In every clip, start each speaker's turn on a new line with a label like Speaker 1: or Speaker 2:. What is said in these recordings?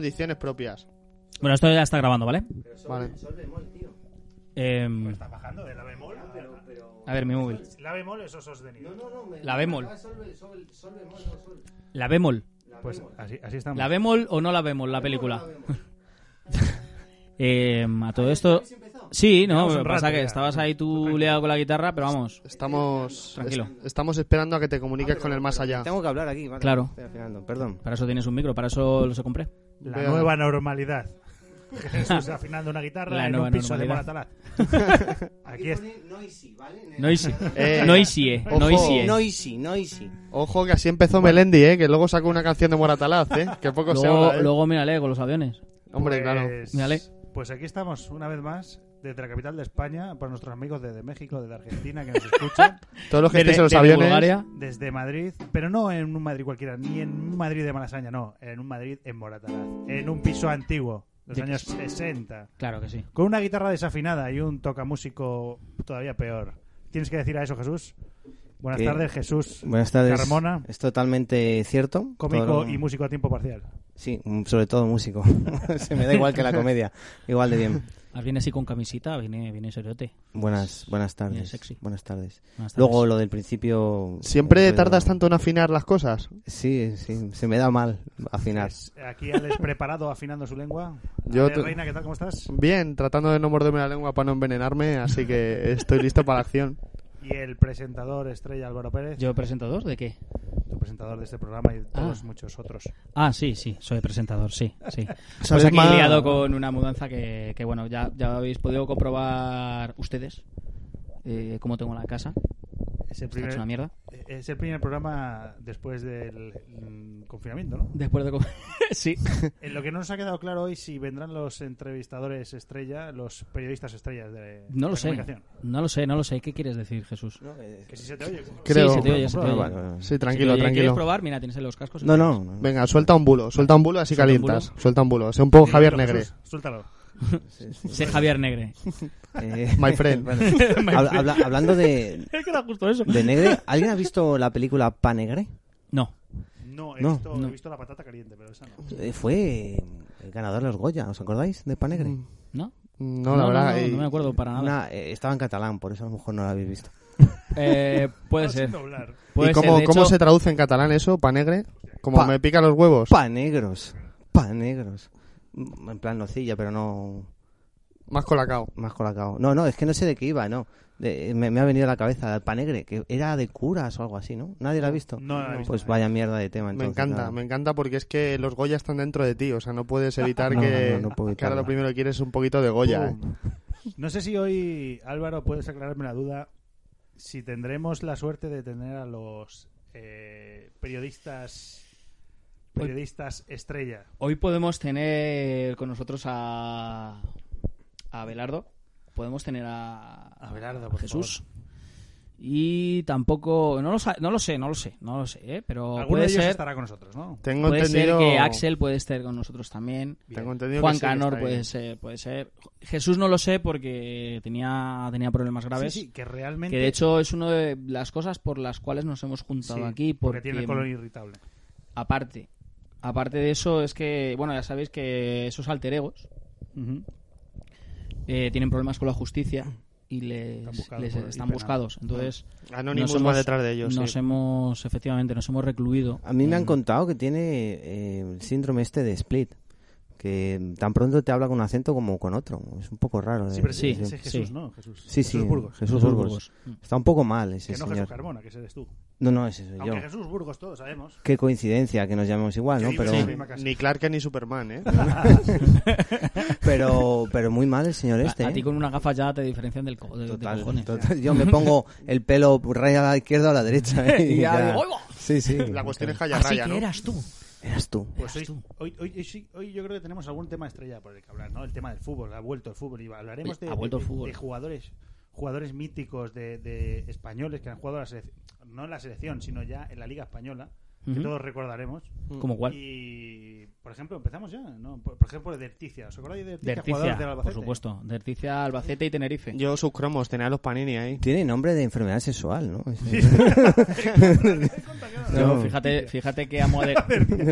Speaker 1: condiciones propias.
Speaker 2: Bueno, esto ya está grabando, ¿vale?
Speaker 1: Vale.
Speaker 2: Eh,
Speaker 3: Está bajando de la bemol. Pero,
Speaker 2: a ver, mi móvil.
Speaker 3: La bemol es o sostenido.
Speaker 2: La bemol. La bemol.
Speaker 3: Pues así, así estamos.
Speaker 2: ¿La bemol o no la vemos la película? Eh, a todo esto... Sí, no,
Speaker 3: Llevamos un
Speaker 2: lo que pasa
Speaker 3: rato
Speaker 2: que
Speaker 3: ya.
Speaker 2: estabas ahí tú liado con la guitarra, pero vamos.
Speaker 1: Estamos,
Speaker 2: Tranquilo.
Speaker 1: es- estamos esperando a que te comuniques con el más allá.
Speaker 4: Tengo que hablar aquí, vale.
Speaker 2: Claro.
Speaker 4: Estoy afinando, perdón.
Speaker 2: Para eso tienes un micro, para eso lo se compré.
Speaker 3: La
Speaker 1: Veo-
Speaker 3: nueva normalidad. Jesús afinando una guitarra
Speaker 2: La
Speaker 3: en
Speaker 2: nueva
Speaker 3: un piso de
Speaker 2: normalidad.
Speaker 3: Moratalaz. Aquí es.
Speaker 2: Noisy.
Speaker 1: Eh,
Speaker 2: Noisy, eh.
Speaker 1: ojo.
Speaker 2: Noisy, eh.
Speaker 4: Noisy, noisy.
Speaker 1: Ojo que así empezó Melendi, ¿eh? que luego sacó una canción de Moratalaz, ¿eh? que poco se
Speaker 2: Luego,
Speaker 1: habla. de él.
Speaker 2: luego mírale con los aviones.
Speaker 1: Hombre, claro.
Speaker 3: Pues-
Speaker 2: Mírale.
Speaker 3: Pues aquí estamos una vez más desde la capital de España para nuestros amigos desde México, desde Argentina que nos escuchan,
Speaker 1: Todos los que
Speaker 2: Desde-
Speaker 1: estéis en los
Speaker 2: desde
Speaker 1: aviones.
Speaker 2: Bulgaria.
Speaker 3: desde Madrid, pero no en un Madrid cualquiera, ni en un Madrid de Malasaña, no, en un Madrid en Moratalaz, en un piso antiguo, de
Speaker 2: De-
Speaker 3: los años 60,
Speaker 2: Claro que sí.
Speaker 3: con una guitarra desafinada y un tocamúsico todavía peor. ¿Tienes que decir a eso, Jesús? Buenas
Speaker 4: ¿Qué?
Speaker 3: tardes, Jesús.
Speaker 4: Buenas tardes.
Speaker 3: Carmona.
Speaker 4: Es totalmente cierto. Todo
Speaker 3: Cómico
Speaker 4: lo-
Speaker 3: y músico a tiempo parcial.
Speaker 4: Sí, mm, sobre todo músico. Se me da igual que la comedia. Igual de bien.
Speaker 2: Ah, Viene así con camisita, viene, viene seriote.
Speaker 4: Buenas, buenas
Speaker 2: Bien
Speaker 4: tardes.
Speaker 2: sexy.
Speaker 4: Buenas tardes.
Speaker 2: Buenas tardes.
Speaker 4: Luego lo del principio.
Speaker 1: Siempre
Speaker 4: eh, pero-
Speaker 1: tardas tanto en afinar las cosas.
Speaker 4: Sí, sí, se me da mal afinar.
Speaker 3: Es- Aquí Alex preparado afinando su lengua.
Speaker 1: Yo
Speaker 3: Alex
Speaker 1: te-
Speaker 3: Reina, ¿qué tal? ¿Cómo estás?
Speaker 1: Bien, tratando de no morderme la lengua para no envenenarme, así que estoy listo para la acción.
Speaker 3: Y el presentador estrella Álvaro Pérez,
Speaker 2: ¿Yo presentador de qué?
Speaker 3: tu presentador de este programa y de todos muchos otros.
Speaker 2: Ah, sí, sí, soy presentador, sí, sí.
Speaker 1: Soy
Speaker 2: Pues aquí
Speaker 1: más-
Speaker 2: liado con una mudanza que, que, bueno, ya, ya habéis podido comprobar ustedes eh, cómo tengo la casa.
Speaker 3: Es
Speaker 2: Está
Speaker 3: el,
Speaker 2: hecho
Speaker 3: primer, eh,
Speaker 2: una mierda.
Speaker 3: es el primer programa después del mm, confinamiento, ¿no?
Speaker 2: Después de... co- sí.
Speaker 3: En lo que no nos ha quedado claro hoy si vendrán los entrevistadores estrella, los periodistas estrellas de
Speaker 2: No
Speaker 3: la
Speaker 2: lo sé.
Speaker 3: comunicación.
Speaker 2: No lo sé, no lo sé. ¿Qué quieres decir, Jesús?
Speaker 4: No, eh,
Speaker 3: Que si se te oye.
Speaker 1: Creo.
Speaker 2: Sí, se te oye, se te
Speaker 4: ah,
Speaker 2: oye.
Speaker 4: vale, vale.
Speaker 1: Sí,
Speaker 2: Se te
Speaker 1: tranquilo,
Speaker 2: oye. ¿Quieres
Speaker 1: tranquilo.
Speaker 2: probar? Mira, tienes en los cascos.
Speaker 4: No, no. no.
Speaker 1: Venga, suelta un bulo, suelta un bulo así
Speaker 2: ¿Suelta un
Speaker 1: calientas. Suelta un bulo, sea un poco Javier Negre.
Speaker 3: Eh, Jesús, Suéltalo.
Speaker 4: Sí, sí.
Speaker 2: Sé Javier Negre.
Speaker 4: Eh,
Speaker 1: My friend.
Speaker 4: bueno. Habla- habla- hablando de,
Speaker 2: ¿Qué era justo eso?
Speaker 4: de negre, ¿alguien ha visto la película Panegre?
Speaker 2: No.
Speaker 3: No, he,
Speaker 4: No,
Speaker 3: visto,
Speaker 2: no.
Speaker 3: he visto la patata caliente, pero esa no.
Speaker 4: Eh, Fue el ganador de los Goya, ¿os acordáis? De Panegre.
Speaker 1: Mm.
Speaker 2: ¿No?
Speaker 1: No, la verdad.
Speaker 2: No,
Speaker 1: y-
Speaker 2: no me acuerdo para nada.
Speaker 4: Una- eh, estaba en catalán, por eso a lo mejor no la habéis visto.
Speaker 2: Eh, puede
Speaker 3: Ah,
Speaker 2: ser.
Speaker 3: sin doblar.
Speaker 2: Puede
Speaker 1: ¿Y
Speaker 2: ser,
Speaker 1: cómo,
Speaker 2: de
Speaker 1: cómo
Speaker 2: hecho-
Speaker 1: se traduce en catalán eso, panegre? Como
Speaker 4: Pa-
Speaker 1: me pica los huevos.
Speaker 4: Panegros. Panegros. Mm, En plan nocilla, pero no
Speaker 1: Más colacao.
Speaker 4: más colacao. No, no, es que no sé de qué iba, no. De- me, me ha venido a la cabeza el panegre, que era de curas o algo así, ¿no? ¿Nadie la ha visto?
Speaker 3: No la he visto.
Speaker 4: Pues vaya mierda de tema.
Speaker 1: Me
Speaker 4: entonces,
Speaker 1: encanta,
Speaker 4: nada.
Speaker 1: me encanta porque es que los Goya están dentro de ti, o sea, no puedes evitar
Speaker 4: No,
Speaker 1: que,
Speaker 4: no, no, no puedo
Speaker 1: que ahora
Speaker 4: evitarla.
Speaker 1: lo primero que quieres es un poquito de Goya. ¿eh?
Speaker 3: No sé si hoy, Álvaro, puedes aclararme la duda si tendremos la suerte de tener a los eh, periodistas periodistas estrella.
Speaker 2: Hoy podemos tener con nosotros a. a Belardo. Podemos tener a.
Speaker 3: A Abelardo,
Speaker 2: a
Speaker 3: por
Speaker 2: Jesús. Y tampoco. No lo, sa- no lo sé, no lo sé, no lo sé, ¿eh? Pero
Speaker 3: Alguno de
Speaker 2: puede
Speaker 3: ellos
Speaker 2: ser.
Speaker 3: estará con nosotros, ¿no?
Speaker 1: Tengo
Speaker 2: Puede
Speaker 1: entendido.
Speaker 2: ser que Axel puede estar con nosotros también.
Speaker 1: Tengo entendido
Speaker 2: Juan
Speaker 1: que sí, que
Speaker 2: Canor pues,
Speaker 1: está ahí.
Speaker 2: puede ser, puede ser. Jesús no lo sé porque tenía, tenía problemas graves.
Speaker 3: Sí, sí, que realmente
Speaker 2: Que de hecho es una de las cosas por las cuales nos hemos juntado
Speaker 3: sí,
Speaker 2: aquí.
Speaker 3: porque tiene el color irritable.
Speaker 2: Aparte. Aparte de eso, es que, bueno, ya sabéis que esos alter egos eh, tienen problemas con la justicia y les les-
Speaker 3: Están
Speaker 2: están buscados.
Speaker 3: buscados por- Ah. y penados.
Speaker 2: Entonces,
Speaker 1: Anonymous
Speaker 2: nos
Speaker 1: va
Speaker 2: hemos-
Speaker 1: detrás de ellos.
Speaker 2: Nos
Speaker 1: sí.
Speaker 2: hemos, efectivamente, nos hemos recluido.
Speaker 4: A mí me han
Speaker 2: Mm.
Speaker 4: contado que tiene eh, el síndrome este de split, que tan pronto te habla con un acento como con otro. Es un poco raro.
Speaker 3: Sí,
Speaker 4: eh.
Speaker 3: pero
Speaker 2: Sí,
Speaker 3: ese es Jesús,
Speaker 2: sí.
Speaker 3: ¿no? Jesús.
Speaker 4: Sí, sí,
Speaker 3: Jesús Burgos.
Speaker 4: Jesús
Speaker 2: Jesús
Speaker 4: Burgos.
Speaker 2: Burgos. Mm.
Speaker 4: Está un poco mal ese
Speaker 3: que no
Speaker 4: señor.
Speaker 3: Jesús Carmona, que ese eres tú.
Speaker 4: no, no, ese soy yo.
Speaker 3: Aunque Jesús Burgos todos sabemos.
Speaker 4: Qué coincidencia que nos llamemos igual, ¿no?
Speaker 3: Sí,
Speaker 4: Pero,
Speaker 3: sí. misma casa.
Speaker 1: Ni Clark Kent ni Superman, ¿eh?
Speaker 4: pero, pero muy mal el señor este.
Speaker 2: a, a
Speaker 4: ¿eh?
Speaker 2: ti con una gafa ya te diferencian del co- de- de
Speaker 4: Total,
Speaker 2: cojones.
Speaker 4: total. Yo me pongo el pelo raya a la izquierda o a la derecha. ¿eh?
Speaker 2: Y ya digo, "Oigo".
Speaker 4: Sí, sí.
Speaker 1: La cuestión es
Speaker 2: Así
Speaker 1: Raya,
Speaker 2: que
Speaker 1: ¿no?
Speaker 2: eras tú.
Speaker 4: Eras tú.
Speaker 3: Pues hoy,
Speaker 2: Eras tú.
Speaker 3: hoy, hoy, hoy sí- hoy yo creo que tenemos algún tema estrella por el que hablar, ¿no? El tema del fútbol, ha vuelto el fútbol y hablaremos
Speaker 2: Oye,
Speaker 3: de,
Speaker 2: ha vuelto
Speaker 3: de-
Speaker 2: el fútbol.
Speaker 3: de jugadores jugadores míticos de, de españoles que han jugado a la selección, no en la selección, sino ya en la Liga Española, que
Speaker 2: Ujú.
Speaker 3: todos recordaremos.
Speaker 2: Mm. Como cual.
Speaker 3: Y, por ejemplo, empezamos ya, ¿no? Por, por ejemplo, de Erticia. ¿Os acordáis de Erticia,
Speaker 2: Derticia,
Speaker 3: jugador del
Speaker 2: por
Speaker 3: Albacete?
Speaker 2: supuesto. Derticia, Albacete y Tenerife.
Speaker 1: Yo sus cromos, tenía los panini ahí.
Speaker 4: Tiene nombre de enfermedad sexual, ¿no? Ese- No.
Speaker 2: Pero fíjate, fíjate que amo de...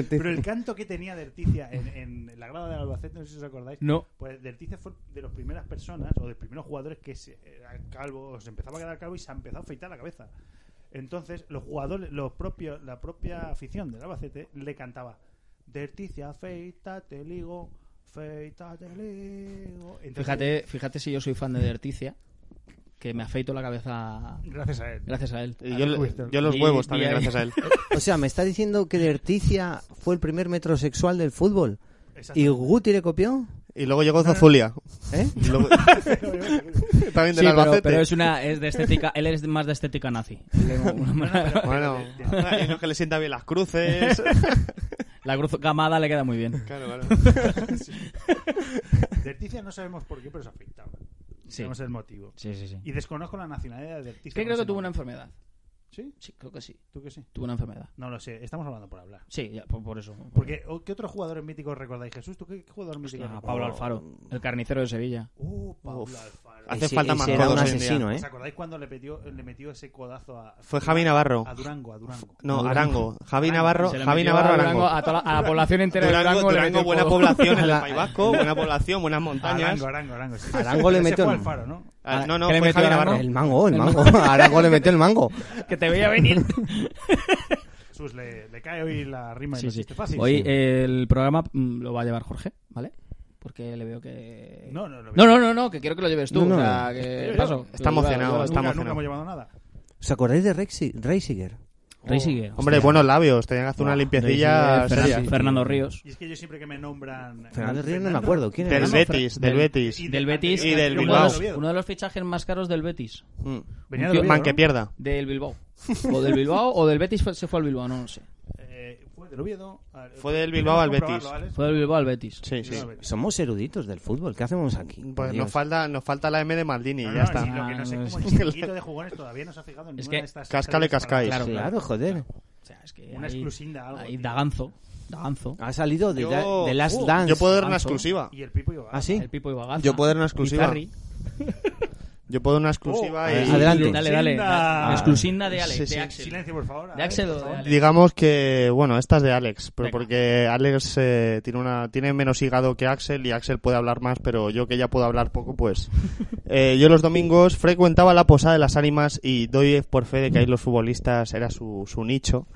Speaker 3: Pero el canto que tenía Derticia en, en la grada de Albacete, no sé si os acordáis.
Speaker 2: No.
Speaker 3: Pues Derticia fue de las primeras personas o de los primeros jugadores que se, era calvo, se empezaba a quedar calvo y se empezó a afeitar la cabeza. Entonces, los jugadores, los propios, la propia afición del Albacete le cantaba: Derticia, afeítate, ligo, afeítate, ligo. Entonces,
Speaker 2: Fíjate, fíjate si yo soy fan de Derticia, que me afeito la cabeza
Speaker 3: Gracias a él.
Speaker 2: gracias a él.
Speaker 1: Y yo, le- yo los
Speaker 2: Y-
Speaker 1: huevos
Speaker 2: y
Speaker 1: también,
Speaker 2: ahí-
Speaker 1: gracias a él.
Speaker 4: O sea, me está diciendo que Derticia fue el primer metrosexual del fútbol.
Speaker 3: Exacto.
Speaker 4: ¿Y Guti le copió?
Speaker 1: Y luego llegó Zazulia.
Speaker 4: ¿Eh?
Speaker 1: Y luego- también del
Speaker 2: Sí, pero,
Speaker 1: Albacete.
Speaker 2: pero es una es de estética, él es más de estética nazi.
Speaker 1: Bueno, y no es que le sienta bien las cruces.
Speaker 2: La cruz gamada le queda muy bien.
Speaker 1: claro, claro.
Speaker 3: Derticia no sabemos por qué, pero se afeitaba. No
Speaker 2: Sí.
Speaker 3: sabemos el motivo.
Speaker 2: Sí, sí, sí.
Speaker 3: Y desconozco la nacionalidad de Derticia.
Speaker 2: Es que
Speaker 3: no
Speaker 2: creo
Speaker 3: sé
Speaker 2: que tuvo una
Speaker 3: nada.
Speaker 2: enfermedad.
Speaker 3: ¿Sí?
Speaker 2: Sí, creo que sí.
Speaker 3: ¿Tú que sí?
Speaker 2: Tuvo una enfermedad.
Speaker 3: No lo sé, estamos hablando por hablar.
Speaker 2: Sí, ya, por, por eso.
Speaker 3: Porque, ¿o ¿qué otros jugadores míticos recordáis, Jesús? ¿Tú qué qué jugador mítico
Speaker 2: Hostia,
Speaker 3: recordáis?
Speaker 2: Ah, Pablo Alfaro, el carnicero de Sevilla.
Speaker 3: Uh, Pablo
Speaker 1: Uf.
Speaker 3: Alfaro.
Speaker 1: Hace
Speaker 4: Ese-
Speaker 1: falta
Speaker 4: ese
Speaker 1: más
Speaker 4: era un
Speaker 1: codos hoy en día.
Speaker 4: asesino, ¿eh?
Speaker 3: ¿Os acordáis cuando le metió, le metió ese codazo a...
Speaker 1: Fue Javi Navarro.
Speaker 3: A Durango, a Durango.
Speaker 1: No, Arango. Javi
Speaker 3: Arango.
Speaker 1: Navarro,
Speaker 2: Se le
Speaker 1: Javi
Speaker 2: metió
Speaker 1: Navarro,
Speaker 2: a
Speaker 1: Arango.
Speaker 2: a, toda la, a la población entera
Speaker 1: Durango,
Speaker 2: de Durango. le
Speaker 1: Durango,
Speaker 2: metió
Speaker 1: buena
Speaker 2: codo.
Speaker 1: población en el País Vasco, buena población, buenas montañas.
Speaker 3: Arango, Arango, Arango. sí.
Speaker 4: Arango le
Speaker 3: Ese
Speaker 4: metió
Speaker 3: fue
Speaker 4: el-
Speaker 3: Alfaro, ¿no?
Speaker 1: Ah, no, no,
Speaker 2: ¿Qué le
Speaker 1: fue
Speaker 2: metió
Speaker 1: Javi
Speaker 2: Arango?
Speaker 1: Navarro.
Speaker 4: El mango, el
Speaker 2: El
Speaker 4: mango. Arango le metió el mango.
Speaker 2: Que te veía venir.
Speaker 3: Jesús, le, le cae hoy la rima y
Speaker 2: Sí,
Speaker 3: lo
Speaker 2: sí.
Speaker 3: hiciste fácil.
Speaker 2: Hoy
Speaker 3: Sí.
Speaker 2: eh, el programa mm, lo va a llevar Jorge, ¿vale? Porque le veo que...
Speaker 3: No, no, lo
Speaker 2: no, no, no, no, que quiero que lo lleves tú.
Speaker 4: No, no.
Speaker 2: o sea, que
Speaker 3: Yo,
Speaker 2: paso.
Speaker 1: Está emocionado,
Speaker 2: Yo- yo-
Speaker 1: está
Speaker 3: nunca,
Speaker 1: emocionado.
Speaker 3: nunca hemos llevado nada.
Speaker 4: ¿Os acordáis de Rexi- Reisiger?
Speaker 2: Rey sigue.
Speaker 1: Hombre,
Speaker 2: Hostia.
Speaker 1: buenos labios, tenían que hacer una
Speaker 2: Buah,
Speaker 1: limpiecilla
Speaker 2: Rey sigue,
Speaker 1: seria.
Speaker 2: Fernan- eh, Fernando Ríos.
Speaker 3: Y es que yo siempre que me nombran...
Speaker 4: Fernando Ríos no me acuerdo. ¿Quién era?
Speaker 1: Del
Speaker 2: Fer-
Speaker 1: Betis, del
Speaker 2: del-
Speaker 1: Betis.
Speaker 3: Y
Speaker 2: Del Betis.
Speaker 1: Y del
Speaker 2: uno de
Speaker 1: Bilbao.
Speaker 2: los- Uno de, los, fichajes más caros del Betis.
Speaker 1: Mm.
Speaker 3: Venía de
Speaker 2: Tío,
Speaker 3: Oviedo,
Speaker 1: Man
Speaker 3: ¿no?
Speaker 1: que pierda.
Speaker 2: Del Bilbao. O del Bilbao o del Betis fue- se fue al Bilbao, no lo sé.
Speaker 3: Eh, fue del Oviedo. al-
Speaker 1: Fue del Bilbao al
Speaker 3: Tenemos que
Speaker 1: Betis.
Speaker 3: comprobarlo,
Speaker 2: Fue del Bilbao al Betis.
Speaker 1: Sí,
Speaker 3: ¿vale?
Speaker 1: sí.
Speaker 3: No, no,
Speaker 4: Somos eruditos del fútbol. ¿Qué hacemos aquí?
Speaker 1: Pues
Speaker 4: Dios.
Speaker 1: nos falta, nos falta la M de Maldini,
Speaker 3: no,
Speaker 1: ya
Speaker 3: no,
Speaker 1: está.
Speaker 3: sí, lo que no sé
Speaker 2: Ah,
Speaker 3: es cómo
Speaker 2: no
Speaker 3: el chiquito de jugones todavía no se ha fijado en
Speaker 2: Es
Speaker 3: ninguna
Speaker 2: que
Speaker 3: de estas.
Speaker 1: cascale,
Speaker 3: estas
Speaker 1: cascáis.
Speaker 3: palabras.
Speaker 4: Pues Claro, joder.
Speaker 2: O sea, es que
Speaker 3: Una
Speaker 2: ahí-
Speaker 3: exclusinda, algo,
Speaker 2: ahí
Speaker 3: tío.
Speaker 2: Daganzo. Daganzo.
Speaker 1: Ah,
Speaker 4: Ha salido de,
Speaker 1: Yo-
Speaker 4: la- de Last
Speaker 1: uh,
Speaker 4: Dance.
Speaker 1: Yo puedo dar una
Speaker 2: Anzo.
Speaker 1: exclusiva.
Speaker 3: Y el Pipo iba.
Speaker 4: ¿Ah, sí?
Speaker 2: El Pipo y Baganza.
Speaker 1: Yo puedo dar una exclusiva. Eh,
Speaker 2: Pizarri.
Speaker 1: Yo puedo una exclusiva
Speaker 4: Oh,
Speaker 1: y-
Speaker 4: adelante.
Speaker 2: Dale, dale.
Speaker 3: Exclusinda.
Speaker 2: La Exclusinda de
Speaker 1: Sí,
Speaker 2: Alex.
Speaker 1: sí.
Speaker 2: De Axel.
Speaker 3: Silencio, por favor.
Speaker 2: De Axel o
Speaker 3: por
Speaker 2: de
Speaker 3: favor.
Speaker 2: Alex.
Speaker 1: Digamos que, bueno, esta es de Alex, pero
Speaker 2: Venga.
Speaker 1: porque Alex eh, tiene una tiene menos hígado que Axel y Axel puede hablar más, pero yo que ya puedo hablar poco, pues. Eh, yo los domingos frecuentaba la Posada de las Ánimas y doy por fe de que ahí los futbolistas era su, su nicho.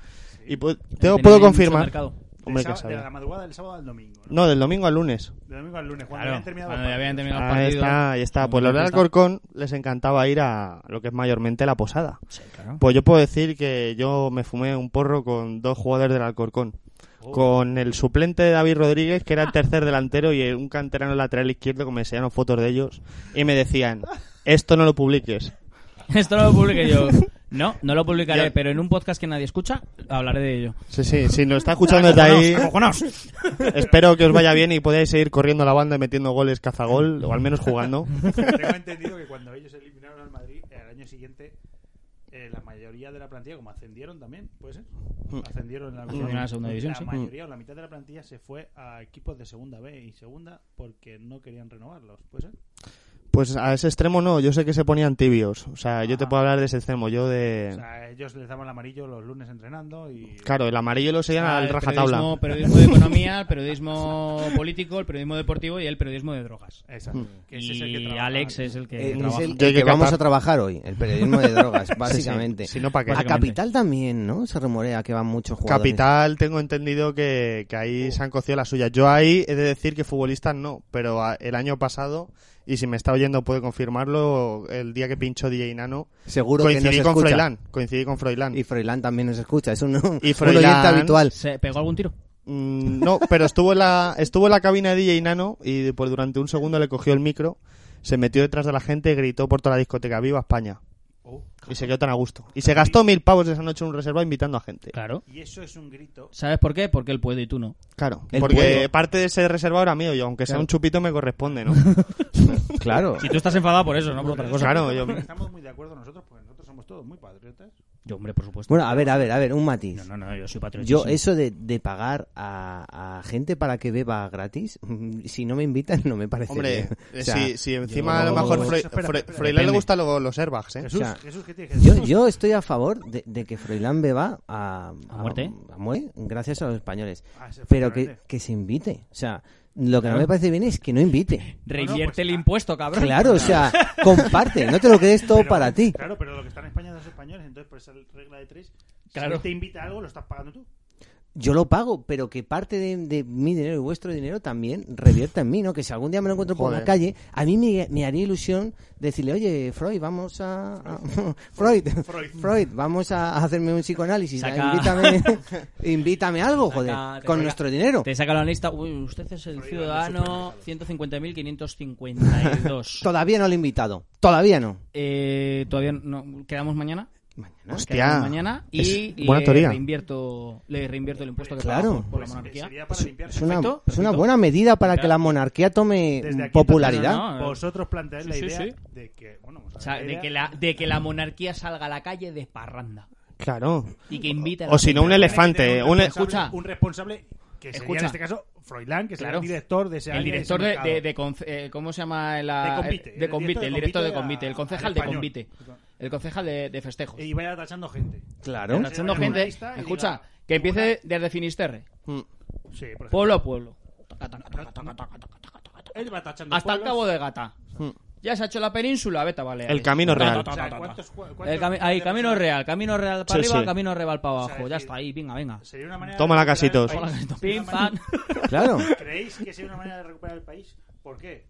Speaker 1: Y pues, tengo-
Speaker 2: Tenía
Speaker 1: puedo
Speaker 2: mucho
Speaker 1: confirmar.
Speaker 2: mercado.
Speaker 3: Del
Speaker 1: Hombre,
Speaker 3: sábado-
Speaker 1: que
Speaker 3: de
Speaker 1: sabía.
Speaker 3: la madrugada del sábado al domingo. ¿no?
Speaker 1: No, del domingo al lunes.
Speaker 3: De domingo al lunes, cuando
Speaker 2: Claro,
Speaker 3: habían terminado.
Speaker 2: cuando
Speaker 3: el
Speaker 2: habían
Speaker 3: partido.
Speaker 2: terminado el
Speaker 1: Ahí
Speaker 2: partido.
Speaker 1: está, ahí está. Pues los de
Speaker 2: Ahí está.
Speaker 1: Alcorcón les encantaba ir a lo que es mayormente la Posada.
Speaker 2: Sí, claro.
Speaker 1: Pues yo puedo decir que yo me fumé un porro con dos jugadores del Alcorcón. Con el suplente de David Rodríguez, que era el tercer delantero, y un canterano lateral izquierdo que me enseñaron fotos de ellos. Y me decían, esto no lo publiques.
Speaker 2: Esto no lo publiqué yo. No, no lo publicaré,
Speaker 1: Ya.
Speaker 2: pero en un podcast que nadie escucha, hablaré de ello.
Speaker 1: Sí, sí, si nos está escuchando desde ahí,
Speaker 2: ¡Acojonaos!
Speaker 1: espero que os vaya bien y podáis seguir corriendo la banda y metiendo goles cazagol, o al menos jugando.
Speaker 3: Tengo entendido que cuando ellos eliminaron al Madrid, eh, al año siguiente, eh, la mayoría de la plantilla, como ascendieron también, ¿puede ser? Ascendieron en la,
Speaker 2: Ascendieron a la segunda división,
Speaker 3: La
Speaker 2: sí.
Speaker 3: mayoría o la mitad de la plantilla se fue a equipos de segunda B y segunda porque no querían renovarlos, ¿puede ser?
Speaker 1: Pues a ese extremo no, yo sé que se ponían tibios. O sea, yo te
Speaker 3: Ah.
Speaker 1: puedo hablar de ese extremo, yo de...
Speaker 3: O sea, ellos les daban el amarillo los lunes entrenando y...
Speaker 1: Claro, el amarillo lo seguían al
Speaker 2: Ah, el
Speaker 1: rajatabla.
Speaker 2: periodismo, periodismo de economía, el periodismo político, el periodismo deportivo y el periodismo de drogas.
Speaker 3: Exacto.
Speaker 1: Mm.
Speaker 3: Que ese es el que
Speaker 2: Y
Speaker 3: trabaja.
Speaker 2: Alex es el que
Speaker 4: Eh, es
Speaker 2: trabaja.
Speaker 4: el, el
Speaker 1: Que hay que
Speaker 4: que vamos
Speaker 1: capar.
Speaker 4: a trabajar hoy, el periodismo de drogas, básicamente.
Speaker 1: Si no, ¿para qué?
Speaker 4: a
Speaker 2: Básicamente.
Speaker 4: Capital también, ¿no? Se rumorea que van muchos jugadores.
Speaker 1: Capital, tengo entendido que, que ahí se han cocido las suyas. Yo ahí he de decir que futbolistas no, pero a- el año pasado, y si me está oyendo puede confirmarlo, el día que pinchó DJ Nano,
Speaker 4: Seguro que nos
Speaker 1: coincidí con
Speaker 4: escucha.
Speaker 1: Froilán. Coincidí con Froilán.
Speaker 4: Y Froilán también nos escucha, es un, un
Speaker 1: Froilán-
Speaker 4: oyente habitual.
Speaker 2: ¿Se pegó algún tiro?
Speaker 1: Mm, no, pero estuvo en, la, estuvo en la cabina de DJ Nano y pues, durante un segundo le cogió el micro, se metió detrás de la gente, gritó por toda la discoteca, ¡Viva España!
Speaker 3: Oh.
Speaker 1: Y se quedó tan a gusto. Y se gastó mil pavos esa noche en un reserva invitando a gente.
Speaker 2: Claro.
Speaker 3: Y eso es un grito.
Speaker 2: ¿Sabes por qué? Porque él puede y tú no.
Speaker 1: Claro,
Speaker 4: El
Speaker 1: porque
Speaker 4: pueblo.
Speaker 1: parte de ese reservado era mío y aunque sea
Speaker 2: Claro.
Speaker 1: un chupito me corresponde, ¿no? Pues
Speaker 4: Claro.
Speaker 2: Si tú estás enfadado por eso, no por otra cosa.
Speaker 1: Claro, yo-
Speaker 3: Estamos muy de acuerdo nosotros porque nosotros somos todos muy patriotas.
Speaker 2: Yo, hombre, por supuesto.
Speaker 4: Bueno, a ver, a ver, a ver, un matiz.
Speaker 2: No, no, no, yo soy patriotismo.
Speaker 4: Yo, eso de, de pagar a, a gente para que beba gratis, si no me invitan, no me parece
Speaker 1: Hombre,
Speaker 4: bien.
Speaker 1: eh,
Speaker 4: O sea,
Speaker 1: si, si encima a
Speaker 3: yo-
Speaker 1: lo mejor
Speaker 3: Espera,
Speaker 1: Fre-
Speaker 3: espera,
Speaker 1: Fre-
Speaker 3: espera,
Speaker 1: Froilán le
Speaker 4: depende.
Speaker 1: gustan luego los airbags, ¿eh?
Speaker 3: Jesús,
Speaker 4: o sea,
Speaker 3: Jesús, ¿qué tienes que
Speaker 4: yo, yo estoy a favor de, de que Froilán beba a,
Speaker 2: ¿A muerte?
Speaker 4: a muerte, gracias a los españoles.
Speaker 3: Ah, sí,
Speaker 4: Pero que,
Speaker 3: efectivamente.
Speaker 4: que se invite. O sea, lo que no me parece bien es que no invite.
Speaker 2: Revierte
Speaker 3: No, no, pues,
Speaker 2: el
Speaker 3: ah,
Speaker 2: impuesto, cabrón.
Speaker 4: Claro, o sea, comparte, no te lo quedes todo
Speaker 3: Pero,
Speaker 4: para ti.
Speaker 3: Claro, pero lo que están en España son los españoles, entonces por esa regla de tres,
Speaker 2: Claro.
Speaker 3: si él te invita a algo, lo estás pagando tú.
Speaker 4: Yo lo pago, pero que parte de, de mi dinero y vuestro dinero también revierta en mí, ¿no? Que si algún día me lo encuentro por
Speaker 1: Joder.
Speaker 4: la calle, a mí me, me haría ilusión decirle, oye, Freud, vamos a... a- Freud,
Speaker 3: Freud.
Speaker 4: Freud, vamos a hacerme un psicoanálisis.
Speaker 2: Saca-
Speaker 4: Invítame, invítame algo,
Speaker 2: Saca-
Speaker 4: joder,
Speaker 2: te
Speaker 4: con
Speaker 2: saca-
Speaker 4: nuestro dinero.
Speaker 2: Te saca la lista. Uy, usted es el
Speaker 3: Prohíbe
Speaker 2: ciudadano 150.552.
Speaker 4: Todavía no lo he invitado, todavía no.
Speaker 2: eh, Todavía no. Quedamos mañana.
Speaker 4: Mañana.
Speaker 1: Hostia.
Speaker 2: Quedamos mañana. Y
Speaker 1: Es buena
Speaker 2: le,
Speaker 1: teoría.
Speaker 2: Reinvierto, le reinvierto el impuesto que
Speaker 4: Claro.
Speaker 2: pago por, por la
Speaker 3: Pues, eh,
Speaker 2: monarquía.
Speaker 3: Sería para limpiar.
Speaker 4: Es una,
Speaker 2: perfecto,
Speaker 4: es una
Speaker 2: perfecto.
Speaker 4: buena medida para
Speaker 2: Claro.
Speaker 4: que la monarquía tome
Speaker 3: Desde aquí,
Speaker 4: popularidad.
Speaker 2: no, no, no, eh.
Speaker 3: Vosotros planteáis la
Speaker 2: Sí, sí,
Speaker 3: idea
Speaker 2: sí.
Speaker 3: de que, bueno,
Speaker 2: O sea, de que, la, de que la monarquía salga a la calle de parranda.
Speaker 1: Claro.
Speaker 2: Y que invite a la
Speaker 1: O si no, un
Speaker 2: peña.
Speaker 1: elefante. Un
Speaker 2: responsable. Escucha.
Speaker 3: Un responsable que sería
Speaker 2: Escucha.
Speaker 3: en este caso Froilán, que será
Speaker 2: Claro.
Speaker 3: el director de ese
Speaker 2: El
Speaker 3: área,
Speaker 2: director de,
Speaker 3: ese mercado.
Speaker 2: de- de conf- eh, ¿Cómo se llama? La,
Speaker 3: De convite.
Speaker 2: eh,
Speaker 3: El director de
Speaker 2: el director de
Speaker 3: convite
Speaker 2: convite.
Speaker 3: a-
Speaker 2: El concejal
Speaker 3: al
Speaker 2: de
Speaker 3: español.
Speaker 2: convite. El concejal de, de festejos.
Speaker 3: Y vaya tachando gente.
Speaker 4: Claro.
Speaker 2: Tachando
Speaker 3: Vaya
Speaker 2: gente.
Speaker 3: lista y
Speaker 2: Escucha,
Speaker 3: diga,
Speaker 2: que empiece desde Finisterre.
Speaker 1: Mm.
Speaker 3: Sí, por ejemplo.
Speaker 2: Pueblo a pueblo.
Speaker 3: Él va tachando
Speaker 2: Hasta el
Speaker 3: pueblos.
Speaker 2: Cabo de Gata.
Speaker 4: Hmm.
Speaker 2: Ya se ha hecho la península, vete a Baleares.
Speaker 1: El camino real.
Speaker 3: O sea, ¿cuántos- cuántos-
Speaker 2: El cami- ahí, camino real, camino real para
Speaker 1: Sí,
Speaker 2: arriba,
Speaker 1: sí.
Speaker 2: camino real para abajo.
Speaker 3: O sea,
Speaker 2: ya
Speaker 3: decir-
Speaker 2: está ahí, venga, venga.
Speaker 3: Sería una manera de
Speaker 1: Tómala,
Speaker 3: recuperar el
Speaker 1: casitos.
Speaker 3: país.
Speaker 1: Tómala,
Speaker 2: Pim,
Speaker 3: Sería una
Speaker 2: pam.
Speaker 4: Claro.
Speaker 3: manera- ¿Creéis que sería una manera de recuperar el país? ¿Por qué?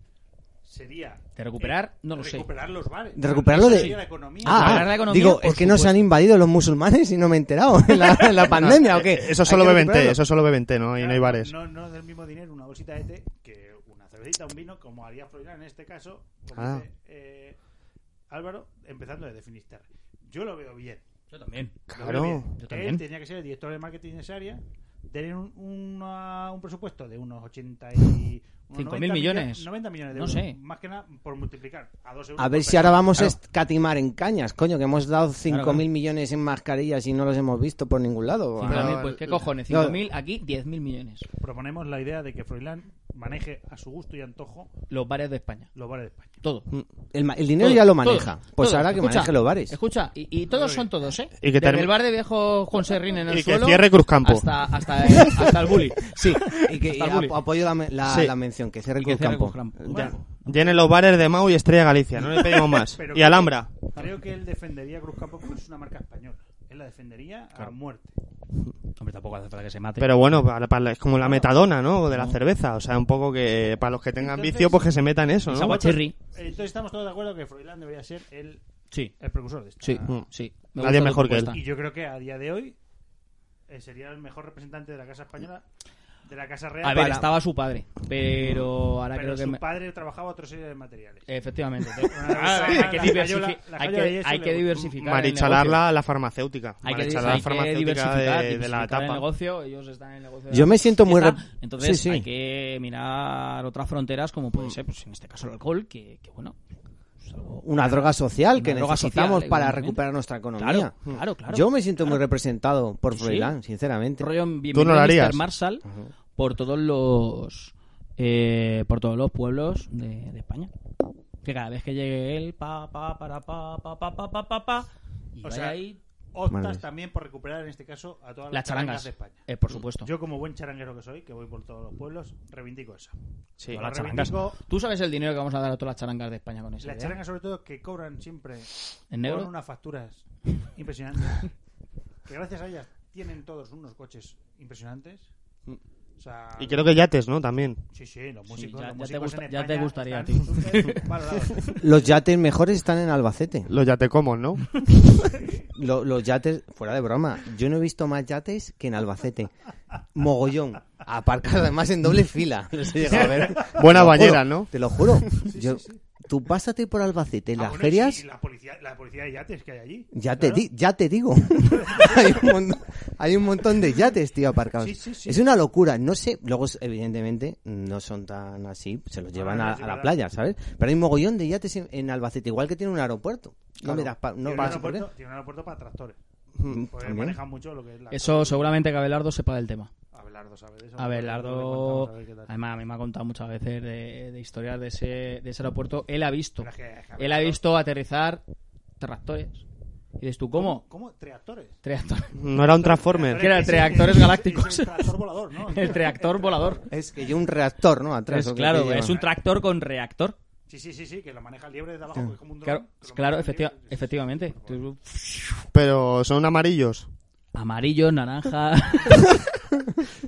Speaker 3: Sería.
Speaker 2: De recuperar,
Speaker 3: eh,
Speaker 2: no lo sé.
Speaker 3: Recuperar los bares.
Speaker 4: De recuperarlo
Speaker 3: Eso
Speaker 4: de-
Speaker 3: sería la economía.
Speaker 4: Ah,
Speaker 2: Hablar de economía,
Speaker 4: digo,
Speaker 2: por
Speaker 4: es que no se
Speaker 2: supuesto.
Speaker 4: han invadido los musulmanes y no me he enterado en la, en la pandemia
Speaker 2: eh,
Speaker 4: o qué.
Speaker 1: eh, Eso
Speaker 4: Hay
Speaker 1: solo
Speaker 4: que
Speaker 1: beben té,
Speaker 4: recuperarlo.
Speaker 1: eso solo beben té, ¿no? Y no hay
Speaker 3: Claro,
Speaker 1: bares.
Speaker 3: No, no del mismo dinero una bolsita de té que una cervecita, un vino, como haría Froilán en este caso. como
Speaker 1: Ah.
Speaker 3: dice, eh, Álvaro, empezando desde Finisterre. Yo lo veo bien.
Speaker 2: Yo también.
Speaker 3: lo
Speaker 1: Claro.
Speaker 3: veo bien.
Speaker 2: Yo
Speaker 3: Él
Speaker 2: también.
Speaker 3: tenía que ser el director de marketing de esa área, tener un, una- un presupuesto de unos 80 y... unos
Speaker 2: Cinco
Speaker 3: 90
Speaker 2: mil millones.
Speaker 3: 90 millones de
Speaker 2: No
Speaker 3: euros.
Speaker 2: sé.
Speaker 3: Más que nada por multiplicar a dos euros.
Speaker 4: A ver
Speaker 3: por
Speaker 4: si ahora
Speaker 3: persona.
Speaker 4: vamos
Speaker 2: Claro.
Speaker 4: a escatimar en cañas, coño, que hemos dado 5.000
Speaker 2: claro.
Speaker 4: millones en mascarillas y no los hemos visto por ningún lado.
Speaker 1: Pero-
Speaker 2: 5.000, pues qué cojones,
Speaker 4: No.
Speaker 2: 5.000 aquí, 10.000 millones.
Speaker 3: Proponemos la idea de que Froilán maneje a su gusto y antojo
Speaker 2: Los bares de España,
Speaker 3: los bares de España.
Speaker 2: todo.
Speaker 4: El, ma- el dinero
Speaker 2: Todo,
Speaker 4: ya lo
Speaker 2: todo,
Speaker 4: maneja. pues
Speaker 2: todo.
Speaker 4: ahora que
Speaker 2: Escucha,
Speaker 4: maneje los bares.
Speaker 2: Escucha, y, y todos son todos, ¿eh?
Speaker 1: Y que
Speaker 2: Desde
Speaker 1: termi-
Speaker 2: el bar de viejo Juan Serrín en el
Speaker 1: Y que
Speaker 2: suelo
Speaker 1: cierre Cruzcampo.
Speaker 2: Hasta, hasta, el, hasta el bully.
Speaker 4: Sí, y que y
Speaker 2: Hasta el bully.
Speaker 4: apo- apoyo la, me- la-
Speaker 1: Sí.
Speaker 4: la mención, que cierre
Speaker 2: Y
Speaker 4: el
Speaker 2: que cierre
Speaker 4: campo.
Speaker 2: Cruzcampo.
Speaker 4: Ya.
Speaker 3: Bueno,
Speaker 1: Llenen los bares de Mau y Estrella Galicia, no le pedimos más. y
Speaker 3: Pero creo-
Speaker 1: Alhambra.
Speaker 3: Creo que él defendería Cruz Campo porque es una marca española. Él la defendería a muerte.
Speaker 2: Hombre, tampoco hace falta que se mate.
Speaker 1: Pero bueno, para- para- es como la metadona, ¿no? De la
Speaker 2: Mm.
Speaker 1: cerveza. O sea, un poco que para los que tengan
Speaker 3: Entonces-
Speaker 1: vicio, pues que se metan eso,
Speaker 2: ¿Y
Speaker 1: ¿no?
Speaker 2: Saguacherry?
Speaker 3: Entonces estamos todos de acuerdo que Froilán debería ser el,
Speaker 2: Sí,
Speaker 3: el precursor de esto.
Speaker 2: sí,
Speaker 1: Ah.
Speaker 2: sí.
Speaker 1: Nadie
Speaker 2: gusta tu
Speaker 1: mejor que él.
Speaker 2: propuesta.
Speaker 3: Y yo creo que a día de hoy eh, sería el mejor representante de la Casa Española, de la Casa Real.
Speaker 2: A ver,
Speaker 3: Para-
Speaker 2: estaba su padre, pero ahora
Speaker 3: pero
Speaker 2: creo que...
Speaker 3: su
Speaker 2: me-
Speaker 3: padre trabajaba otra serie de materiales.
Speaker 2: Efectivamente.
Speaker 3: Ah,
Speaker 2: hay que
Speaker 3: la
Speaker 2: diversifi-
Speaker 3: cayola- la
Speaker 2: hay
Speaker 3: cayola de
Speaker 2: que-
Speaker 3: yeso
Speaker 2: hay
Speaker 3: le
Speaker 2: que
Speaker 3: gusta.
Speaker 2: diversificar. el negocio.
Speaker 1: Marichalarla, la farmacéutica.
Speaker 2: Hay que,
Speaker 1: Marichalar
Speaker 2: hay
Speaker 1: la
Speaker 2: que
Speaker 1: farmacéutica
Speaker 2: diversificar,
Speaker 1: de, de la
Speaker 2: diversificar el
Speaker 1: tapa.
Speaker 2: negocio, ellos están en el negocio de
Speaker 4: Yo
Speaker 2: la
Speaker 4: me siento muy
Speaker 2: fiesta,
Speaker 4: rep-
Speaker 2: Entonces
Speaker 4: Sí, sí.
Speaker 2: hay que mirar otras fronteras, como puede ser, pues en este caso el alcohol, que, que bueno. es algo-
Speaker 4: Una droga social
Speaker 2: Una
Speaker 4: que
Speaker 2: droga
Speaker 4: necesitamos
Speaker 2: social,
Speaker 4: para
Speaker 2: evidentemente.
Speaker 4: recuperar nuestra economía. Mm.
Speaker 2: Claro, claro, claro.
Speaker 4: Yo me siento muy representado por
Speaker 2: Sí.
Speaker 4: Froilán, sinceramente.
Speaker 2: este rollo bienvenido
Speaker 1: ¿Tú no lo harías?
Speaker 2: Mr. Marshall por todos los eh, por todos los pueblos de, de España. Que cada vez que llegue él, pa pa para pa pa pa pa pa pa pa y
Speaker 3: O
Speaker 2: vaya
Speaker 3: sea,
Speaker 2: ahí
Speaker 3: Optas
Speaker 4: Madre.
Speaker 3: también por recuperar en este caso a todas las
Speaker 2: las charangas.
Speaker 3: de España.
Speaker 2: Eh, por supuesto.
Speaker 3: Yo, como buen charanguero que soy, que voy por todos los pueblos, reivindico eso.
Speaker 1: Sí.
Speaker 2: Todas
Speaker 3: la
Speaker 2: las charangas.
Speaker 3: reivindico.
Speaker 2: Tú sabes el dinero que vamos a dar a todas las charangas de España con eso.
Speaker 3: Las charangas, sobre todo, que cobran siempre
Speaker 2: en negro.
Speaker 3: Con unas facturas impresionantes. que gracias a ellas tienen todos unos coches impresionantes.
Speaker 2: Mm.
Speaker 3: O sea,
Speaker 1: Y creo que yates, ¿no? También.
Speaker 3: Sí, sí, los
Speaker 2: Sí,
Speaker 3: músicos.
Speaker 2: ya-
Speaker 3: los
Speaker 2: ya te
Speaker 3: músicos
Speaker 2: gusta-
Speaker 3: en
Speaker 2: ya te
Speaker 3: España
Speaker 2: gustaría,
Speaker 3: están
Speaker 2: tío.
Speaker 3: súper valorados.
Speaker 4: Los yates mejores están en Albacete.
Speaker 1: Los yatecomos, ¿no?
Speaker 4: Lo- los yates, fuera de broma, yo no he visto más yates que en Albacete. Mogollón. Aparcados además en doble fila. Los he llegado a ver.
Speaker 1: Buena
Speaker 4: Te lo
Speaker 1: bañera,
Speaker 4: juro,
Speaker 1: ¿no?
Speaker 4: Te lo juro. Yo- Tú pásate por Albacete en
Speaker 3: Ah,
Speaker 4: las
Speaker 3: bueno,
Speaker 4: ferias.
Speaker 3: sí, la, policía, la policía de yates que hay allí.
Speaker 4: Ya,
Speaker 3: Claro.
Speaker 4: te di- ya te digo. hay, un montón, hay un montón de yates, tío, aparcados.
Speaker 3: Sí, sí, sí.
Speaker 4: Es una locura. No sé, luego, evidentemente, no son tan así. Se los llevan
Speaker 3: no,
Speaker 4: a,
Speaker 3: sí,
Speaker 4: a la
Speaker 3: verdad.
Speaker 4: playa, ¿sabes? Pero hay un mogollón de yates en, en Albacete, igual que tiene un aeropuerto. No me das pa- no
Speaker 3: Tiene un
Speaker 4: paso por
Speaker 3: aeropuerto- pues,
Speaker 4: él.
Speaker 3: Tiene un aeropuerto para tractores. Porque
Speaker 4: Mm, También.
Speaker 3: maneja mucho lo que es la.
Speaker 2: Eso seguramente que Abelardo sepa del tema.
Speaker 3: Abelardo sabe de eso.
Speaker 2: Abelardo,
Speaker 3: A ver qué tal.
Speaker 2: además, a mí me ha contado muchas veces de, de historias de ese, de ese aeropuerto. Él ha visto.
Speaker 3: Pero es que- es que
Speaker 2: Él ha
Speaker 3: Abelardo-
Speaker 2: visto aterrizar tractores. Y dices tú, ¿cómo?
Speaker 3: ¿Cómo? ¿Tres actores?
Speaker 2: Tres actores.
Speaker 1: No era un Transformer.
Speaker 2: ¿Qué era?
Speaker 3: Es-
Speaker 2: ¿Tres
Speaker 3: es-
Speaker 2: actores
Speaker 3: es-
Speaker 2: galácticos?
Speaker 3: es el tractor volador, ¿no?
Speaker 2: El tractor volador.
Speaker 4: Es que yo un reactor, ¿no? Atrás.
Speaker 2: Es,
Speaker 4: ¿o qué
Speaker 2: claro,
Speaker 4: lleva?
Speaker 2: es un tractor con reactor.
Speaker 3: Sí, sí, sí, sí, que lo maneja el liebre desde abajo, que es como un dron.
Speaker 2: Claro,
Speaker 3: que lo
Speaker 2: claro
Speaker 3: maneja el
Speaker 2: efectiva-
Speaker 3: liebre. Sí, sí, sí.
Speaker 2: efectivamente. Tú-
Speaker 1: Pero son amarillos.
Speaker 2: Amarillo, naranja.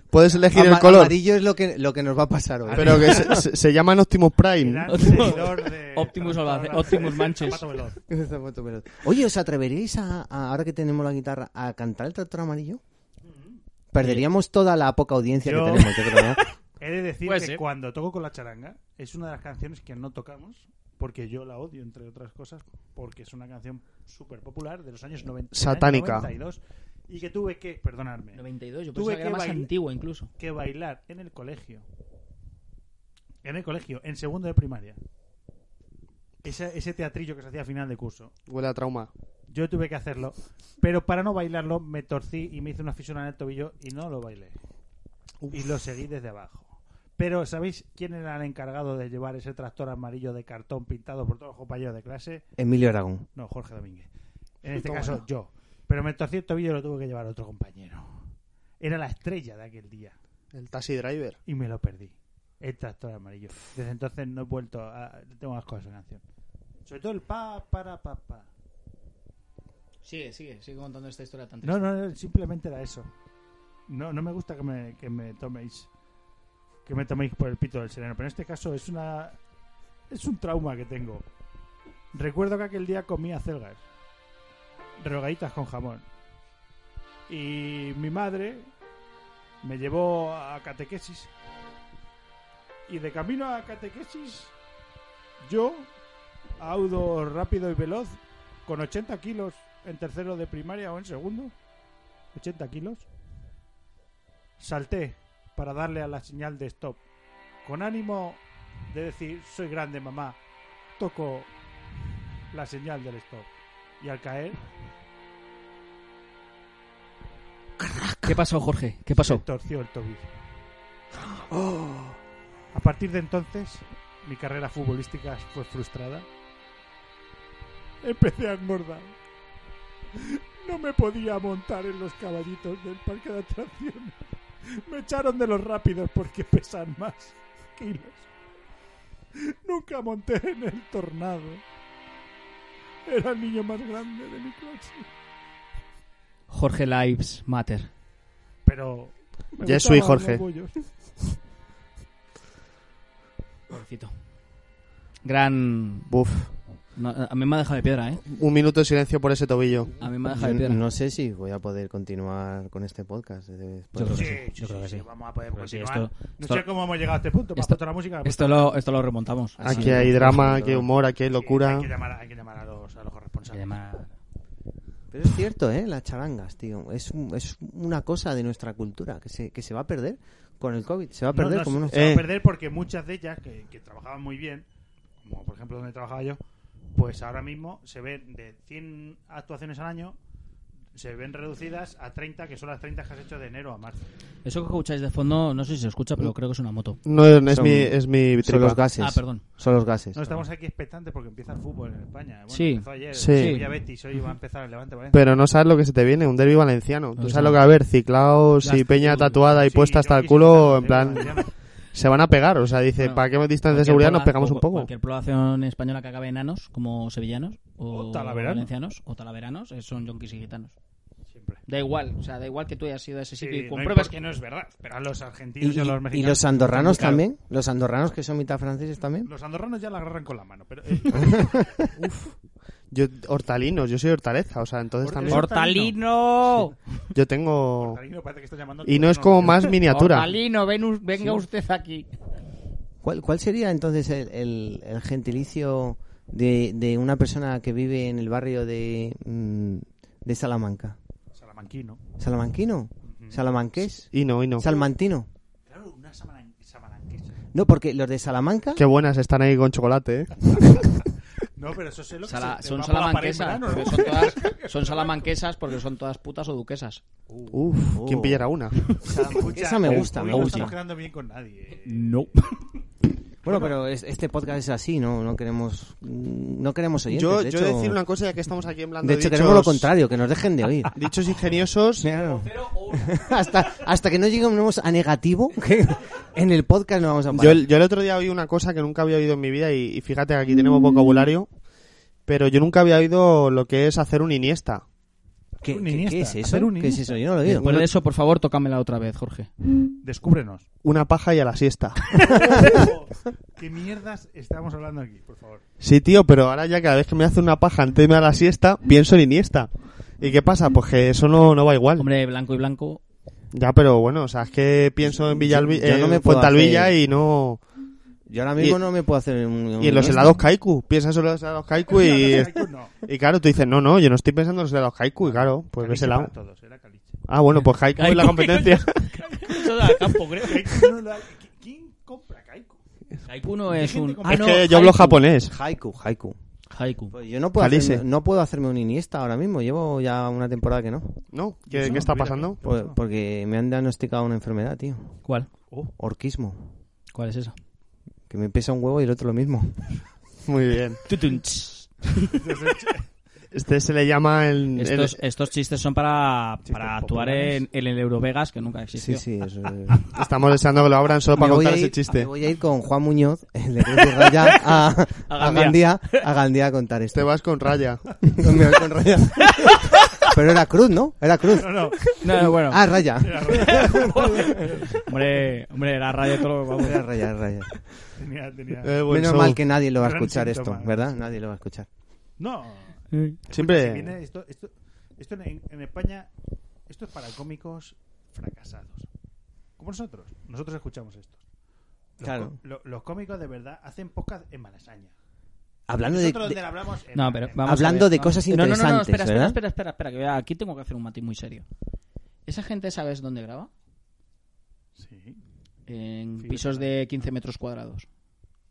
Speaker 1: Puedes elegir
Speaker 4: Ama-
Speaker 1: el color.
Speaker 4: Amarillo es lo que, lo que nos va a pasar hoy.
Speaker 1: Pero que se, se- se llaman Optimus Prime.
Speaker 3: Gran seguidor de-
Speaker 2: Optimus
Speaker 3: tractor
Speaker 2: Albace-
Speaker 3: volador.
Speaker 2: Optimus Manches.
Speaker 3: Zapato veloz.
Speaker 4: Esa foto, pero- Oye, ¿os atreveréis a, a- ahora que tenemos la guitarra, a cantar el tractor amarillo? Perderíamos toda la poca audiencia
Speaker 3: Mm. Yo-
Speaker 4: que tenemos, yo creo, ¿no?
Speaker 3: He de decir
Speaker 2: Puede
Speaker 3: que
Speaker 2: ser.
Speaker 3: cuando toco con la charanga, es una de las canciones que no tocamos, porque yo la odio, entre otras cosas, porque es una canción súper popular de los años 90.
Speaker 1: Satánica.
Speaker 3: 92, y que tuve que, perdonarme,
Speaker 2: 92, yo
Speaker 3: Tuve
Speaker 2: pensaba que era
Speaker 3: que
Speaker 2: más
Speaker 3: bail-
Speaker 2: antiguo incluso.
Speaker 3: que bailar en el colegio. En el colegio, en segundo de primaria. Ese, ese teatrillo que se hacía a final de curso.
Speaker 1: Huele a trauma.
Speaker 3: Yo tuve que hacerlo. Pero para no bailarlo, me torcí y me hice una fisura en el tobillo y no lo bailé. Y lo seguí desde abajo. Pero, ¿sabéis quién era el encargado de llevar ese tractor amarillo de cartón pintado por todos los compañeros de clase?
Speaker 4: Emilio Aragón.
Speaker 3: No, Jorge Domínguez. En este
Speaker 1: Toma.
Speaker 3: caso, yo. Pero me torcí el tobillo y lo tuve que llevar otro compañero. Era la estrella de aquel día
Speaker 1: El taxi driver.
Speaker 3: y me lo perdí. El tractor amarillo. Desde entonces no he vuelto a. Tengo asco a esa canción. Sobre todo el pa, para, pa, pa.
Speaker 2: Sigue, sigue, sigue contando esta historia tan
Speaker 3: No, no, no, simplemente era eso. No, no me gusta que me, que me toméis. Que me toméis por el pito del sereno. Pero en este caso es una. Es un trauma que tengo. Recuerdo que aquel día comía celgas. Rogaditas con jamón. Y mi madre me llevó a catequesis. Y de camino a catequesis, yo, audo rápido y veloz, con 80 kilos en tercero de primaria o en segundo, 80 kilos, salté para darle a la señal de stop. Con ánimo de decir, soy grande mamá, toco la señal del stop. Y al caer,
Speaker 2: ¿Qué pasó, Jorge? ¿Qué
Speaker 3: se
Speaker 2: pasó?
Speaker 3: torció el tobillo. Oh. A partir de entonces, mi carrera futbolística fue frustrada. Empecé a engordar. No me podía montar en los caballitos del parque de atracciones. Me echaron de los rápidos porque pesan más kilos. Nunca monté en el tornado. Era el niño más grande de mi clase.
Speaker 2: Jorge Lives Matter.
Speaker 3: Pero... me
Speaker 1: Yes, soy
Speaker 3: gustaban
Speaker 1: Jorge.
Speaker 3: los bollos.
Speaker 2: Pobrecito. Gran.
Speaker 1: Buf.
Speaker 2: no, a mí me ha dejado de piedra, ¿eh?
Speaker 1: Un minuto de silencio por ese tobillo.
Speaker 2: A mí me ha dejado de
Speaker 4: Yo
Speaker 2: piedra.
Speaker 4: No sé si voy a poder continuar con este podcast. eh, después.
Speaker 2: Yo creo que
Speaker 3: Sí,
Speaker 2: sí,
Speaker 3: sí,
Speaker 2: yo creo
Speaker 3: sí,
Speaker 2: que
Speaker 3: sí,
Speaker 2: sí.
Speaker 3: Vamos a poder
Speaker 2: Creo que sí,
Speaker 3: continuar.
Speaker 2: esto-
Speaker 3: no
Speaker 2: esto-
Speaker 3: sé cómo hemos llegado a este punto. Me has
Speaker 2: esto-
Speaker 3: puesto la música. me has
Speaker 2: Esto lo, esto lo remontamos.
Speaker 4: Así
Speaker 1: Aquí
Speaker 4: es.
Speaker 1: hay drama, aquí hay
Speaker 4: Claro.
Speaker 1: humor, aquí hay
Speaker 3: puesto-
Speaker 1: locura.
Speaker 3: Hay que llamar, hay que llamar a, los, a los
Speaker 2: Se
Speaker 3: corresponsables.
Speaker 2: llama-
Speaker 4: Pero es cierto, ¿eh? Las charangas, tío. Es, un- es una cosa de nuestra cultura que se, que se va a perder con el COVID. Se va a perder
Speaker 3: No, no,
Speaker 4: como
Speaker 3: se-
Speaker 4: unos...
Speaker 3: se va a
Speaker 1: Eh.
Speaker 3: perder porque muchas de ellas que, que trabajaban muy bien, como por ejemplo donde trabajaba yo, pues ahora mismo se ven de 100 actuaciones al año, se ven reducidas a 30, que son las 30 que has hecho de enero a marzo.
Speaker 2: Eso que escucháis de fondo, no sé si se escucha, pero creo que es una moto.
Speaker 1: No, es
Speaker 4: Son-
Speaker 1: mi, es mi
Speaker 4: Son los
Speaker 1: tripa.
Speaker 4: gases.
Speaker 2: Ah, perdón.
Speaker 4: Son los gases.
Speaker 3: No estamos aquí expectantes porque empieza el fútbol en España. Bueno,
Speaker 2: Sí.
Speaker 3: empezó ayer.
Speaker 1: Sí.
Speaker 3: Sevilla Betis, hoy va a empezar el Levante Valencia.
Speaker 1: Pero no sabes lo que se te viene, un derbi valenciano. Tú
Speaker 2: Eso.
Speaker 1: sabes lo que va a haber, ciclaos y
Speaker 2: Gasto,
Speaker 1: peña
Speaker 2: uy.
Speaker 1: tatuada y
Speaker 3: Sí,
Speaker 1: puesta
Speaker 3: yo
Speaker 1: hasta el
Speaker 3: quisiera
Speaker 1: culo, en
Speaker 3: hacer algo,
Speaker 1: plan,
Speaker 3: digamos.
Speaker 1: se van a pegar. O sea, dice,
Speaker 2: Bueno,
Speaker 1: ¿para qué distancia de
Speaker 2: Cualquier
Speaker 1: seguridad
Speaker 2: proba-
Speaker 1: nos pegamos
Speaker 2: cu-
Speaker 1: un poco?
Speaker 2: Cualquier población española que acabe enanos, como sevillanos, o,
Speaker 3: O talaveranos.
Speaker 2: valencianos, o talaveranos, eh, son yonkis y gitanos.
Speaker 3: Siempre.
Speaker 2: Da igual, o sea, da igual que tú hayas ido a ese sitio
Speaker 3: Sí,
Speaker 2: y
Speaker 3: no
Speaker 2: compruebes
Speaker 3: importa.
Speaker 2: que no es verdad.
Speaker 3: Pero a los
Speaker 4: ¿Y,
Speaker 3: argentinos y, a
Speaker 4: y-
Speaker 3: los
Speaker 4: y
Speaker 3: mexicanos.
Speaker 4: los andorranos
Speaker 3: Claro.
Speaker 4: también? ¿Los andorranos que son mitad franceses también?
Speaker 3: Los andorranos ya la agarran con la mano. Pero eh,
Speaker 1: Yo, hortalinos, yo soy hortaleza, o sea, entonces
Speaker 3: Hort-
Speaker 1: también.
Speaker 2: ¡Hortalino!
Speaker 1: Yo tengo.
Speaker 3: Tarino parece que está llamando.
Speaker 1: Oh. Y no es como más miniatura.
Speaker 2: ¡Hortalino! Venus, venga usted aquí.
Speaker 4: ¿Cuál, cuál sería entonces el, el- el gentilicio de, de una persona que vive en el barrio de, mm, de Salamanca?
Speaker 3: Salamanquino.
Speaker 4: ¿Salamanquino? ¿Salamanqués?
Speaker 1: Y no, y no.
Speaker 4: ¿Salmantino?
Speaker 3: Claro, una salaman- salamanquesa.
Speaker 4: No, porque los de Salamanca...
Speaker 1: Qué buenas están ahí con chocolate, ¿eh?
Speaker 3: No, pero eso sé lo que
Speaker 2: Sala-
Speaker 3: se- te
Speaker 2: son
Speaker 3: va por la pared en
Speaker 2: salamanquesas,
Speaker 3: verano,
Speaker 2: porque
Speaker 3: ¿no?
Speaker 2: son todas, son salamanquesas porque son todas putas o duquesas.
Speaker 1: Uf,
Speaker 4: Oh.
Speaker 1: ¿quién pillara una?
Speaker 3: Salamanca-
Speaker 4: Esa me
Speaker 3: Hoy
Speaker 4: gusta, me
Speaker 3: No
Speaker 4: gusta.
Speaker 3: estamos quedando bien con nadie. eh.
Speaker 2: No.
Speaker 4: Bueno, pero es- este podcast es así, no, no queremos, no queremos oyentes.
Speaker 1: Yo,
Speaker 4: de
Speaker 1: yo
Speaker 4: hecho,
Speaker 1: decir una cosa ya que estamos aquí hablando
Speaker 4: de hecho
Speaker 1: dichos-
Speaker 4: queremos lo contrario, que nos dejen de oír.
Speaker 1: Dichos ingeniosos,
Speaker 4: Claro. hasta, hasta que no lleguemos a negativo, que en el podcast no vamos a
Speaker 1: Yo,
Speaker 4: parar.
Speaker 1: el- yo el otro día oí una cosa que nunca había oído en mi vida y, y fíjate que aquí tenemos vocabulario, pero yo nunca había oído lo que es hacer un iniesta.
Speaker 4: ¿Qué,
Speaker 3: Un
Speaker 4: qué-
Speaker 3: Iniesta,
Speaker 4: qué es eso?
Speaker 3: hacer un
Speaker 4: ¿Qué es
Speaker 3: Iniesta.
Speaker 4: eso? Yo no lo he oído.
Speaker 2: Después de eso, por favor, tócamela otra vez, Jorge.
Speaker 3: Descúbrenos.
Speaker 1: Una paja y a la siesta.
Speaker 3: Oh, ¿Qué mierdas estamos hablando aquí, por favor?
Speaker 1: Sí, tío, pero ahora ya cada vez que me hace una paja antes de irme a la siesta, pienso en iniesta. ¿Y qué pasa? Pues que eso no, no va igual.
Speaker 2: Hombre, blanco y blanco.
Speaker 1: Ya, pero bueno, o sea, es que pienso en Villalbi
Speaker 4: Yo- yo no
Speaker 1: en
Speaker 4: me puedo
Speaker 1: Fuentalvilla
Speaker 4: hacer-
Speaker 1: y no...
Speaker 4: Yo ahora mismo
Speaker 1: Y-
Speaker 4: no me puedo hacer un... un
Speaker 1: Y en los
Speaker 4: Iniesta.
Speaker 1: helados Kaiku, piensas en los helados Kaiku y...
Speaker 3: No.
Speaker 1: Y claro, tú dices, no, no, yo no estoy pensando en los helados Kaiku y claro, pues ves
Speaker 3: Caliche
Speaker 1: helado.
Speaker 3: para todos, era caliche.
Speaker 1: Ah, bueno, pues Kaiku es la
Speaker 2: Kaiku.
Speaker 1: competencia.
Speaker 2: Eso da campo, creo.
Speaker 3: Kaiku no lo ha- ¿Qui- ¿Quién compra Kaiku?
Speaker 2: Haiku no es
Speaker 3: gente
Speaker 2: un.
Speaker 3: con-
Speaker 2: Ah,
Speaker 1: es
Speaker 2: no,
Speaker 1: que yo hablo
Speaker 2: haiku.
Speaker 1: japonés.
Speaker 4: Haiku, haiku.
Speaker 2: Haiku.
Speaker 4: Pues yo no puedo,
Speaker 1: Calice.
Speaker 4: hacerme, no puedo hacerme un Iniesta ahora mismo. Llevo ya una temporada que no.
Speaker 1: ¿No?
Speaker 3: Yo
Speaker 1: ¿Qué,
Speaker 3: no,
Speaker 1: qué está
Speaker 3: mira,
Speaker 1: pasando?
Speaker 4: Por- porque me han diagnosticado una enfermedad, tío.
Speaker 2: ¿Cuál?
Speaker 4: Orquismo.
Speaker 2: ¿Cuál es esa?
Speaker 4: Que me pesa un huevo y el otro lo mismo.
Speaker 1: Muy bien.
Speaker 2: Tutunch.
Speaker 1: Este se le llama el... el-
Speaker 2: Estos, estos chistes son para, para actuar en, en el Eurovegas, que nunca
Speaker 4: Sí,
Speaker 2: existió.
Speaker 4: sí. eso es-
Speaker 1: Estamos deseando que lo abran solo para
Speaker 4: Me voy
Speaker 1: contar
Speaker 4: a ir-
Speaker 1: ese
Speaker 4: me
Speaker 1: chiste.
Speaker 4: voy a ir con Juan Muñoz, el de Cruz y Raya, a, a
Speaker 2: Gandía.
Speaker 4: Gandía. a Gandía a contar
Speaker 1: Te
Speaker 4: esto.
Speaker 1: Este vas con raya.
Speaker 4: Me voy con Raya. Pero era Cruz, ¿no? Era Cruz.
Speaker 3: No, no.
Speaker 2: No, no, bueno.
Speaker 4: Ah, Raya.
Speaker 2: Hombre, hombre, la radio todo. Vamos.
Speaker 4: Era Raya, era Raya.
Speaker 3: Tenía, tenía.
Speaker 1: Eh, buen
Speaker 4: Menos
Speaker 1: show.
Speaker 4: mal que nadie lo va a
Speaker 3: Gran
Speaker 4: escuchar esto,
Speaker 3: síntoma.
Speaker 4: ¿verdad? Nadie lo va a escuchar.
Speaker 3: No.
Speaker 1: Siempre-
Speaker 3: Si viene esto, esto, esto en, en España, esto es para cómicos fracasados. Como nosotros. Nosotros escuchamos esto. Los
Speaker 4: Claro.
Speaker 3: co- lo- los cómicos de verdad hacen podcast en Malasaña.
Speaker 4: Hablando de,
Speaker 3: Nosotros
Speaker 4: de-
Speaker 3: le hablamos en-
Speaker 2: No, pero
Speaker 3: en-
Speaker 2: vamos a
Speaker 4: hablando
Speaker 2: ver,
Speaker 4: de
Speaker 2: vamos.
Speaker 4: cosas
Speaker 2: No, no, no,
Speaker 4: interesantes,
Speaker 2: no, espera, espera,
Speaker 4: ¿verdad?
Speaker 2: espera, espera, espera, que vea, aquí tengo que hacer un matiz muy serio. ¿Esa gente sabes dónde graba?
Speaker 3: Sí.
Speaker 2: En
Speaker 3: Sí,
Speaker 2: pisos de 15 metros cuadrados.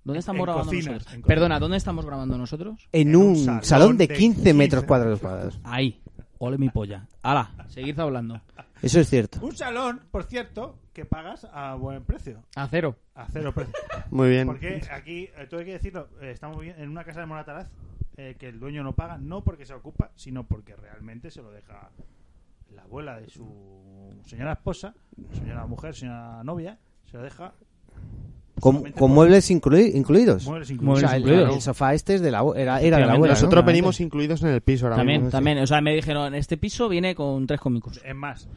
Speaker 2: ¿Dónde estamos
Speaker 3: en
Speaker 2: grabando
Speaker 3: cocinas,
Speaker 2: nosotros?
Speaker 3: en cocinas.
Speaker 2: Perdona, ¿dónde estamos grabando nosotros?
Speaker 4: en un salón, de 15 metros
Speaker 3: 15.
Speaker 4: cuadrados cuadrados.
Speaker 2: Ahí. Ole mi polla. Hala, seguid hablando.
Speaker 4: Eso es cierto.
Speaker 3: Un salón, por cierto, que pagas a buen precio.
Speaker 2: A cero.
Speaker 3: A cero precio.
Speaker 1: Muy bien.
Speaker 3: Porque aquí, eh, todo hay que decirlo, eh, estamos vivi- en una casa de Monataraz eh, que el dueño no paga, no porque se ocupa, sino porque realmente se lo deja la abuela de su señora esposa, señora mujer, señora novia, se lo deja
Speaker 4: Con,
Speaker 3: solamente
Speaker 4: con
Speaker 3: por-
Speaker 4: muebles inclui- incluidos.
Speaker 3: muebles
Speaker 4: O
Speaker 3: incluidos.
Speaker 4: sea, el,
Speaker 2: incluidos.
Speaker 4: el sofá este es de la, abu- era, era de la
Speaker 2: Efectivamente,
Speaker 4: abuela. ¿no?
Speaker 1: Nosotros
Speaker 4: Realmente.
Speaker 1: venimos incluidos en el piso ahora
Speaker 2: También,
Speaker 1: mismo.
Speaker 2: también. O sea, me dijeron, este piso viene con tres cómicos.
Speaker 3: Es más,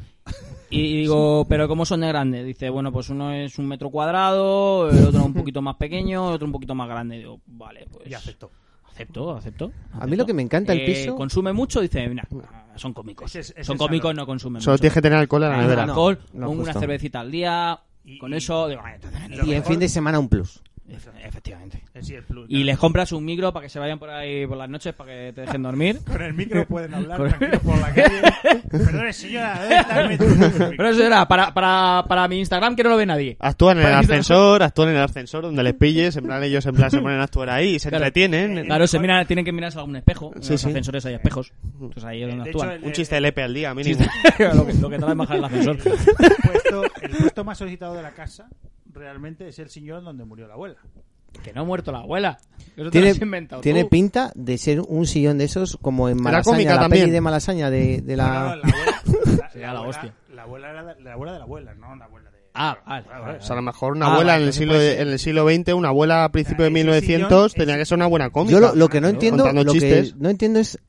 Speaker 2: Y digo, ¿pero cómo son de grandes? Dice, bueno, pues uno es un metro cuadrado, el otro un poquito más pequeño, el otro un poquito más grande. Digo, vale, pues...
Speaker 3: y aceptó.
Speaker 2: Acepto, acepto.
Speaker 4: A mí lo que me encanta el
Speaker 2: Eh,
Speaker 4: piso-
Speaker 2: Consume mucho, dice, "Nah, son cómicos.
Speaker 3: Ese es- ese
Speaker 2: son
Speaker 3: es
Speaker 2: cómicos,
Speaker 3: algo.
Speaker 2: no consumen
Speaker 1: Solo
Speaker 2: mucho.
Speaker 1: tienes que tener alcohol en la
Speaker 2: Ah,
Speaker 1: nevera.
Speaker 4: no.
Speaker 2: alcohol,
Speaker 4: lo
Speaker 2: una
Speaker 4: justo.
Speaker 2: cervecita al día,
Speaker 3: Y-
Speaker 2: con
Speaker 3: y-
Speaker 2: eso, digo, "Ah, entonces,
Speaker 3: Lo
Speaker 4: Y en
Speaker 3: mejor-
Speaker 4: fin de semana un plus.
Speaker 2: efectivamente.
Speaker 3: Eh, sí, el plus,
Speaker 2: Y
Speaker 3: claro.
Speaker 2: les compras un micro para que se vayan por ahí por las noches, para que te dejen dormir.
Speaker 3: Con el micro pueden hablar
Speaker 2: Con-
Speaker 3: tranquilo por la calle. Perdón, señora, ¿dónde está el metro?
Speaker 2: Pero eso era para, para, para mi Instagram que no lo ve nadie.
Speaker 1: Actúan en el
Speaker 2: Para que-
Speaker 1: ascensor, actúan en el ascensor donde les pilles, en plan ellos en plan se ponen a actuar ahí y se
Speaker 2: Claro. Eh,
Speaker 1: entretienen.
Speaker 2: Claro, se mira, tienen que mirarse a algún espejo. En
Speaker 1: Sí,
Speaker 2: los
Speaker 1: sí.
Speaker 2: ascensores hay espejos. Entonces ahí es donde
Speaker 3: De hecho,
Speaker 2: actúan.
Speaker 3: el-
Speaker 1: Un chiste de Lepe al día, mínimo.
Speaker 2: lo, que, lo que trae bajar el ascensor.
Speaker 3: El puesto, el puesto más solicitado de la casa realmente es el señor donde murió la abuela.
Speaker 2: que no ha muerto la abuela. Eso te lo
Speaker 4: Tiene,
Speaker 2: has inventado
Speaker 4: tiene
Speaker 2: tú.
Speaker 4: pinta de ser un sillón de esos como en Malasaña,
Speaker 1: cómica
Speaker 4: la
Speaker 1: también.
Speaker 4: peli de Malasaña de, de
Speaker 3: No,
Speaker 4: la...
Speaker 3: no, la abuela. La,
Speaker 2: Sería la
Speaker 3: abuela,
Speaker 2: hostia.
Speaker 3: la abuela era de, la abuela de la abuela, no la abuela de.
Speaker 2: Ah, vale.
Speaker 1: O sea, a lo mejor una
Speaker 2: Ah,
Speaker 1: abuela en,
Speaker 2: vale,
Speaker 1: el
Speaker 2: entonces
Speaker 1: siglo,
Speaker 2: puede ser.
Speaker 1: en el siglo XX, una abuela a principios de
Speaker 3: Ese sillón,
Speaker 1: 1900,
Speaker 3: ese-
Speaker 1: tenía que ser una buena cómica.
Speaker 4: Yo lo, lo que no
Speaker 3: Claro.
Speaker 4: entiendo,
Speaker 1: Contando
Speaker 4: lo que
Speaker 1: chistes.
Speaker 4: no entiendo es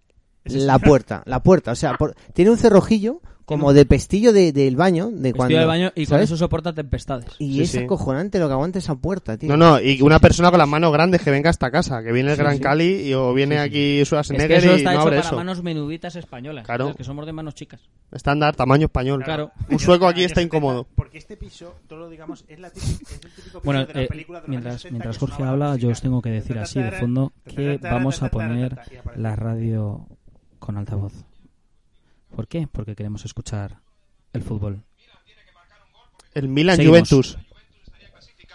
Speaker 4: la puerta, la puerta, o sea, por- tiene un cerrojillo como de pestillo de- del baño, de
Speaker 2: Vestido
Speaker 4: cuando,
Speaker 2: de baño y con
Speaker 4: ¿sabes?
Speaker 2: eso soporta tempestades.
Speaker 4: Y
Speaker 1: Sí,
Speaker 4: es
Speaker 1: sí.
Speaker 4: acojonante lo que aguanta esa puerta, tío.
Speaker 1: No, no, y una persona con las manos grandes que venga hasta casa, que viene el Gran Cali y, o viene aquí
Speaker 2: Es que
Speaker 1: Schwarzenegger
Speaker 2: eso
Speaker 1: y
Speaker 2: está
Speaker 1: no
Speaker 2: hecho
Speaker 1: abre
Speaker 2: para
Speaker 1: eso.
Speaker 2: manos menuditas españolas.
Speaker 1: Claro.
Speaker 2: los que somos de manos chicas.
Speaker 1: Estándar, tamaño español.
Speaker 2: Claro.
Speaker 1: Un sueco aquí está incómodo.
Speaker 3: Porque este piso, todo lo digamos, es, la típica- es el típico piso
Speaker 2: Bueno,
Speaker 3: de la
Speaker 2: eh,
Speaker 3: película de los años
Speaker 2: mientras,
Speaker 3: 70,
Speaker 2: mientras
Speaker 3: que
Speaker 2: Jorge
Speaker 3: sonaba
Speaker 2: habla,
Speaker 3: la
Speaker 2: yo os
Speaker 3: música.
Speaker 2: tengo que decir así de fondo que vamos a poner la radio con altavoz. ¿Por qué? Porque queremos escuchar el fútbol.
Speaker 1: El Milan
Speaker 2: Seguimos.
Speaker 1: Juventus.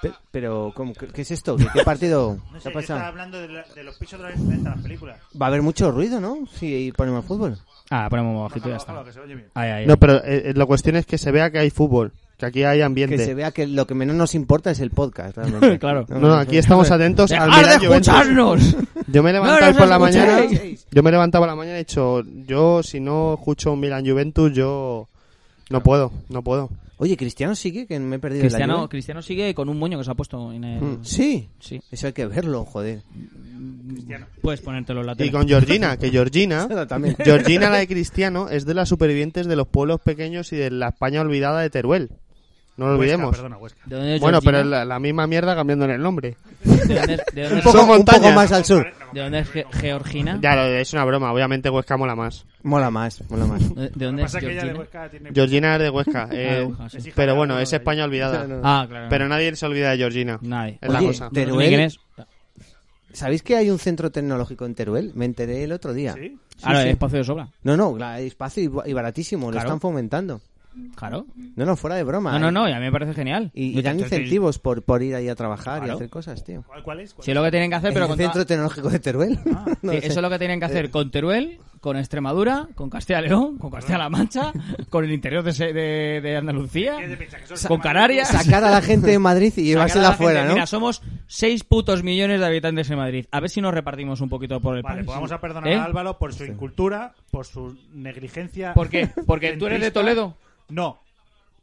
Speaker 4: Pe- pero, ¿cómo- qué, qué es esto? ¿De qué partido?
Speaker 3: No
Speaker 4: ¿Qué
Speaker 3: sé, yo
Speaker 4: ha
Speaker 3: estaba
Speaker 4: pasado?
Speaker 3: hablando de, la- de los pisos de la venta de las películas.
Speaker 4: Va a haber mucho ruido, ¿no? Si ponemos fútbol.
Speaker 2: Ah, ponemos bajito y ya
Speaker 3: Bájalo, bájalo,
Speaker 2: está.
Speaker 3: que se oye bien.
Speaker 2: Ahí, ahí.
Speaker 1: No, pero eh, eh, la cuestión es que se vea que hay fútbol, que aquí hay ambiente.
Speaker 4: Que se vea que lo que menos nos importa es el podcast, realmente.
Speaker 2: Claro.
Speaker 1: No, no, aquí estamos atentos al
Speaker 2: ¡Dejad
Speaker 1: Milan
Speaker 2: de
Speaker 1: Juventus.
Speaker 2: escucharnos!
Speaker 1: Yo me he
Speaker 2: No
Speaker 1: levantado
Speaker 2: nos
Speaker 1: por la mañana.
Speaker 2: escucháis.
Speaker 1: Yo me he levantado por la mañana y he dicho, yo si no escucho un Milan Juventus, yo no puedo, no puedo.
Speaker 4: Oye, Cristiano sigue, que me he perdido de la
Speaker 2: Cristiano,
Speaker 4: Juve.
Speaker 2: Cristiano sigue con un moño que se ha puesto en el...
Speaker 4: Mm. Sí.
Speaker 2: Sí.
Speaker 4: Eso hay que verlo, joder.
Speaker 2: Puedes ponértelo en la
Speaker 1: Y
Speaker 2: tele.
Speaker 1: con Georgina, que Georgina,
Speaker 4: Pero también.
Speaker 1: Georgina la de Cristiano es de las supervivientes de los pueblos pequeños y de la España olvidada de Teruel. No lo olvidemos.
Speaker 3: Huesca, perdona, Huesca.
Speaker 2: ¿De dónde es
Speaker 1: bueno, pero es
Speaker 2: Georgina?
Speaker 1: la, la misma mierda cambiándole el nombre.
Speaker 2: ¿De dónde es- de dónde
Speaker 4: Un
Speaker 2: es-
Speaker 4: poco,
Speaker 1: Son
Speaker 4: un poco
Speaker 1: montañas.
Speaker 4: más al sur.
Speaker 2: de dónde es Ge- Georgina?
Speaker 1: Ya, lo- es una broma, obviamente Huesca mola más.
Speaker 4: Mola más, mola más.
Speaker 2: ¿De de
Speaker 3: Lo
Speaker 2: dónde
Speaker 3: que
Speaker 2: es
Speaker 3: pasa es que ella de
Speaker 2: Georgina?
Speaker 3: Huesca tiene...
Speaker 1: Georgina es de Huesca, eh,
Speaker 2: Huesca, Ah, sí.
Speaker 3: Es hija
Speaker 1: pero
Speaker 3: de
Speaker 1: bueno,
Speaker 3: alguno
Speaker 1: es
Speaker 3: de
Speaker 1: España olvidada.
Speaker 4: No, no.
Speaker 2: Ah, claro.
Speaker 1: Pero nadie se olvida de Georgina.
Speaker 2: Nadie.
Speaker 1: Es la
Speaker 4: Oye,
Speaker 1: cosa.
Speaker 4: te-
Speaker 2: ¿No sé ni quién es?
Speaker 4: ¿Sabéis que hay un centro tecnológico en Teruel? Me enteré el otro día.
Speaker 3: ¿Sí?
Speaker 2: Ahora,
Speaker 4: sí.
Speaker 2: hay espacio de sobra.
Speaker 4: No, no, la- hay espacio y ba- y baratísimo, lo
Speaker 2: Claro.
Speaker 4: están fomentando.
Speaker 2: Claro.
Speaker 4: No, no, fuera de broma.
Speaker 2: No, no,
Speaker 4: ¿eh?
Speaker 2: no, y a mí me parece genial.
Speaker 4: Y, y dan
Speaker 3: Yo te- te-
Speaker 4: incentivos por, por ir ahí a trabajar y
Speaker 2: Claro.
Speaker 4: hacer cosas, tío.
Speaker 3: ¿Cuál, cuál es? ¿Cuál
Speaker 2: Sí, es lo que tienen que hacer, pero Ah.
Speaker 4: ¿En el
Speaker 2: con
Speaker 4: centro
Speaker 2: toda-
Speaker 4: tecnológico de Teruel? No
Speaker 2: Sí,
Speaker 4: sé.
Speaker 2: Eso es lo que tienen que hacer con Teruel, con Extremadura, con Castilla y León, con Castilla-La Mancha, con el interior de, se- de- de Andalucía,
Speaker 3: ¿Qué te piensas, que son
Speaker 2: con
Speaker 3: hermanos?
Speaker 2: Canarias.
Speaker 4: Sacar a la gente de Madrid y
Speaker 2: Sacar a
Speaker 4: llevársela
Speaker 2: la gente.
Speaker 4: afuera, ¿no?
Speaker 2: Mira, somos 6 putos millones de habitantes en Madrid. A ver si nos repartimos un poquito por el
Speaker 3: Vale,
Speaker 2: país.
Speaker 3: pues vamos a perdonar
Speaker 2: ¿Eh?
Speaker 3: a Álvaro por su incultura, por su negligencia.
Speaker 2: ¿Por qué? ¿Porque tú eres de
Speaker 3: centrista.
Speaker 2: Toledo?
Speaker 3: No,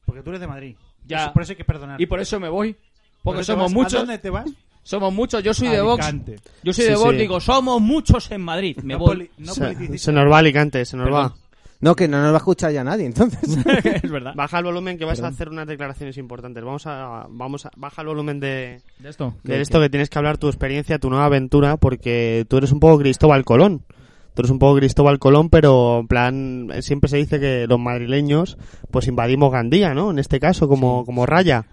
Speaker 3: porque tú eres de Madrid.
Speaker 2: Ya.
Speaker 3: Por eso hay que perdonar.
Speaker 2: Y por eso me voy.
Speaker 3: ¿Por
Speaker 2: Porque
Speaker 3: eso
Speaker 2: somos
Speaker 3: vas- ¿A
Speaker 2: muchos.
Speaker 3: dónde te vas?
Speaker 2: Somos muchos. Yo soy de Vox.
Speaker 3: Alicante.
Speaker 2: Yo soy de
Speaker 4: Sí,
Speaker 2: Vox.
Speaker 4: sí.
Speaker 2: Digo, somos muchos en Madrid. Me
Speaker 3: no
Speaker 2: voy.
Speaker 3: poli- no
Speaker 1: se,
Speaker 3: politices.
Speaker 1: se nos va Alicante, se nos
Speaker 2: Perdón.
Speaker 1: va.
Speaker 4: No, que no nos va a escuchar ya nadie, entonces.
Speaker 2: es verdad.
Speaker 1: Baja el volumen que vas a hacer unas declaraciones importantes. Vamos a, vamos a baja el volumen de,
Speaker 2: De esto.
Speaker 1: de esto que tienes que hablar tu experiencia, tu nueva aventura, porque tú eres un poco Cristóbal Colón. Tú eres un poco Cristóbal Colón, pero en plan eh, siempre se dice que los madrileños pues invadimos Gandía, ¿no? En este caso como como Raya.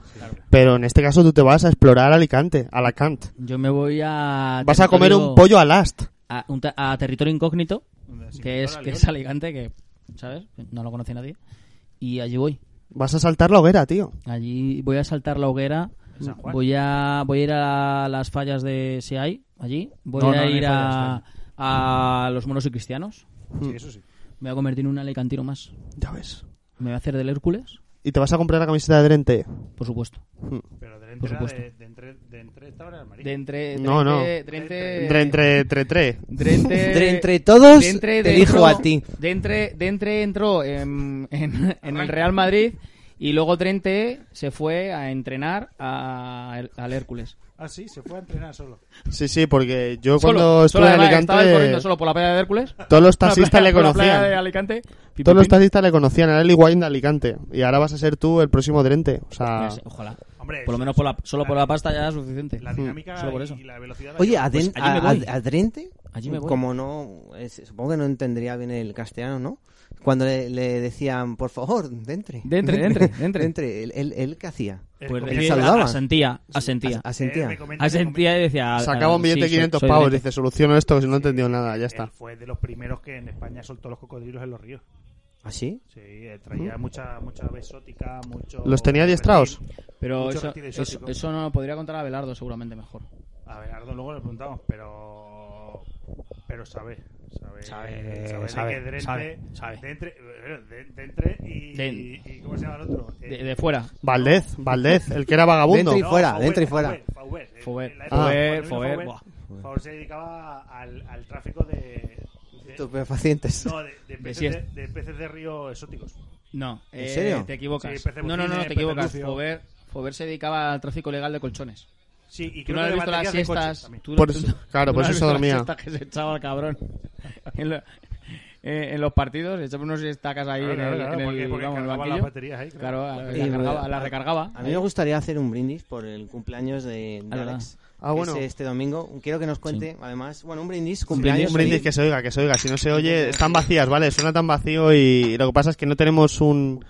Speaker 1: Pero en este caso tú te vas a explorar Alicante, Alacant.
Speaker 2: Yo me voy a.
Speaker 1: Vas a comer
Speaker 2: territorio-
Speaker 1: un pollo al ast.
Speaker 2: A, un te- a territorio incógnito.
Speaker 3: Sí,
Speaker 2: que es,
Speaker 3: ahora
Speaker 2: que
Speaker 3: León.
Speaker 2: es Alicante, que, ¿sabes? No lo conoce nadie. Y allí voy.
Speaker 1: Vas a saltar la hoguera, tío.
Speaker 2: Allí voy a saltar la hoguera.
Speaker 3: En San Juan.
Speaker 2: Voy a, voy a ir a las fallas de si hay allí. Voy
Speaker 3: No, no,
Speaker 2: a
Speaker 3: no hay
Speaker 2: ir a,
Speaker 3: fallas,
Speaker 2: a los moros y cristianos.
Speaker 3: Sí, eso sí.
Speaker 2: Me voy a convertir en un alicantino más.
Speaker 1: Ya ves.
Speaker 2: Me voy a hacer del Hércules,
Speaker 1: Y te vas a comprar la camiseta de Drente.
Speaker 2: por supuesto.
Speaker 3: Pero de
Speaker 2: Por
Speaker 3: entre, era de,
Speaker 2: supuesto.
Speaker 3: de entre, de entre esta hora era Madrid.
Speaker 2: De eh, entre.
Speaker 1: No, no.
Speaker 2: Drente.
Speaker 1: Drente, tre, tre.
Speaker 2: Drente.
Speaker 4: De entre todos,
Speaker 2: Dentre
Speaker 4: te
Speaker 2: dentro-
Speaker 4: elijo a ti.
Speaker 2: Dentre, Dentre entró en, en- en el Real Madrid y luego Trente se fue a entrenar a- al Hércules.
Speaker 3: Ah, sí, se fue a entrenar solo.
Speaker 1: Sí, sí, porque yo cuando
Speaker 2: Solo,
Speaker 1: estuve
Speaker 2: solo
Speaker 1: en
Speaker 2: además, estaba él corriendo
Speaker 1: Alicante,
Speaker 2: solo por la playa de Hércules.
Speaker 1: todos los
Speaker 2: Por la
Speaker 1: taxistas
Speaker 2: playa-
Speaker 1: le
Speaker 2: por la playa
Speaker 1: conocían.
Speaker 2: de Alicante. Pim,
Speaker 1: Todos
Speaker 2: pim,
Speaker 1: los
Speaker 2: pim.
Speaker 1: taxistas le conocían, era el Higuaín de Alicante. Y ahora vas a ser tú el próximo Drente. O sea,
Speaker 2: Pues, Ojalá.
Speaker 3: Hombre,
Speaker 2: Por lo
Speaker 3: sí,
Speaker 2: menos por la, solo
Speaker 3: la-
Speaker 2: por la pasta ya es suficiente.
Speaker 3: La dinámica
Speaker 2: Solo por eso.
Speaker 3: y la velocidad.
Speaker 4: Oye, a,
Speaker 2: Pues
Speaker 4: Den-
Speaker 2: allí me
Speaker 4: a-
Speaker 2: voy.
Speaker 4: a- a Drente,
Speaker 2: Allí me voy.
Speaker 4: como no, es- supongo que no entendería bien el castellano, ¿no? Cuando le, le decían, por favor, Dentre.
Speaker 2: Dentre, dentre, dentre.
Speaker 4: Dentre, ¿él, él, él qué hacía?
Speaker 2: Pues
Speaker 4: ¿le
Speaker 2: decía-
Speaker 4: saludaba?
Speaker 2: Asentía, asentía.
Speaker 4: As-
Speaker 1: Eh,
Speaker 4: asentía.
Speaker 2: Asentía y decía... "Ah,
Speaker 1: sacaba un billete
Speaker 2: de
Speaker 1: de 500 pavos, dice, soluciono esto, si no he entendido nada, ya
Speaker 3: Él
Speaker 1: está.
Speaker 3: fue de los primeros que en España soltó los cocodrilos en los ríos.
Speaker 4: ¿Así?
Speaker 3: Sí, eh, traía mucha, mucha besótica, mucho...
Speaker 1: ¿Los tenía adiestrados?
Speaker 2: Pero
Speaker 3: Mucho
Speaker 2: eso,
Speaker 3: reptil
Speaker 2: eso-
Speaker 3: exótico.
Speaker 2: eso no lo podría contar a Belardo seguramente mejor.
Speaker 3: A ver, Ardo luego le preguntamos, pero... Pero sabe, sabe,
Speaker 2: Sabe,
Speaker 3: de
Speaker 2: sabe,
Speaker 3: que de entre,
Speaker 2: sabe, sabe.
Speaker 3: De entre, eh, de- de entre y,
Speaker 2: De-
Speaker 3: y- ¿Cómo se llama el otro? Eh,
Speaker 2: De, de fuera.
Speaker 1: Valdez, Valdez, el que era vagabundo.
Speaker 4: Dentro y- fuera,
Speaker 3: Fauver,
Speaker 4: dentro y
Speaker 3: Fauver,
Speaker 4: fuera.
Speaker 3: Fauver, en-
Speaker 2: Fauver,
Speaker 3: en la época
Speaker 1: Fauver,
Speaker 3: cuando vino
Speaker 2: Fauver,
Speaker 3: Fauver,
Speaker 2: buah.
Speaker 3: Fauver se dedicaba al, al tráfico de... de-
Speaker 4: Estupefacientes.
Speaker 3: no, de, de peces de,
Speaker 2: siesta.
Speaker 3: de peces de río exóticos.
Speaker 2: No.
Speaker 4: ¿En
Speaker 2: eh,
Speaker 4: serio?
Speaker 2: Te equivocas.
Speaker 3: Sí, Pepe
Speaker 2: no, no, no,
Speaker 3: Martínez,
Speaker 2: te equivocas.
Speaker 3: Pepe Lucio.
Speaker 2: Fover, Fover se dedicaba al tráfico legal de colchones.
Speaker 3: Sí, y
Speaker 2: Tú
Speaker 3: creo
Speaker 2: no
Speaker 3: que
Speaker 2: has
Speaker 3: de
Speaker 2: visto las
Speaker 3: baterías de coches
Speaker 2: siestas.
Speaker 3: también.
Speaker 2: tú-
Speaker 1: Por
Speaker 2: tú-
Speaker 1: eso- claro,
Speaker 2: tú
Speaker 1: por
Speaker 2: no has
Speaker 1: eso
Speaker 2: visto las
Speaker 1: dormía.
Speaker 2: siestas que se echaba el cabrón. En, lo- eh, en los partidos echaba unos siestacas ahí
Speaker 3: Claro,
Speaker 2: en el,
Speaker 3: claro, claro,
Speaker 2: en el-
Speaker 3: porque- porque
Speaker 2: vamos, en el
Speaker 3: cargaba
Speaker 2: banquillo.
Speaker 3: las baterías ahí, claro.
Speaker 2: Claro, la,
Speaker 4: Y
Speaker 2: la cargaba-
Speaker 4: me-
Speaker 2: la recargaba. Eh,
Speaker 4: A mí me gustaría hacer un brindis por el cumpleaños de, de
Speaker 2: Ah, verdad.
Speaker 4: Alex.
Speaker 1: Ah,
Speaker 4: que
Speaker 1: bueno.
Speaker 4: es este domingo. Quiero que nos cuente, además, bueno, un brindis, cumpleaños.
Speaker 1: Un brindis
Speaker 4: sí.
Speaker 1: que se oiga, que se oiga. Si no se oye, están vacías, ¿vale? Suena tan vacío y lo que pasa es que no tenemos un,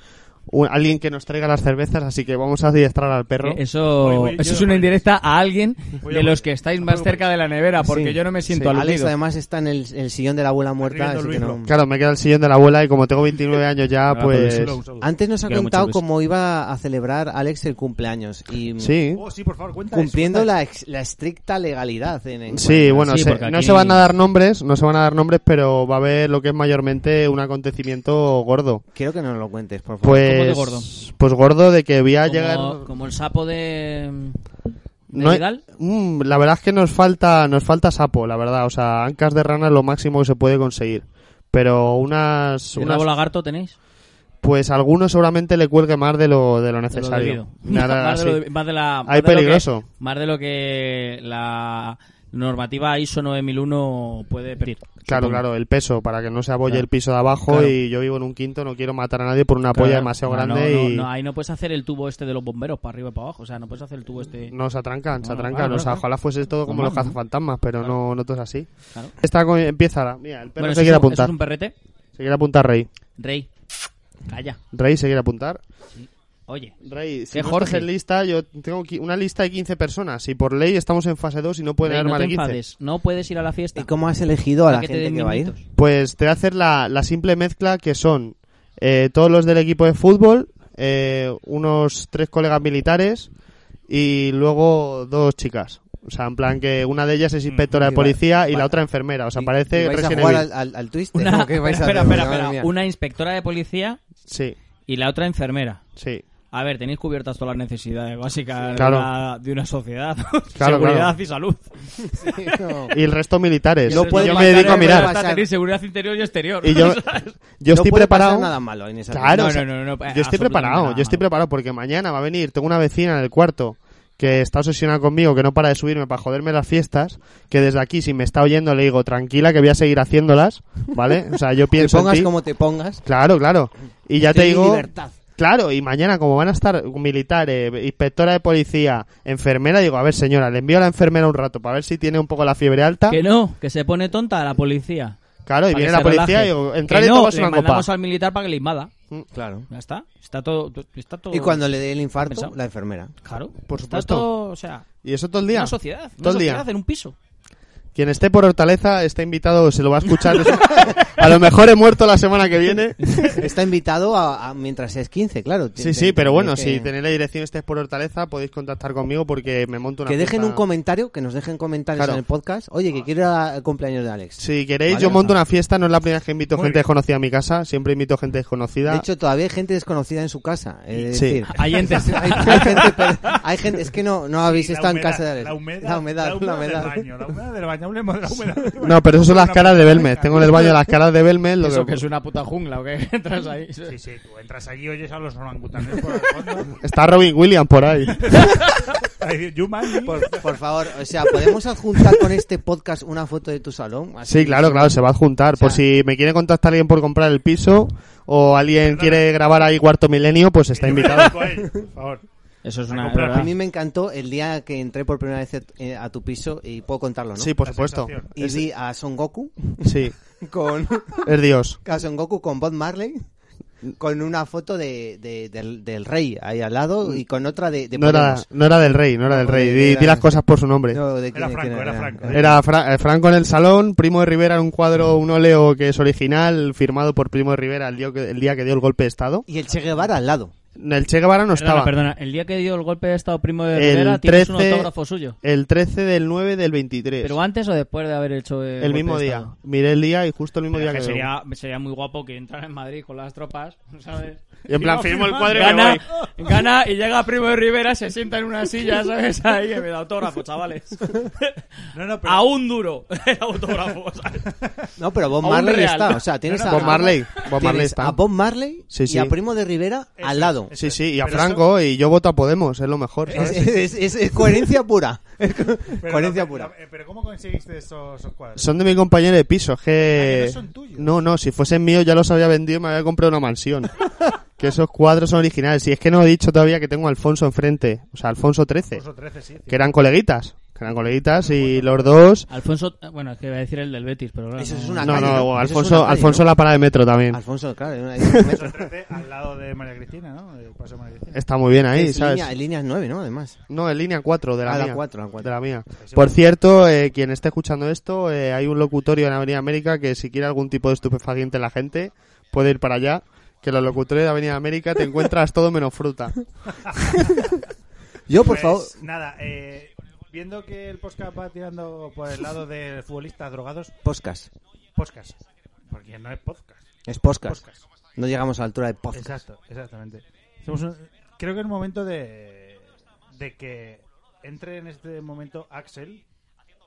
Speaker 1: un- alguien que nos traiga las cervezas, así que vamos a adiestrar al perro.
Speaker 2: Eh, Eso,
Speaker 3: Voy, voy,
Speaker 2: eso
Speaker 3: yo
Speaker 2: es una
Speaker 3: voy.
Speaker 2: indirecta a alguien
Speaker 3: Voy,
Speaker 2: de
Speaker 3: voy.
Speaker 2: los que estáis más
Speaker 3: Voy, voy.
Speaker 2: cerca de la nevera, porque
Speaker 4: Sí,
Speaker 2: yo no me siento
Speaker 4: sí. Alex
Speaker 2: aludido.
Speaker 4: además está en el, el sillón de la abuela muerta,
Speaker 3: Arriendo
Speaker 4: así que
Speaker 3: Luis
Speaker 4: no-
Speaker 3: Blanco.
Speaker 1: Claro, me queda el sillón de la abuela y como tengo 29 años ya,
Speaker 5: Ah,
Speaker 1: pues...
Speaker 5: pues,
Speaker 3: Saludos, saludos.
Speaker 4: Antes nos ha
Speaker 5: Quiero mucho
Speaker 4: contado
Speaker 5: Luis.
Speaker 4: cómo iba a celebrar Alex el cumpleaños y
Speaker 1: Sí.
Speaker 3: Oh, sí, por favor, cuenta eso,
Speaker 4: cumpliendo
Speaker 3: cuenta
Speaker 4: la, ex- la estricta legalidad. En, en
Speaker 1: Sí,
Speaker 4: cuanto a-
Speaker 1: bueno,
Speaker 5: Sí,
Speaker 1: se-
Speaker 5: porque
Speaker 1: no
Speaker 5: aquí-
Speaker 1: se van a dar nombres, no se van a dar nombres, pero va a haber lo que es mayormente un acontecimiento gordo.
Speaker 4: Quiero que nos lo cuentes, por favor.
Speaker 1: Pues,
Speaker 2: ¿Cómo de gordo?
Speaker 1: pues gordo de que voy a
Speaker 2: Como-
Speaker 1: llegar.
Speaker 2: como, el sapo de, de
Speaker 1: no hay-
Speaker 2: Vidal.
Speaker 1: Mm, la verdad es que nos falta, nos falta sapo, la verdad. O sea, ancas de rana es lo máximo que se puede conseguir. Pero unas,
Speaker 2: ¿Un
Speaker 1: unas-
Speaker 2: rabo lagarto tenéis?
Speaker 1: pues algunos seguramente le cuelgue más de lo, de lo
Speaker 2: De lo
Speaker 1: necesario.
Speaker 2: debido.
Speaker 1: Nada
Speaker 2: más, de lo
Speaker 1: así.
Speaker 2: de- más de la...
Speaker 1: Ahí
Speaker 2: más de lo que-
Speaker 1: peligroso.
Speaker 2: más de lo que la normativa ISO 9001 puede pedir.
Speaker 1: Claro,
Speaker 2: supongo.
Speaker 1: claro, el peso, para que no se abolle
Speaker 2: Claro.
Speaker 1: el piso de abajo
Speaker 2: Claro.
Speaker 1: y yo vivo en un quinto, no quiero matar a nadie por una polla
Speaker 2: Claro.
Speaker 1: demasiado
Speaker 2: No, no,
Speaker 1: grande
Speaker 2: no,
Speaker 1: y
Speaker 2: no, ahí no puedes hacer el tubo este de los bomberos para arriba y para abajo. O sea, no puedes hacer el tubo este.
Speaker 1: nos atrancan, se
Speaker 2: No, no,
Speaker 1: atrancan.
Speaker 2: claro,
Speaker 1: o sea,
Speaker 2: claro.
Speaker 1: ojalá fuese todo como
Speaker 2: Normal,
Speaker 1: los cazafantasmas, pero no, no todo es así.
Speaker 2: Claro.
Speaker 1: Esta co- empieza la. Mira, el perro
Speaker 2: Bueno,
Speaker 1: se
Speaker 2: eso es
Speaker 1: quiere
Speaker 2: un- eso
Speaker 1: apuntar.
Speaker 2: es un perrete.
Speaker 1: Se quiere apuntar Rey.
Speaker 2: Rey. Calla.
Speaker 1: Rey se quiere apuntar.
Speaker 2: Oye.
Speaker 1: Rey, si
Speaker 2: Que
Speaker 1: no
Speaker 2: Jorge.
Speaker 1: estás en lista, yo tengo qui- una lista de 15 personas y por ley estamos en fase 2 y no pueden
Speaker 2: Rey,
Speaker 1: haber
Speaker 2: no
Speaker 1: más
Speaker 2: te
Speaker 1: de 15.
Speaker 2: enfades. No puedes ir a la fiesta.
Speaker 4: ¿Y cómo has elegido a
Speaker 2: Para
Speaker 4: la
Speaker 2: te
Speaker 4: gente
Speaker 2: den
Speaker 4: que va a ir?
Speaker 2: minutos.
Speaker 1: Pues te voy a hacer la, la simple mezcla que son eh, todos los del equipo de fútbol, eh, unos tres colegas militares y luego dos chicas. O sea, en plan que una de ellas es inspectora de
Speaker 4: Y va-
Speaker 1: policía y
Speaker 4: va-
Speaker 1: la otra enfermera. O sea,
Speaker 4: Mm, ¿Y-
Speaker 1: parece
Speaker 4: y vais a
Speaker 1: Pues Resident
Speaker 4: jugar
Speaker 1: Evil.
Speaker 4: al, al, al Twister?
Speaker 2: Una,
Speaker 4: ¿O qué vais a
Speaker 2: espera,
Speaker 4: hacer?
Speaker 2: espera,
Speaker 4: Madre
Speaker 2: espera.
Speaker 4: mía.
Speaker 2: Una inspectora de policía
Speaker 1: Sí,
Speaker 2: y la otra enfermera.
Speaker 1: sí.
Speaker 2: A ver, tenéis cubiertas todas las necesidades básicas de
Speaker 1: Claro.
Speaker 2: una- de, una, sociedad.
Speaker 1: Claro,
Speaker 2: seguridad
Speaker 1: claro.
Speaker 2: y salud.
Speaker 4: Sí, no.
Speaker 1: Y el resto militares.
Speaker 4: No
Speaker 1: Y
Speaker 4: puede
Speaker 1: yo me
Speaker 4: pasar,
Speaker 1: dedico a
Speaker 4: eh,
Speaker 1: mirar.
Speaker 4: pasa-
Speaker 2: Hasta tenéis seguridad interior y exterior.
Speaker 1: Y yo, yo
Speaker 4: No
Speaker 1: estoy
Speaker 4: puede pasar
Speaker 1: preparado.
Speaker 4: nada malo en esa
Speaker 1: Claro,
Speaker 2: No,
Speaker 1: o sea,
Speaker 2: no, no, no, eh,
Speaker 1: yo estoy
Speaker 2: absolutamente
Speaker 1: preparado,
Speaker 2: nada
Speaker 1: yo estoy
Speaker 2: malo.
Speaker 1: preparado porque mañana va a venir, tengo una vecina en el cuarto que está obsesionada conmigo, que no para de subirme para joderme las fiestas, que desde aquí si me está oyendo le digo, tranquila que voy a seguir haciéndolas, ¿vale? O sea, yo
Speaker 4: Te
Speaker 1: pienso en
Speaker 4: pongas
Speaker 1: ti.
Speaker 4: como te pongas.
Speaker 1: Claro, claro. Y ya te
Speaker 4: estoy en
Speaker 1: digo,
Speaker 4: libertad.
Speaker 1: claro, y mañana como van a estar militares, inspectora de policía, enfermera, digo, a ver señora, le envío a la enfermera un rato para ver si tiene un poco la fiebre alta.
Speaker 2: Que no, que se pone tonta la policía.
Speaker 1: Claro, ¿Ah? y
Speaker 2: Para que
Speaker 1: viene
Speaker 2: se
Speaker 1: la policía
Speaker 2: relaje.
Speaker 1: y digo, entrar y
Speaker 2: que no,
Speaker 1: tomas
Speaker 2: le
Speaker 1: una copa.
Speaker 2: mandamos al militar para que le invada.
Speaker 1: Mm,
Speaker 4: Claro.
Speaker 2: Ya está. Está todo. Está todo
Speaker 4: Y cuando le dé el infarto,
Speaker 2: Compensado.
Speaker 4: la enfermera.
Speaker 2: Claro.
Speaker 1: Por
Speaker 2: Está
Speaker 1: supuesto.
Speaker 2: todo. O sea,
Speaker 1: Y eso todo el día.
Speaker 2: una sociedad. Una
Speaker 1: Todo el día.
Speaker 2: sociedad en un piso.
Speaker 1: Quien esté por Hortaleza está invitado, se lo va a escuchar. a lo mejor he muerto la semana que viene.
Speaker 4: Está invitado a, a- mientras es 15, claro.
Speaker 1: Sí, sí, pero bueno, si
Speaker 4: Que,
Speaker 1: tenéis la dirección estés por Hortaleza, podéis contactar conmigo porque me monto una
Speaker 4: que dejen
Speaker 1: fiesta.
Speaker 4: un comentario, que nos dejen comentarios
Speaker 1: Claro.
Speaker 4: en el podcast. Oye, que quiero ir al cumpleaños de Alex.
Speaker 1: Si queréis,
Speaker 4: Vale,
Speaker 1: yo
Speaker 4: o
Speaker 1: monto
Speaker 4: sea.
Speaker 1: una fiesta, no es la primera vez que invito
Speaker 3: Muy
Speaker 1: gente
Speaker 3: bien.
Speaker 1: desconocida a mi casa, siempre invito gente desconocida.
Speaker 4: De hecho, todavía hay gente desconocida en su casa. eh, Es
Speaker 1: Sí.
Speaker 4: decir,
Speaker 2: Hay entes.
Speaker 4: hay, hay gente, pero- hay gente- es que no, no habéis
Speaker 3: La
Speaker 4: estado en
Speaker 3: humedad,
Speaker 4: casa de Alex.
Speaker 3: La humedad,
Speaker 4: la humedad, la humedad.
Speaker 3: del baño, la humedad del baño, hablemos de la humedad. del baño.
Speaker 1: no, pero eso son las
Speaker 3: Una
Speaker 1: caras de
Speaker 3: puta
Speaker 1: Belmez.
Speaker 3: caca.
Speaker 1: Tengo en el baño las caras de Belmez. Lo que...
Speaker 2: una puta jungla o qué? Entras ahí.
Speaker 3: Sí, sí, tú entras allí y oyes a los orangutanes por el fondo.
Speaker 1: Está Robin Williams por ahí.
Speaker 4: Ah,
Speaker 3: Ahí, Jumanji.
Speaker 4: Por, por favor, o sea, ¿podemos adjuntar con este podcast una foto de tu salón? Así-
Speaker 1: Sí, claro, claro, se va a juntar. Por
Speaker 4: sea-
Speaker 1: si me quiere contactar alguien por comprar el piso o alguien
Speaker 3: Perdona.
Speaker 1: quiere grabar ahí Cuarto Milenio, pues está
Speaker 3: Yo me
Speaker 1: invitado.
Speaker 3: dedico a él, Por favor.
Speaker 2: Eso es
Speaker 3: A
Speaker 2: una.
Speaker 3: comprar
Speaker 2: es
Speaker 4: A
Speaker 2: verdad.
Speaker 4: mí me encantó el día que entré por primera vez eh, a tu piso y puedo contarlo, ¿no?
Speaker 1: Sí, por
Speaker 3: La
Speaker 1: supuesto.
Speaker 3: sensación.
Speaker 4: Y vi a Son Goku
Speaker 1: Sí,
Speaker 4: con
Speaker 1: es Dios.
Speaker 4: a Son Goku con Bob Marley con una foto de, de- del, del rey ahí al lado y con otra de, de
Speaker 1: no, era,
Speaker 4: Podemos.
Speaker 1: no era del rey, no era del
Speaker 4: No,
Speaker 1: rey.
Speaker 4: eh,
Speaker 1: Di,
Speaker 4: era-
Speaker 1: di las cosas por su nombre.
Speaker 4: No, de
Speaker 3: Era Franco, era Franco.
Speaker 1: Era Fra- eh, Franco en el salón, Primo de Rivera en un cuadro, un óleo que es original, firmado por Primo de Rivera el día que, el día que dio el golpe de Estado.
Speaker 4: Y el Che Guevara al lado.
Speaker 1: El Che Guevara no
Speaker 2: Perdona,
Speaker 1: estaba.
Speaker 2: perdona. El día que dio el golpe de estado primo de
Speaker 1: El
Speaker 2: Rivera, tienes un
Speaker 1: 13
Speaker 2: autógrafo suyo.
Speaker 1: El 13 del 9 del 23.
Speaker 2: ¿Pero antes o después de haber hecho el,
Speaker 1: el mismo día. Miré el día y justo el mismo día que...
Speaker 2: sería, sería muy guapo que entrara en Madrid con las tropas, ¿sabes?
Speaker 1: Y en plan, firmo el cuadro y me
Speaker 2: Gana,
Speaker 1: voy.
Speaker 2: gana y llega Primo de Rivera, se sienta en una silla, ¿sabes? Ahí que me da autógrafo, chavales.
Speaker 3: No, no, pero
Speaker 2: A un duro el autógrafo, ¿sabes?
Speaker 4: No, pero Bob
Speaker 2: A un
Speaker 4: Marley
Speaker 2: real.
Speaker 4: está. O sea, tienes a
Speaker 1: Bob Marley, Bob
Speaker 4: tienes
Speaker 1: Marley está.
Speaker 4: a Bob Marley
Speaker 1: Sí, sí.
Speaker 4: y a Primo de Rivera
Speaker 3: Eso
Speaker 4: al lado.
Speaker 3: es,
Speaker 1: Sí, sí, y a
Speaker 3: Pero
Speaker 1: Franco, y yo voto a Podemos, es lo mejor.
Speaker 4: Es,
Speaker 1: ¿sabes?
Speaker 4: es- es- es coherencia pura. Es co-
Speaker 3: pero-
Speaker 4: coherencia
Speaker 3: pero-
Speaker 4: pura.
Speaker 3: eh, Pero ¿cómo conseguiste esos, esos cuadros?
Speaker 1: Son de mi compañero de piso, es
Speaker 3: Ah,
Speaker 1: que...
Speaker 3: que no son tuyos.
Speaker 1: no, no, si fuesen míos ya los había vendido y me había comprado una mansión. que esos cuadros son originales. Y es que no he dicho todavía que tengo a Alfonso enfrente, o sea, Alfonso XIII,
Speaker 3: Curso 13, sí.
Speaker 1: que eran coleguitas, que que eran coleguitas, y los dos...
Speaker 2: Alfonso, bueno, es que iba a decir el del Betis, pero claro,
Speaker 4: Eso es
Speaker 2: no-
Speaker 4: una-
Speaker 1: No, no,
Speaker 4: calle, ¿no? Eso es
Speaker 1: Alfonso,
Speaker 4: una calle,
Speaker 1: Alfonso
Speaker 4: ¿no?
Speaker 1: la para de metro también.
Speaker 4: Alfonso, claro, en una- en un metro.
Speaker 3: Son 13 al lado de María Cristina, ¿no? El paso de María
Speaker 4: Eh,
Speaker 3: Cristina.
Speaker 1: Está muy bien ahí,
Speaker 4: Es
Speaker 1: ¿sabes?
Speaker 4: línea, en líneas 9, ¿no? Además.
Speaker 1: No, en línea 4 de la
Speaker 4: Ah, la
Speaker 1: mía.
Speaker 4: cuatro, la cuatro.
Speaker 1: De la mía.
Speaker 3: Ese
Speaker 1: Por
Speaker 3: va-
Speaker 1: cierto, eh, quien esté escuchando esto, eh, hay un locutorio en Avenida América que si quiere algún tipo de estupefaciente en la gente, puede ir para allá. Que los locutorios de Avenida América te encuentras todo menos fruta.
Speaker 4: Yo, por
Speaker 3: Pues,
Speaker 4: favor.
Speaker 3: Nada, eh, viendo que el podcast va tirando por el lado de futbolistas drogados,
Speaker 4: Podcast.
Speaker 3: podcast. Porque no es podcast.
Speaker 4: Es podcast.
Speaker 3: Podcast.
Speaker 4: No llegamos a la altura de podcast.
Speaker 3: Exacto, exactamente. Hacemos un- creo que es momento de, de que entre en este momento Axel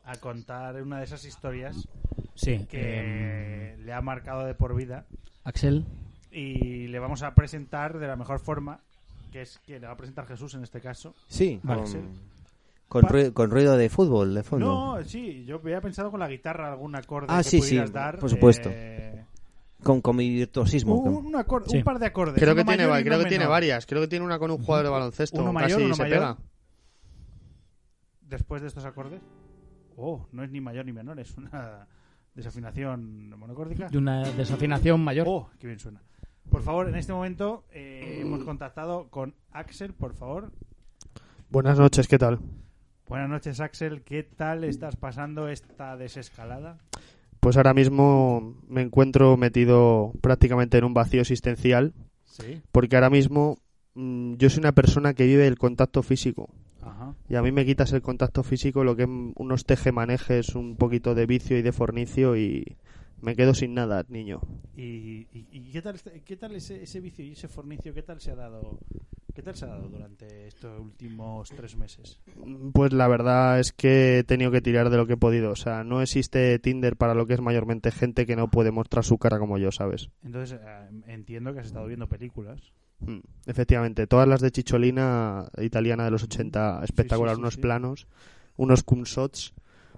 Speaker 3: a contar una de esas historias
Speaker 2: Sí. eh,
Speaker 3: que
Speaker 4: Em.
Speaker 3: le ha marcado de por vida
Speaker 2: Axel,
Speaker 3: y le vamos a presentar de la mejor forma, que es que le va a presentar Jesús en este caso.
Speaker 4: Sí,
Speaker 3: Vale,
Speaker 4: con,
Speaker 3: sí.
Speaker 4: con
Speaker 3: Pa-
Speaker 4: ruido, con ruido de fútbol de fondo.
Speaker 3: No, sí, yo había pensado con la guitarra algún acorde
Speaker 4: Pues Ah,
Speaker 3: que
Speaker 4: sí, sí,
Speaker 3: pudieras dar.
Speaker 4: por supuesto.
Speaker 3: eh,
Speaker 4: Con, con mi
Speaker 1: Uh.
Speaker 4: virtuosismo.
Speaker 3: un, un acorde-
Speaker 2: Sí.
Speaker 3: un par de acordes.
Speaker 1: Creo
Speaker 3: uno
Speaker 1: que tiene,
Speaker 3: mayor
Speaker 1: va-
Speaker 3: y uno
Speaker 1: creo que tiene
Speaker 3: menor.
Speaker 1: varias. Creo que tiene una con un jugador de baloncesto.
Speaker 3: Uno
Speaker 1: casi
Speaker 3: mayor, uno
Speaker 1: se
Speaker 3: mayor.
Speaker 1: pega.
Speaker 3: Después de estos acordes. Oh, no es ni mayor ni menor, es una desafinación monocórdica.
Speaker 2: de una desafinación mayor.
Speaker 3: Oh, qué bien suena. Por favor, en este momento eh, hemos contactado con Axel, por favor.
Speaker 1: Buenas noches, ¿qué tal?
Speaker 3: Buenas noches, Axel. ¿Qué tal estás pasando esta desescalada?
Speaker 1: Pues ahora mismo me encuentro metido prácticamente en un vacío existencial,
Speaker 3: Sí.
Speaker 1: porque ahora mismo mm, yo soy una persona que vive el contacto físico.
Speaker 3: Ajá.
Speaker 1: Y a mí me quitas el contacto físico, lo que es unos tejemanejes, un poquito de vicio y de fornicio y me quedo sin nada, niño.
Speaker 3: ¿Y, y- y qué tal, este- qué tal ese, ese vicio y ese fornicio? ¿Qué tal se ha dado? ¿Qué tal se ha dado durante estos últimos tres meses?
Speaker 1: Pues la verdad es que he tenido que tirar de lo que he podido. O sea, no existe Tinder para lo que es mayormente gente que no puede mostrar su cara como yo, ¿sabes?
Speaker 3: Entonces, eh, entiendo que has estado viendo películas.
Speaker 1: Mm, Efectivamente, todas las de Chicholina italiana de los 80, espectacular,
Speaker 3: sí,
Speaker 1: unos
Speaker 3: sí.
Speaker 1: planos, unos cum shots,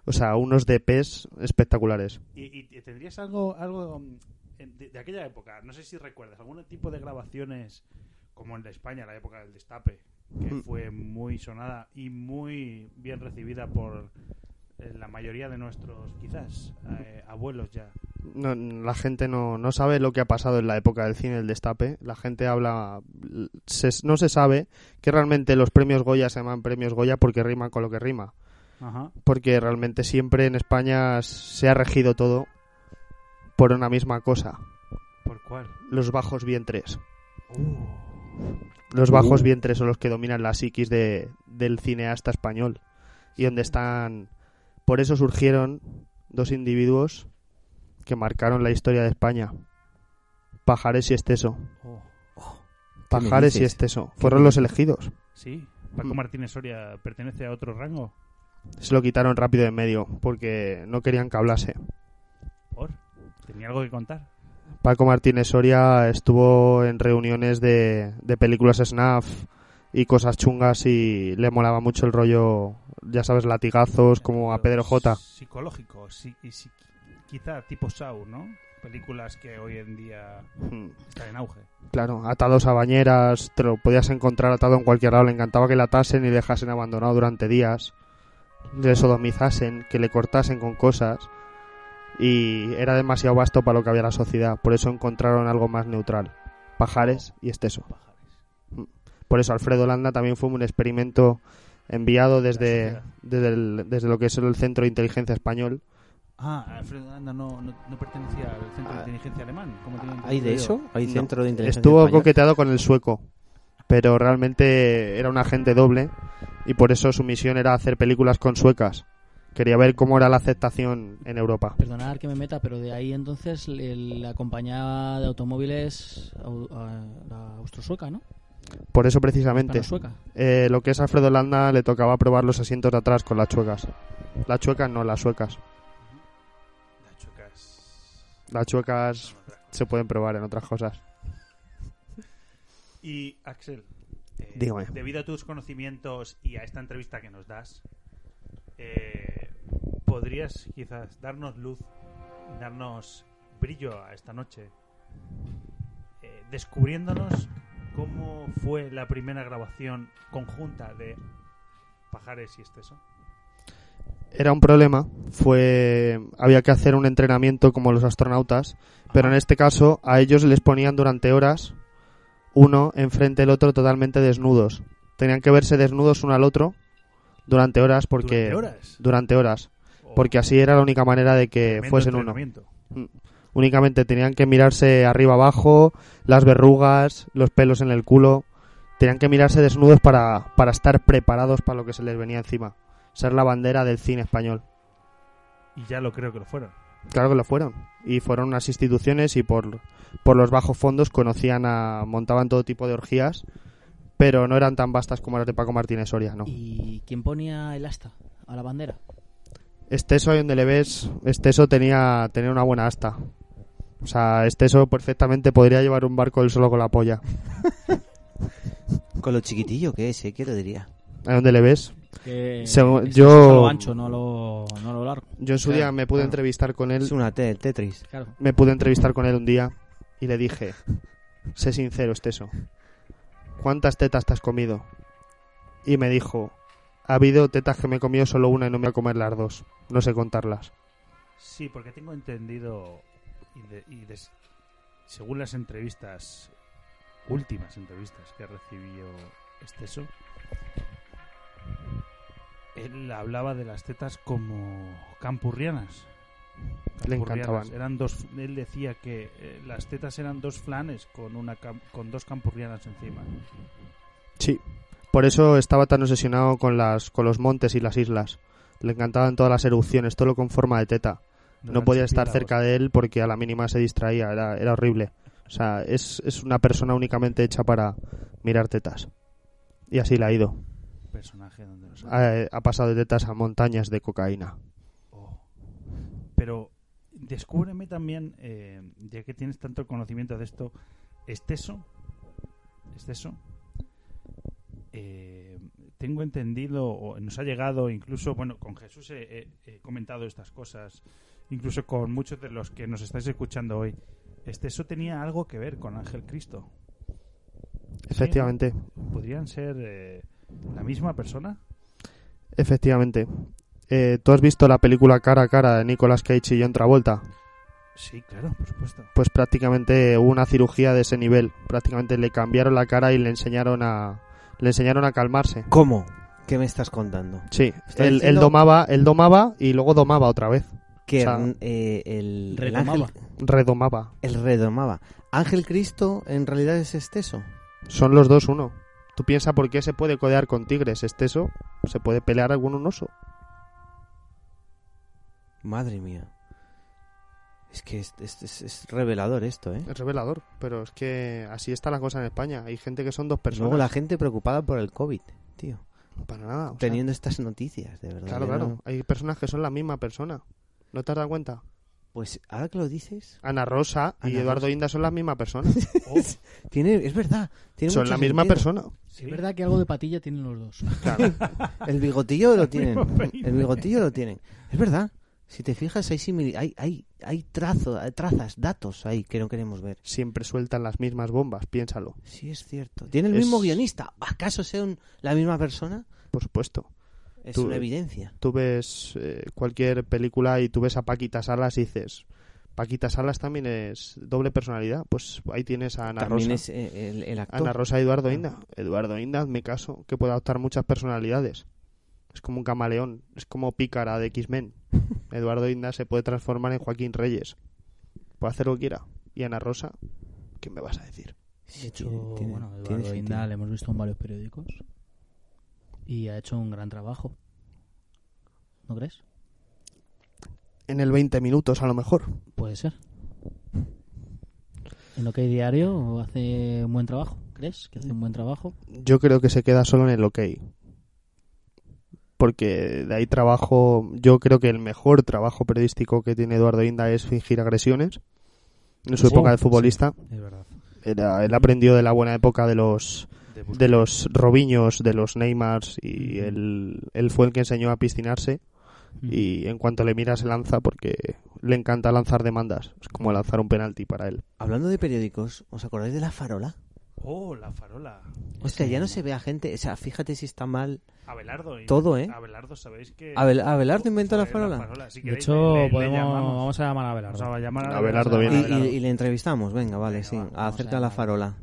Speaker 1: o sea, unos DPs espectaculares.
Speaker 3: ¿Y, y- y tendrías algo, algo mm, en- de, de aquella época? No sé si recuerdas, algún tipo de grabaciones como en la España, la época del destape, que
Speaker 1: Mm.
Speaker 3: fue muy sonada y muy bien recibida por eh, la mayoría de nuestros, quizás, eh, abuelos ya.
Speaker 1: No, la gente no, no sabe lo que ha pasado en la época del cine, el destape. La gente habla. se- no se sabe que realmente los premios Goya se llaman premios Goya porque riman con lo que rima.
Speaker 3: Ajá.
Speaker 1: Porque realmente siempre en España se ha regido todo por una misma cosa:
Speaker 3: ¿Por cuál?
Speaker 1: los bajos vientres. Uh. Los bajos vientres son los que dominan la psiquis de, del cineasta español. Y donde están. Por eso surgieron dos individuos que marcaron la historia de España: Pajares y Esteso.
Speaker 3: Oh.
Speaker 4: ¿Qué me
Speaker 1: Pajares y
Speaker 4: dices?
Speaker 1: Esteso. Fueron los elegidos.
Speaker 3: Sí, Paco
Speaker 1: Mm.
Speaker 3: Martínez Soria pertenece a otro rango.
Speaker 1: Se lo quitaron rápido de en medio porque no querían que hablase.
Speaker 3: ¿Por? ¿Tenía algo que contar?
Speaker 1: Paco Martínez Soria estuvo en reuniones de, de películas snaf y cosas chungas y le molaba mucho el rollo, ya sabes, latigazos Pues como a Pedro J.
Speaker 3: Psicológico, sí, y sí- quizá tipo Sau, ¿no? Películas que hoy en día
Speaker 1: Hmm.
Speaker 3: están en auge.
Speaker 1: Claro, atados a bañeras, te lo podías encontrar atado en cualquier lado, le encantaba que le atasen y le dejasen abandonado durante días, le sodomizasen, que le cortasen con cosas y era demasiado vasto para lo que había en la sociedad, por eso encontraron algo más neutral, pajares y esteso. Por eso Alfredo Landa también fue un experimento enviado desde,
Speaker 3: Gracias.
Speaker 1: desde, el- desde lo que es el Centro de Inteligencia Español.
Speaker 3: Ah, Alfredo Landa no, no, no pertenecía al Centro de
Speaker 4: Ah.
Speaker 3: Inteligencia Alemán. Como tenía
Speaker 4: ¿Hay de
Speaker 3: entendido yo.
Speaker 4: eso? ¿Hay
Speaker 1: No.
Speaker 4: centro de inteligencia?
Speaker 1: Estuvo
Speaker 4: español?
Speaker 1: coqueteado con el sueco, pero realmente era un agente doble y por eso su misión era hacer películas con suecas. Quería ver cómo era la aceptación en Europa.
Speaker 2: Perdonad que me meta, pero de ahí entonces el- la compañía de automóviles au- a- la austrosueca, ¿no?
Speaker 1: Por eso precisamente
Speaker 2: Hispano-sueca.
Speaker 1: eh, lo que es Alfredo Landa le tocaba probar los asientos de atrás con las chuecas. Las chuecas no, las suecas.
Speaker 3: Las chocas.
Speaker 1: Las chuecas se pueden probar en otras cosas.
Speaker 3: Y Axel, eh,
Speaker 1: Dígame.
Speaker 3: debido a tus conocimientos y a esta entrevista que nos das, eh, ¿podrías quizás darnos luz, darnos brillo a esta noche, eh, descubriéndonos cómo fue la primera grabación conjunta de Pajares y Esteso?
Speaker 1: era un problema fue había que hacer un entrenamiento como los astronautas, pero en este caso a ellos les ponían durante horas uno enfrente del otro totalmente desnudos. Tenían que verse desnudos uno al otro durante horas porque
Speaker 3: ¿Durante horas?
Speaker 1: durante horas,
Speaker 3: Oh,
Speaker 1: porque así era la única manera de que
Speaker 3: tremendo
Speaker 1: fuesen uno.
Speaker 3: entrenamiento.
Speaker 1: Únicamente tenían que mirarse arriba abajo, las verrugas, los pelos en el culo. Tenían que mirarse desnudos para, para estar preparados para lo que se les venía encima. Ser la bandera del cine español.
Speaker 3: Y ya lo creo que lo fueron.
Speaker 1: Claro que lo fueron. Y fueron unas instituciones y por, por los bajos fondos conocían a. montaban todo tipo de orgías, pero no eran tan vastas como las de Paco Martínez Soria, ¿no?
Speaker 2: ¿Y quién ponía el asta a la bandera?
Speaker 1: Esteso, ahí donde le ves, Esteso este tenía, tenía una buena asta. O sea, Esteso perfectamente podría llevar un barco él solo con la polla.
Speaker 4: Con lo chiquitillo que es, ¿eh? ¿Qué te diría?
Speaker 1: Ahí donde le ves.
Speaker 2: Que
Speaker 1: Según-
Speaker 2: es-
Speaker 1: yo-
Speaker 2: es a lo ancho, no a lo, no a lo largo.
Speaker 1: Yo en su
Speaker 4: Claro,
Speaker 1: día me pude
Speaker 4: claro.
Speaker 1: entrevistar con él,
Speaker 4: Es una T, el Tetris.
Speaker 2: Claro.
Speaker 1: me pude entrevistar con él un día y le dije, sé sincero, Esteso, ¿cuántas tetas te has comido? Y me dijo, ha habido tetas que me he comido solo una y no me voy a comer las dos, no sé contarlas.
Speaker 3: Sí, porque tengo entendido, y, de- y des- según las entrevistas, últimas entrevistas que recibió Esteso, él hablaba de las tetas como campurrianas.
Speaker 1: Le
Speaker 3: Campurrianas.
Speaker 1: encantaban.
Speaker 3: Eran dos, él decía que eh, las tetas eran dos flanes con, una, cam- con dos campurrianas encima.
Speaker 1: Sí. Por eso estaba tan obsesionado con, las, con los montes y las islas. Le encantaban todas las erupciones, todo lo con forma de teta. No podía estar cerca de él porque a la mínima se distraía, era, era horrible. O sea, es, es una persona únicamente hecha para mirar tetas. Y así la ha ido.
Speaker 3: Personaje donde los
Speaker 1: Ha, ha pasado de tetas a montañas de cocaína.
Speaker 3: Oh. Pero descúbreme también, eh, ya que tienes tanto conocimiento de esto, exceso. Exceso. Eh, tengo entendido, o nos ha llegado incluso, bueno, con Jesús he, he- he comentado estas cosas, incluso con muchos de los que nos estáis escuchando hoy. Exceso tenía algo que ver con Ángel Cristo.
Speaker 1: Efectivamente,
Speaker 3: ¿Podrían ser eh, la misma persona?
Speaker 1: efectivamente. Eh, ¿Tú has visto la película Cara a Cara de Nicolas Cage y John Travolta?
Speaker 3: Sí, claro, por supuesto.
Speaker 1: pues prácticamente hubo una cirugía de ese nivel. Prácticamente le cambiaron la cara y le enseñaron a le enseñaron a calmarse.
Speaker 4: ¿Cómo? ¿Qué me estás contando?
Speaker 1: Sí,
Speaker 4: Está
Speaker 1: él, él
Speaker 4: diciendo-
Speaker 1: domaba, él domaba y luego domaba otra vez, O
Speaker 4: Que
Speaker 1: sea,
Speaker 4: Hern- eh, el, el
Speaker 2: retomaba.
Speaker 4: ángel-
Speaker 1: redomaba.
Speaker 4: el redomaba. Ángel Cristo en realidad es exceso.
Speaker 1: Son los dos uno. Tú piensas por qué se puede codear con tigres, esteso, se puede pelear algún un oso.
Speaker 4: Madre mía. Es que es, es- es- es revelador esto, ¿eh?
Speaker 1: Es revelador, pero es que así está la cosa en España. Hay gente que son dos
Speaker 4: Luego
Speaker 1: personas.
Speaker 4: la gente preocupada por el COVID, tío.
Speaker 1: Para nada. o sea,
Speaker 4: Teniendo estas noticias, de verdad.
Speaker 1: claro,
Speaker 4: yo no-
Speaker 1: claro. Hay personas que son la misma persona. ¿No te has dado cuenta?
Speaker 4: Pues ahora que lo dices,
Speaker 1: Ana Rosa y
Speaker 4: Ana
Speaker 1: Eduardo
Speaker 4: Rosa.
Speaker 1: Inda son la misma persona.
Speaker 3: Oh,
Speaker 4: tiene, es verdad. Tiene
Speaker 1: son
Speaker 4: mucho
Speaker 1: la misma
Speaker 4: sentido.
Speaker 1: persona.
Speaker 3: Sí,
Speaker 2: Es verdad que algo de patilla tienen los dos.
Speaker 4: El bigotillo lo tienen.
Speaker 3: mismo peine.
Speaker 4: El bigotillo lo tienen. Es verdad. Si te fijas, hay, simili- hay, hay, hay trazo, hay trazas, datos ahí que no queremos ver.
Speaker 1: siempre sueltan las mismas bombas, piénsalo,
Speaker 4: Sí, es cierto. Tiene el
Speaker 1: Es-
Speaker 4: mismo guionista. ¿Acaso sean la misma persona?
Speaker 1: por supuesto.
Speaker 4: Es
Speaker 1: Tú- eh,
Speaker 4: una evidencia.
Speaker 1: Tú ves eh, cualquier película y tú ves a Paquita Salas y dices, Paquita Salas también es doble personalidad, pues ahí tienes a Ana
Speaker 4: También
Speaker 1: Rosa.
Speaker 4: es eh, el, el actor.
Speaker 1: Ana Rosa y Eduardo Inda. Eduardo Inda, me caso, que puede adoptar muchas personalidades. Es como un camaleón, es como Pícara de X-Men. Eduardo Inda se puede transformar en Joaquín Reyes. Puede hacer lo que quiera. Y Ana Rosa, ¿qué me vas a decir?
Speaker 4: Sí,
Speaker 2: De hecho,
Speaker 4: tiene- tiene-
Speaker 2: bueno,
Speaker 4: tiene
Speaker 2: Eduardo
Speaker 4: sentido.
Speaker 2: Inda le hemos visto en varios periódicos y ha hecho un gran trabajo. ¿No crees?
Speaker 1: En el 20 minutos, a lo mejor.
Speaker 2: Puede ser. En lo que hay diario hace un buen trabajo, ¿crees? Que hace un buen trabajo.
Speaker 1: yo creo que se queda solo en el ok. Porque de ahí trabajo, yo creo que el mejor trabajo periodístico que tiene Eduardo Inda es fingir agresiones. En su
Speaker 2: Sí,
Speaker 1: época de futbolista,
Speaker 3: es verdad.
Speaker 1: era- él aprendió de la buena época de los
Speaker 3: De
Speaker 1: de los Robiños, de los Neymars, y él, él fue el que enseñó a piscinarse.
Speaker 2: Mm.
Speaker 1: Y en cuanto le mira se lanza porque le encanta lanzar demandas. Es como lanzar un penalti para él.
Speaker 4: Hablando de periódicos, ¿os acordáis de La Farola?
Speaker 3: Oh, la farola.
Speaker 4: Hostia, ya no se ve a gente. O sea, fíjate si está mal.
Speaker 3: Abelardo. y-
Speaker 4: Todo, ¿eh?
Speaker 3: Abelardo, sabéis que.
Speaker 4: Abel- Abelardo inventó la
Speaker 3: Fue
Speaker 4: farola.
Speaker 3: si
Speaker 2: De
Speaker 3: queréis,
Speaker 2: hecho,
Speaker 3: le- le- le
Speaker 2: podemos,
Speaker 3: llamamos.
Speaker 2: vamos a llamar a
Speaker 3: Vamos
Speaker 2: Abelardo.
Speaker 3: a llamar a
Speaker 1: Abelardo
Speaker 3: vamos a
Speaker 1: viene.
Speaker 3: llamar
Speaker 4: Y,
Speaker 3: a
Speaker 4: y- y le entrevistamos, venga, vale, sí.
Speaker 3: Venga,
Speaker 4: Acerca de la farola.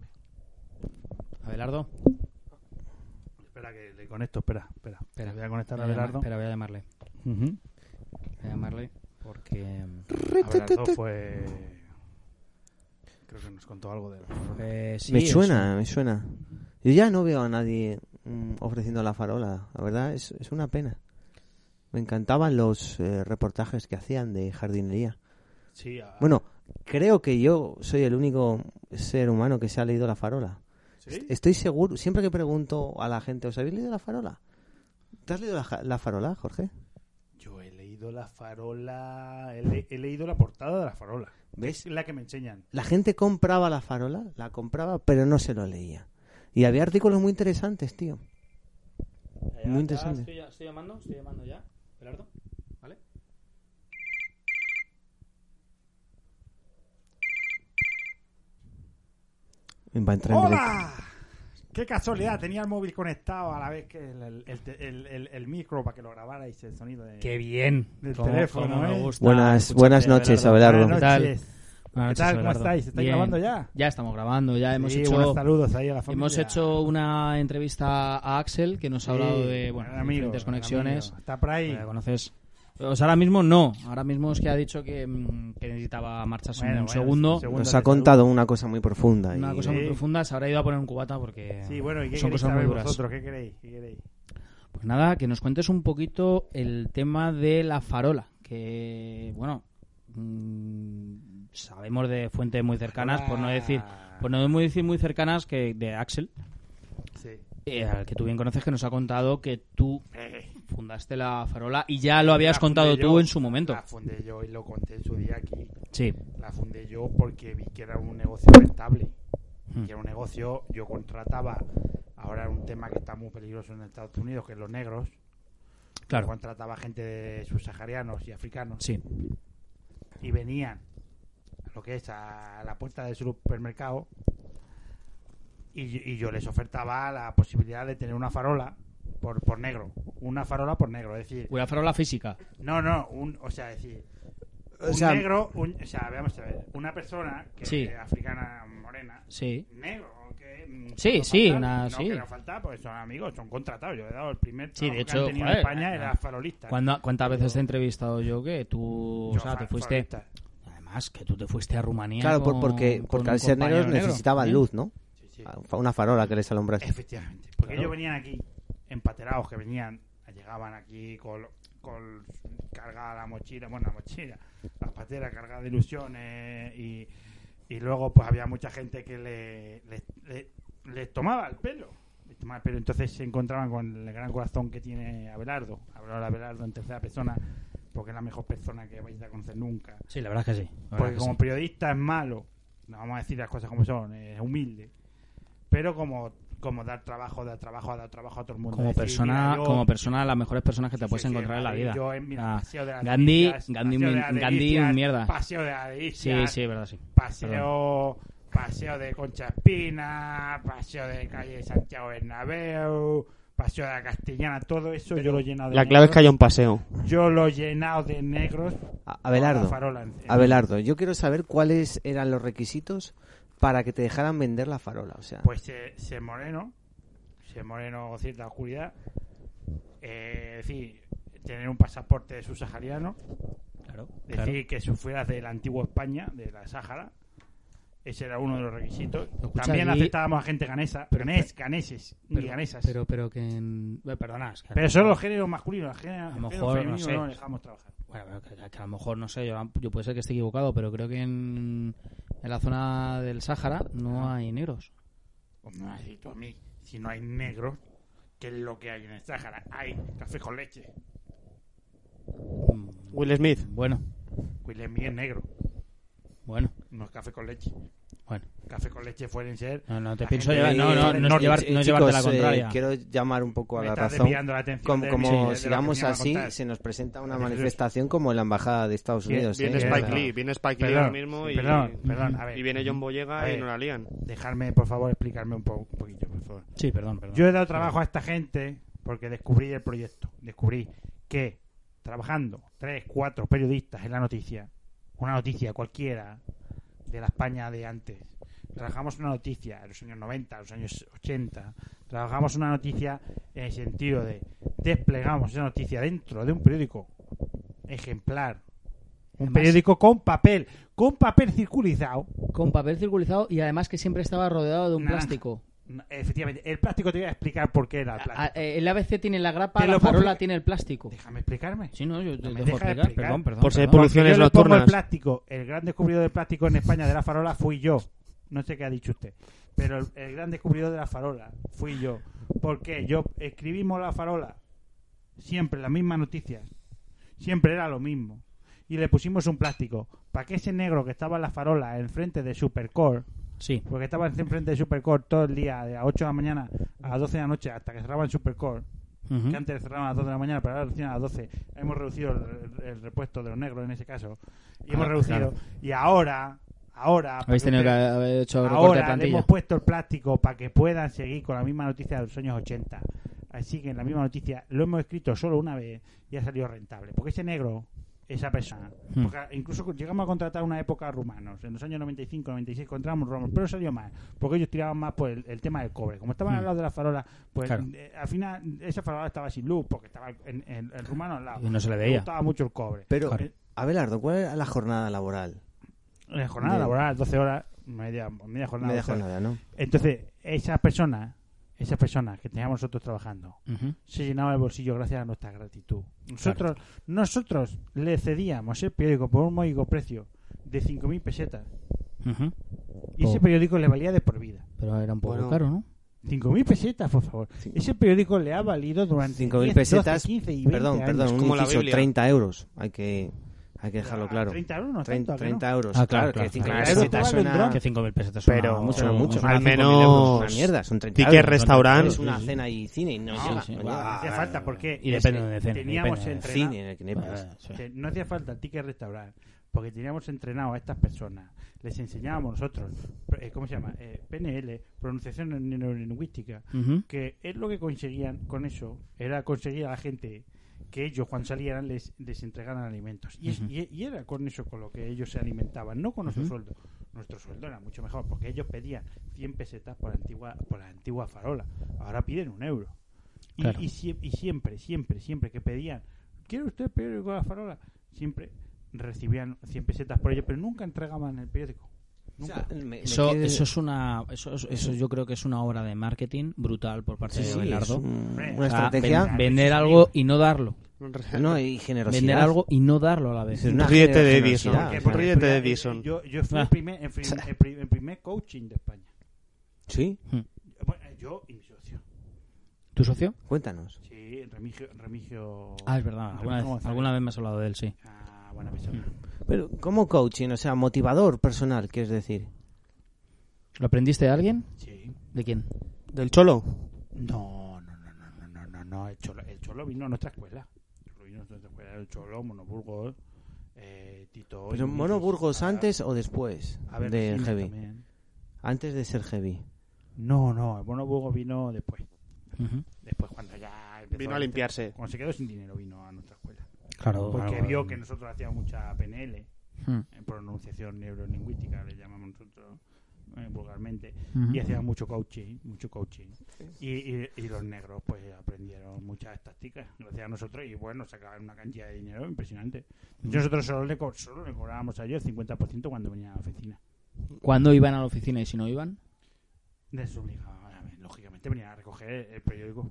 Speaker 2: Abelardo.
Speaker 3: Espera, que le conecto, espera, espera.
Speaker 2: Espera.
Speaker 3: Voy a conectar a
Speaker 2: Voy a llamar-
Speaker 3: Abelardo.
Speaker 2: Espera, voy a llamarle.
Speaker 3: Ujú.
Speaker 2: Voy a llamarle porque
Speaker 3: Abelardo fue. Creo que nos contó algo de la farola.
Speaker 2: eh, sí,
Speaker 4: me
Speaker 2: es-
Speaker 4: suena, me suena. Yo ya no veo a nadie mm, ofreciendo la farola, la verdad es, es una pena. Me encantaban los eh, reportajes que hacían de jardinería.
Speaker 3: Sí, a-
Speaker 4: Bueno, creo que yo soy el único ser humano que se ha leído la farola.
Speaker 3: ¿sí?
Speaker 4: Estoy seguro, siempre que pregunto a la gente, ¿os habéis leído la farola? ¿Te has leído la, ja- la farola, Jorge?
Speaker 3: Yo he leído la farola. He, le- he leído la portada de la farola.
Speaker 4: ¿Ves?
Speaker 3: La que me enseñan.
Speaker 4: La gente compraba la farola, la compraba, pero no se lo leía. Y había artículos muy interesantes, tío. Muy
Speaker 2: ya
Speaker 4: interesante.
Speaker 2: Estoy, estoy llamando, estoy llamando ya. Abelardo, ¿vale?
Speaker 4: Va a entrar en directo.
Speaker 3: ¡Hola! ¡Qué casualidad! Tenía el móvil conectado a la vez que el, el- el te- el- el- el micro para que lo grabarais el sonido de...
Speaker 2: Qué bien.
Speaker 3: Del teléfono, ¿eh?
Speaker 4: Buenas, buenas noches, Abelardo.
Speaker 3: Buenas
Speaker 2: Abelardo.
Speaker 3: noches. ¿Qué
Speaker 2: Buenas noches,
Speaker 3: tal? ¿Cómo
Speaker 2: Abelardo.
Speaker 3: estáis? ¿Estáis
Speaker 2: Bien.
Speaker 3: grabando ya?
Speaker 2: Ya estamos grabando, ya hemos
Speaker 3: Sí,
Speaker 2: hecho
Speaker 3: buenos saludos ahí a la familia.
Speaker 2: hemos hecho una entrevista a Axel que nos ha hablado
Speaker 3: Sí,
Speaker 2: de bueno,
Speaker 3: gran amigo,
Speaker 2: diferentes
Speaker 3: gran
Speaker 2: conexiones.
Speaker 3: amigo. Está por ahí.
Speaker 2: Ya conoces. Pues ahora mismo no, ahora mismo es que ha dicho que, mm, que necesitaba marcharse
Speaker 3: Bueno,
Speaker 2: un
Speaker 3: bueno,
Speaker 2: segundo.
Speaker 3: segundo.
Speaker 4: Nos
Speaker 3: te
Speaker 4: ha
Speaker 3: saludo.
Speaker 4: contado una cosa muy profunda.
Speaker 2: Una
Speaker 4: y-
Speaker 2: cosa
Speaker 3: Sí.
Speaker 2: muy profunda, se habrá ido a poner un cubata porque
Speaker 3: Sí, bueno, ¿y qué
Speaker 2: son
Speaker 3: queréis
Speaker 2: cosas muy
Speaker 3: saber
Speaker 2: duras.
Speaker 3: vosotros? ¿Qué queréis? ¿Qué queréis?
Speaker 2: Pues nada, que nos cuentes un poquito el tema de la farola, que bueno, mm, sabemos de fuentes muy cercanas, por no decir, por no muy decir muy cercanas que de Axel,
Speaker 3: Sí.
Speaker 2: eh, al que tú bien conoces que nos ha contado que tú eh, fundaste la farola y ya lo habías
Speaker 3: La
Speaker 2: contado
Speaker 3: fundé
Speaker 2: tú
Speaker 3: yo,
Speaker 2: en su momento.
Speaker 3: La fundé yo y lo conté en su día aquí.
Speaker 2: Sí.
Speaker 3: La fundé yo porque vi que era un negocio rentable.
Speaker 2: Mm.
Speaker 3: que era un negocio, yo contrataba, ahora era un tema que está muy peligroso en Estados Unidos, que es los negros, yo
Speaker 2: Claro.
Speaker 3: contrataba gente de subsaharianos y africanos,
Speaker 2: Sí.
Speaker 3: y venían a lo que es a la puerta del supermercado, y, yo- y yo les ofertaba la posibilidad de tener una farola por, por negro, una farola por negro, es decir,
Speaker 2: Una farola física.
Speaker 3: no, no, un, o sea, es decir,
Speaker 4: O
Speaker 3: un
Speaker 4: sea-
Speaker 3: negro, un- o sea, vamos a ver, una persona que
Speaker 2: Sí.
Speaker 3: es africana morena,
Speaker 2: Sí.
Speaker 3: negro que mm,
Speaker 2: Sí,
Speaker 3: no
Speaker 2: sí,
Speaker 3: falta,
Speaker 2: nada,
Speaker 3: no
Speaker 2: sí.
Speaker 3: quiero faltar porque son amigos son contratados yo he dado el primer
Speaker 2: Sí, de
Speaker 3: trabajo
Speaker 2: hecho,
Speaker 3: que han tenido
Speaker 2: joder,
Speaker 3: en España
Speaker 2: ah,
Speaker 3: era
Speaker 2: ah.
Speaker 3: farolista
Speaker 2: ¿Cuándo- ¿Cuántas
Speaker 3: Yo-
Speaker 2: veces te he entrevistado yo que tú,
Speaker 3: yo
Speaker 2: o sea, te
Speaker 3: fa-
Speaker 2: fuiste...
Speaker 3: farolista.
Speaker 2: Además, que tú te fuiste a Rumanía.
Speaker 4: Claro, por-
Speaker 2: con-
Speaker 4: porque,
Speaker 2: con
Speaker 4: porque
Speaker 2: un
Speaker 4: al ser
Speaker 2: compañero
Speaker 4: negros necesitaban
Speaker 2: ¿eh?
Speaker 4: luz, ¿no?
Speaker 3: Sí, sí.
Speaker 4: Una farola que les alumbrase.
Speaker 3: efectivamente porque
Speaker 2: Claro.
Speaker 3: ellos venían aquí empaterados que venían llegaban aquí con, con cargada la mochila bueno la mochila las pateras cargadas de ilusiones y, y luego pues había mucha gente que le, le- le- les tomaba el pelo les tomaba el pelo entonces se encontraban con el gran corazón que tiene Abelardo hablar a Abelardo en tercera persona porque es la mejor persona que vais a conocer nunca
Speaker 2: Sí, la verdad es que sí. la verdad
Speaker 3: porque
Speaker 2: que
Speaker 3: como
Speaker 2: sí.
Speaker 3: periodista es malo, no vamos a decir las cosas como son, eh, es humilde. Pero como, como dar trabajo, dar trabajo, dar trabajo a todo el mundo.
Speaker 2: Como
Speaker 3: Es decir,
Speaker 2: persona,
Speaker 3: mira, yo-
Speaker 2: como persona, las mejores personas que te
Speaker 3: sí,
Speaker 2: puedes
Speaker 3: sí,
Speaker 2: encontrar en la
Speaker 3: Madrid,
Speaker 2: vida.
Speaker 3: yo en- mira,
Speaker 2: Ah,
Speaker 3: Paseo de las
Speaker 2: Gandhi-
Speaker 3: Delicias,
Speaker 2: Gandhi
Speaker 3: Paseo de
Speaker 2: mi-
Speaker 3: las
Speaker 2: Gandhi
Speaker 3: Delicias,
Speaker 2: mierda.
Speaker 3: Paseo de la
Speaker 2: Sí, sí, es verdad, sí. Perdón.
Speaker 3: Paseo, paseo de Concha Espina, paseo de calle Santiago Bernabéu, paseo de la Castellana, todo eso yo lo he llenado de
Speaker 1: La clave es que
Speaker 3: negros.
Speaker 1: haya un paseo.
Speaker 3: Yo lo he llenado de negros.
Speaker 4: A-
Speaker 3: con la
Speaker 4: Abelardo,
Speaker 3: farola en- en-
Speaker 4: Abelardo, yo quiero saber cuáles eran los requisitos para que te dejaran vender la farola. O sea,
Speaker 3: Pues se, se moreno, se moreno con cierta oscuridad. Eh, es decir, tener un pasaporte subsahariano,
Speaker 2: Claro,
Speaker 3: es
Speaker 2: claro.
Speaker 3: decir, que sufrieras de la antigua España, de la Sáhara. Ese era uno de los requisitos.
Speaker 2: escucha,
Speaker 3: También
Speaker 2: allí-
Speaker 3: aceptábamos a gente ganesa,
Speaker 2: Pero-
Speaker 3: ganés, ganeses y
Speaker 2: Pero,
Speaker 3: ganesas. Pero,
Speaker 2: pero, pero que... en- eh, Perdona, es que...
Speaker 3: solo los géneros masculinos, los géneros,
Speaker 2: A lo
Speaker 3: a
Speaker 2: mejor,
Speaker 3: mejor,
Speaker 2: no
Speaker 3: femeninos no,
Speaker 2: sé.
Speaker 3: los dejamos trabajar.
Speaker 2: Bueno, pero que, que a lo mejor, no sé, yo, yo puede ser que esté equivocado, pero creo que en, en la zona del Sáhara no
Speaker 3: Ah.
Speaker 2: hay negros.
Speaker 3: Pues me has dicho a mí, si no hay negros, ¿qué es lo que hay en el Sáhara? Hay café con leche.
Speaker 2: Mm,
Speaker 1: Will Smith.
Speaker 2: Bueno,
Speaker 3: William es negro,
Speaker 2: bueno.
Speaker 3: no es café con leche.
Speaker 5: Bueno,
Speaker 3: Café con leche pueden ser.
Speaker 5: no, no te
Speaker 3: La
Speaker 5: pienso
Speaker 3: gente
Speaker 5: llevar.
Speaker 3: de-
Speaker 5: No, no,
Speaker 3: del
Speaker 5: no, es
Speaker 3: norte,
Speaker 5: llevar, no es llevarte la
Speaker 4: chicos, eh,
Speaker 5: contraria.
Speaker 4: quiero llamar un poco a
Speaker 3: Me
Speaker 4: la
Speaker 3: estás
Speaker 4: razón.
Speaker 3: desviando la atención
Speaker 4: Como,
Speaker 3: de
Speaker 4: como
Speaker 3: mi- de lo que
Speaker 4: sigamos
Speaker 3: me iba a
Speaker 4: así,
Speaker 3: contar.
Speaker 4: se nos presenta una
Speaker 3: Maravilloso.
Speaker 4: manifestación como en la embajada de Estados
Speaker 3: Bien-
Speaker 4: Unidos.
Speaker 3: bien
Speaker 1: Viene
Speaker 4: ¿eh?
Speaker 1: Spike
Speaker 3: Perdón.
Speaker 1: Lee, viene Spike Lee
Speaker 3: Perdón,
Speaker 1: ahora mismo y,
Speaker 3: perdón, perdón, a ver.
Speaker 1: y viene John Boyega
Speaker 3: A
Speaker 1: y
Speaker 3: ver.
Speaker 1: no la lían.
Speaker 3: Dejarme, por favor, explicarme un, po- un poquillo, por favor.
Speaker 5: Sí, perdón, perdón.
Speaker 3: Yo he dado trabajo a esta gente porque descubrí el proyecto. Descubrí que trabajando tres, cuatro periodistas en la noticia, una noticia cualquiera de la España de antes, trabajamos una noticia en los años 90, en los años 80, trabajamos una noticia en el sentido de desplegamos esa noticia dentro de un periódico ejemplar. Un
Speaker 5: Además-
Speaker 3: periódico con papel, con papel circulizado,
Speaker 5: Con papel circulizado y además que siempre estaba rodeado de un
Speaker 3: Naranja.
Speaker 5: plástico.
Speaker 3: No, Efectivamente, el plástico te voy a explicar por qué era el
Speaker 5: A-
Speaker 3: plástico.
Speaker 5: eh, el ABC tiene la
Speaker 3: Te
Speaker 5: grapa,
Speaker 3: lo puedo
Speaker 5: la farola
Speaker 3: explicar.
Speaker 5: tiene el plástico.
Speaker 3: Déjame explicarme.
Speaker 5: Sí, no, yo te
Speaker 3: No me
Speaker 5: dejo
Speaker 3: deja
Speaker 5: explicar,
Speaker 3: explicar.
Speaker 5: perdón, perdón.
Speaker 1: Por si hay
Speaker 5: perdón.
Speaker 3: Yo
Speaker 1: poluciones
Speaker 3: le pongo el
Speaker 1: nocturnas.
Speaker 3: plástico. El gran descubridor de plástico en España de la farola fui yo. No sé qué ha dicho usted. Pero el, el gran descubridor de la farola fui yo. Porque yo escribimos la farola. Siempre las mismas noticias. Siempre era lo mismo. Y le pusimos un plástico. Para que ese negro que estaba en la farola enfrente de Supercore
Speaker 5: Sí,
Speaker 3: porque estaba enfrente de Supercore todo el día, de las 8 de la mañana a las 12 de la noche, hasta que cerraban Supercore.
Speaker 5: Ujú.
Speaker 3: Que antes cerraban a las 2 de la mañana, pero ahora lo cierran a las 12. Hemos reducido el, el repuesto de los negros en ese caso. Y hemos
Speaker 5: Ah,
Speaker 3: reducido.
Speaker 5: claro.
Speaker 3: Y ahora, ahora. para
Speaker 5: habéis
Speaker 3: que
Speaker 5: tenido que
Speaker 3: usted-
Speaker 5: haber hecho recorte de
Speaker 3: Ahora le
Speaker 5: plantilla.
Speaker 3: hemos puesto el plástico para que puedan seguir con la misma noticia de los años 80. Así que en la misma noticia lo hemos escrito solo una vez y ha salido rentable. Porque ese negro, esa persona,
Speaker 5: Hmm.
Speaker 3: porque incluso llegamos a contratar una época rumanos. En los años 95, 96 contratamos rumanos, pero salió más. Porque ellos tiraban más por el, el tema del cobre. Como estaban
Speaker 5: Hmm.
Speaker 3: al lado de la farola, pues
Speaker 5: Claro.
Speaker 3: eh, al final esa farola estaba sin luz porque estaba en- en- el rumano al lado.
Speaker 5: Y no se le
Speaker 3: Le
Speaker 5: veía.
Speaker 3: gustaba mucho el cobre.
Speaker 4: Pero,
Speaker 5: Claro.
Speaker 4: Abelardo, ¿cuál era la jornada laboral?
Speaker 3: En la jornada
Speaker 4: De-
Speaker 3: laboral, 12 horas, media, media jornada.
Speaker 4: Media
Speaker 3: 12 horas.
Speaker 4: jornada, ¿no?
Speaker 3: Entonces, esas personas, esas personas que teníamos nosotros trabajando,
Speaker 5: Ujú.
Speaker 3: se llenaba el bolsillo gracias a nuestra gratitud. Nosotros, nosotros le cedíamos el periódico por un módico precio de 5.000 pesetas
Speaker 5: Ujú.
Speaker 3: y ese
Speaker 5: Oh.
Speaker 3: periódico le valía de por vida.
Speaker 5: Pero era un poco
Speaker 4: Bueno.
Speaker 5: caro, ¿no?
Speaker 3: 5.000 pesetas, por favor.
Speaker 4: Sí.
Speaker 3: Ese periódico le ha valido durante
Speaker 4: 5.000
Speaker 3: 10, 12,
Speaker 4: pesetas,
Speaker 3: 15 y 20
Speaker 4: Perdón,
Speaker 3: años.
Speaker 4: perdón,
Speaker 1: como
Speaker 4: un
Speaker 1: la
Speaker 4: inciso,
Speaker 1: Biblia.
Speaker 4: 30 euros. Hay que, hay que
Speaker 3: A
Speaker 4: dejarlo claro.
Speaker 3: 30 euros, Ah, no
Speaker 4: 30,
Speaker 3: tanto, ¿a que no?
Speaker 4: 30 euros,
Speaker 5: Ah,
Speaker 4: claro,
Speaker 5: claro,
Speaker 4: que
Speaker 5: claro.
Speaker 4: 5.000
Speaker 3: Claro,
Speaker 4: pesetas
Speaker 3: vale un
Speaker 4: suena...
Speaker 3: dron.
Speaker 5: Que 5.000 pesetas suena
Speaker 4: Ah. Pero
Speaker 5: mucho.
Speaker 4: suena mucho.
Speaker 5: suena
Speaker 1: Al
Speaker 5: 5.000
Speaker 1: menos-
Speaker 5: euros.
Speaker 4: Una mierda, son 30
Speaker 1: Ticket
Speaker 4: euros.
Speaker 1: restaurant.
Speaker 4: Es una cena y cine y no
Speaker 5: Sí,
Speaker 4: llega,
Speaker 5: sí, Ah.
Speaker 4: no
Speaker 5: guau.
Speaker 4: llega.
Speaker 3: No hacía falta porque
Speaker 5: Y depende
Speaker 3: ese-
Speaker 5: de cena,
Speaker 3: teníamos
Speaker 5: depende de
Speaker 4: El
Speaker 3: entrenado-
Speaker 4: cine en el que no hay pelis.
Speaker 5: Ah, sí.
Speaker 3: que no hacía falta el ticket restaurar, porque teníamos entrenado a estas personas, les enseñábamos nosotros, eh, ¿cómo se llama? Eh, PNL, pronunciación neurolingüística,
Speaker 5: Ujú.
Speaker 3: que es lo que conseguían con eso, era conseguir a la gente que ellos cuando salieran les, les entregaran alimentos. Y, es-
Speaker 5: Ujú.
Speaker 3: y- y era con eso con lo que ellos se alimentaban, no con nuestro
Speaker 5: Ujú.
Speaker 3: sueldo. Nuestro sueldo era mucho mejor, porque ellos pedían 100 pesetas por la antigua, por la antigua farola, ahora piden un euro. Y,
Speaker 5: Claro.
Speaker 3: y sie- y siempre, siempre, siempre que pedían, ¿quiere usted el periódico de la farola? Siempre recibían 100 pesetas por ello, pero nunca entregaban el periódico.
Speaker 4: O sea, me- me
Speaker 5: Eso,
Speaker 4: quedé-
Speaker 5: eso es una eso, es- eso yo creo que es una obra de marketing brutal por parte
Speaker 4: Sí,
Speaker 5: de Ah,
Speaker 4: sí, es
Speaker 5: Belardo.
Speaker 4: un-
Speaker 3: Hombre,
Speaker 4: una
Speaker 5: O sea,
Speaker 4: estrategia
Speaker 5: ven- vender algo y no darlo.
Speaker 4: no, y generosidad.
Speaker 5: Vender algo y no darlo a la vez.
Speaker 4: Es una
Speaker 1: Ríete de
Speaker 4: generosidad,
Speaker 1: Edison.
Speaker 4: o
Speaker 3: Porque-
Speaker 4: sea,
Speaker 1: Por-
Speaker 3: porque
Speaker 1: Ríete de
Speaker 3: fui-
Speaker 1: Edison.
Speaker 3: Yo, yo fui
Speaker 5: Ah.
Speaker 3: el, primer, el, prim- el pri- el primer coaching de España.
Speaker 4: Sí,
Speaker 3: Bueno, yo y mi socio.
Speaker 5: ¿Tu socio?
Speaker 4: cuéntanos.
Speaker 3: Sí, Remigio. Remigio
Speaker 5: Ah, es verdad. Alguna
Speaker 3: Remigio
Speaker 5: vez,
Speaker 3: González.
Speaker 5: alguna vez Mm. me has hablado de él, sí.
Speaker 3: Ah, buena persona.
Speaker 4: Pero, ¿cómo coaching? O sea, motivador personal, quieres decir.
Speaker 5: ¿Lo aprendiste de alguien?
Speaker 3: Sí.
Speaker 5: ¿De quién?
Speaker 1: ¿Del Cholo?
Speaker 3: No, no, no, no, no, no, no, no. El cholo, el cholo vino a nuestra escuela. El cholo vino a nuestra escuela. El cholo, Monoburgos, eh, Tito.
Speaker 4: Pero,
Speaker 3: Iglesias,
Speaker 4: ¿Mono Burgos
Speaker 3: a-
Speaker 4: antes o después
Speaker 3: a ver,
Speaker 4: del
Speaker 3: Regina
Speaker 4: Heavy?
Speaker 3: también.
Speaker 4: Antes de ser Heavy.
Speaker 3: No, no, el Mono Burgos vino después.
Speaker 5: Ujú.
Speaker 3: Después, cuando ya empezó
Speaker 1: Vino a limpiarse.
Speaker 3: Cuando se quedó sin dinero, vino a nuestra escuela.
Speaker 5: Claro.
Speaker 3: Porque
Speaker 5: algo-
Speaker 3: vio que nosotros hacíamos mucha PNL.
Speaker 5: Ujú.
Speaker 3: en eh, pronunciación neurolingüística, le llamamos nosotros eh, vulgarmente,
Speaker 5: Ujú.
Speaker 3: y hacían mucho coaching, mucho coaching. Y, y- y los negros pues aprendieron muchas tácticas gracias a nosotros y bueno, sacaban una cantidad de dinero impresionante. Yo nosotros solo le, co- solo le cobrábamos a ellos el 50% cuando venían a la oficina.
Speaker 5: ¿Cuándo iban a la oficina y si no iban?
Speaker 3: Les obligaban, a ver, lógicamente venían a recoger el, el periódico.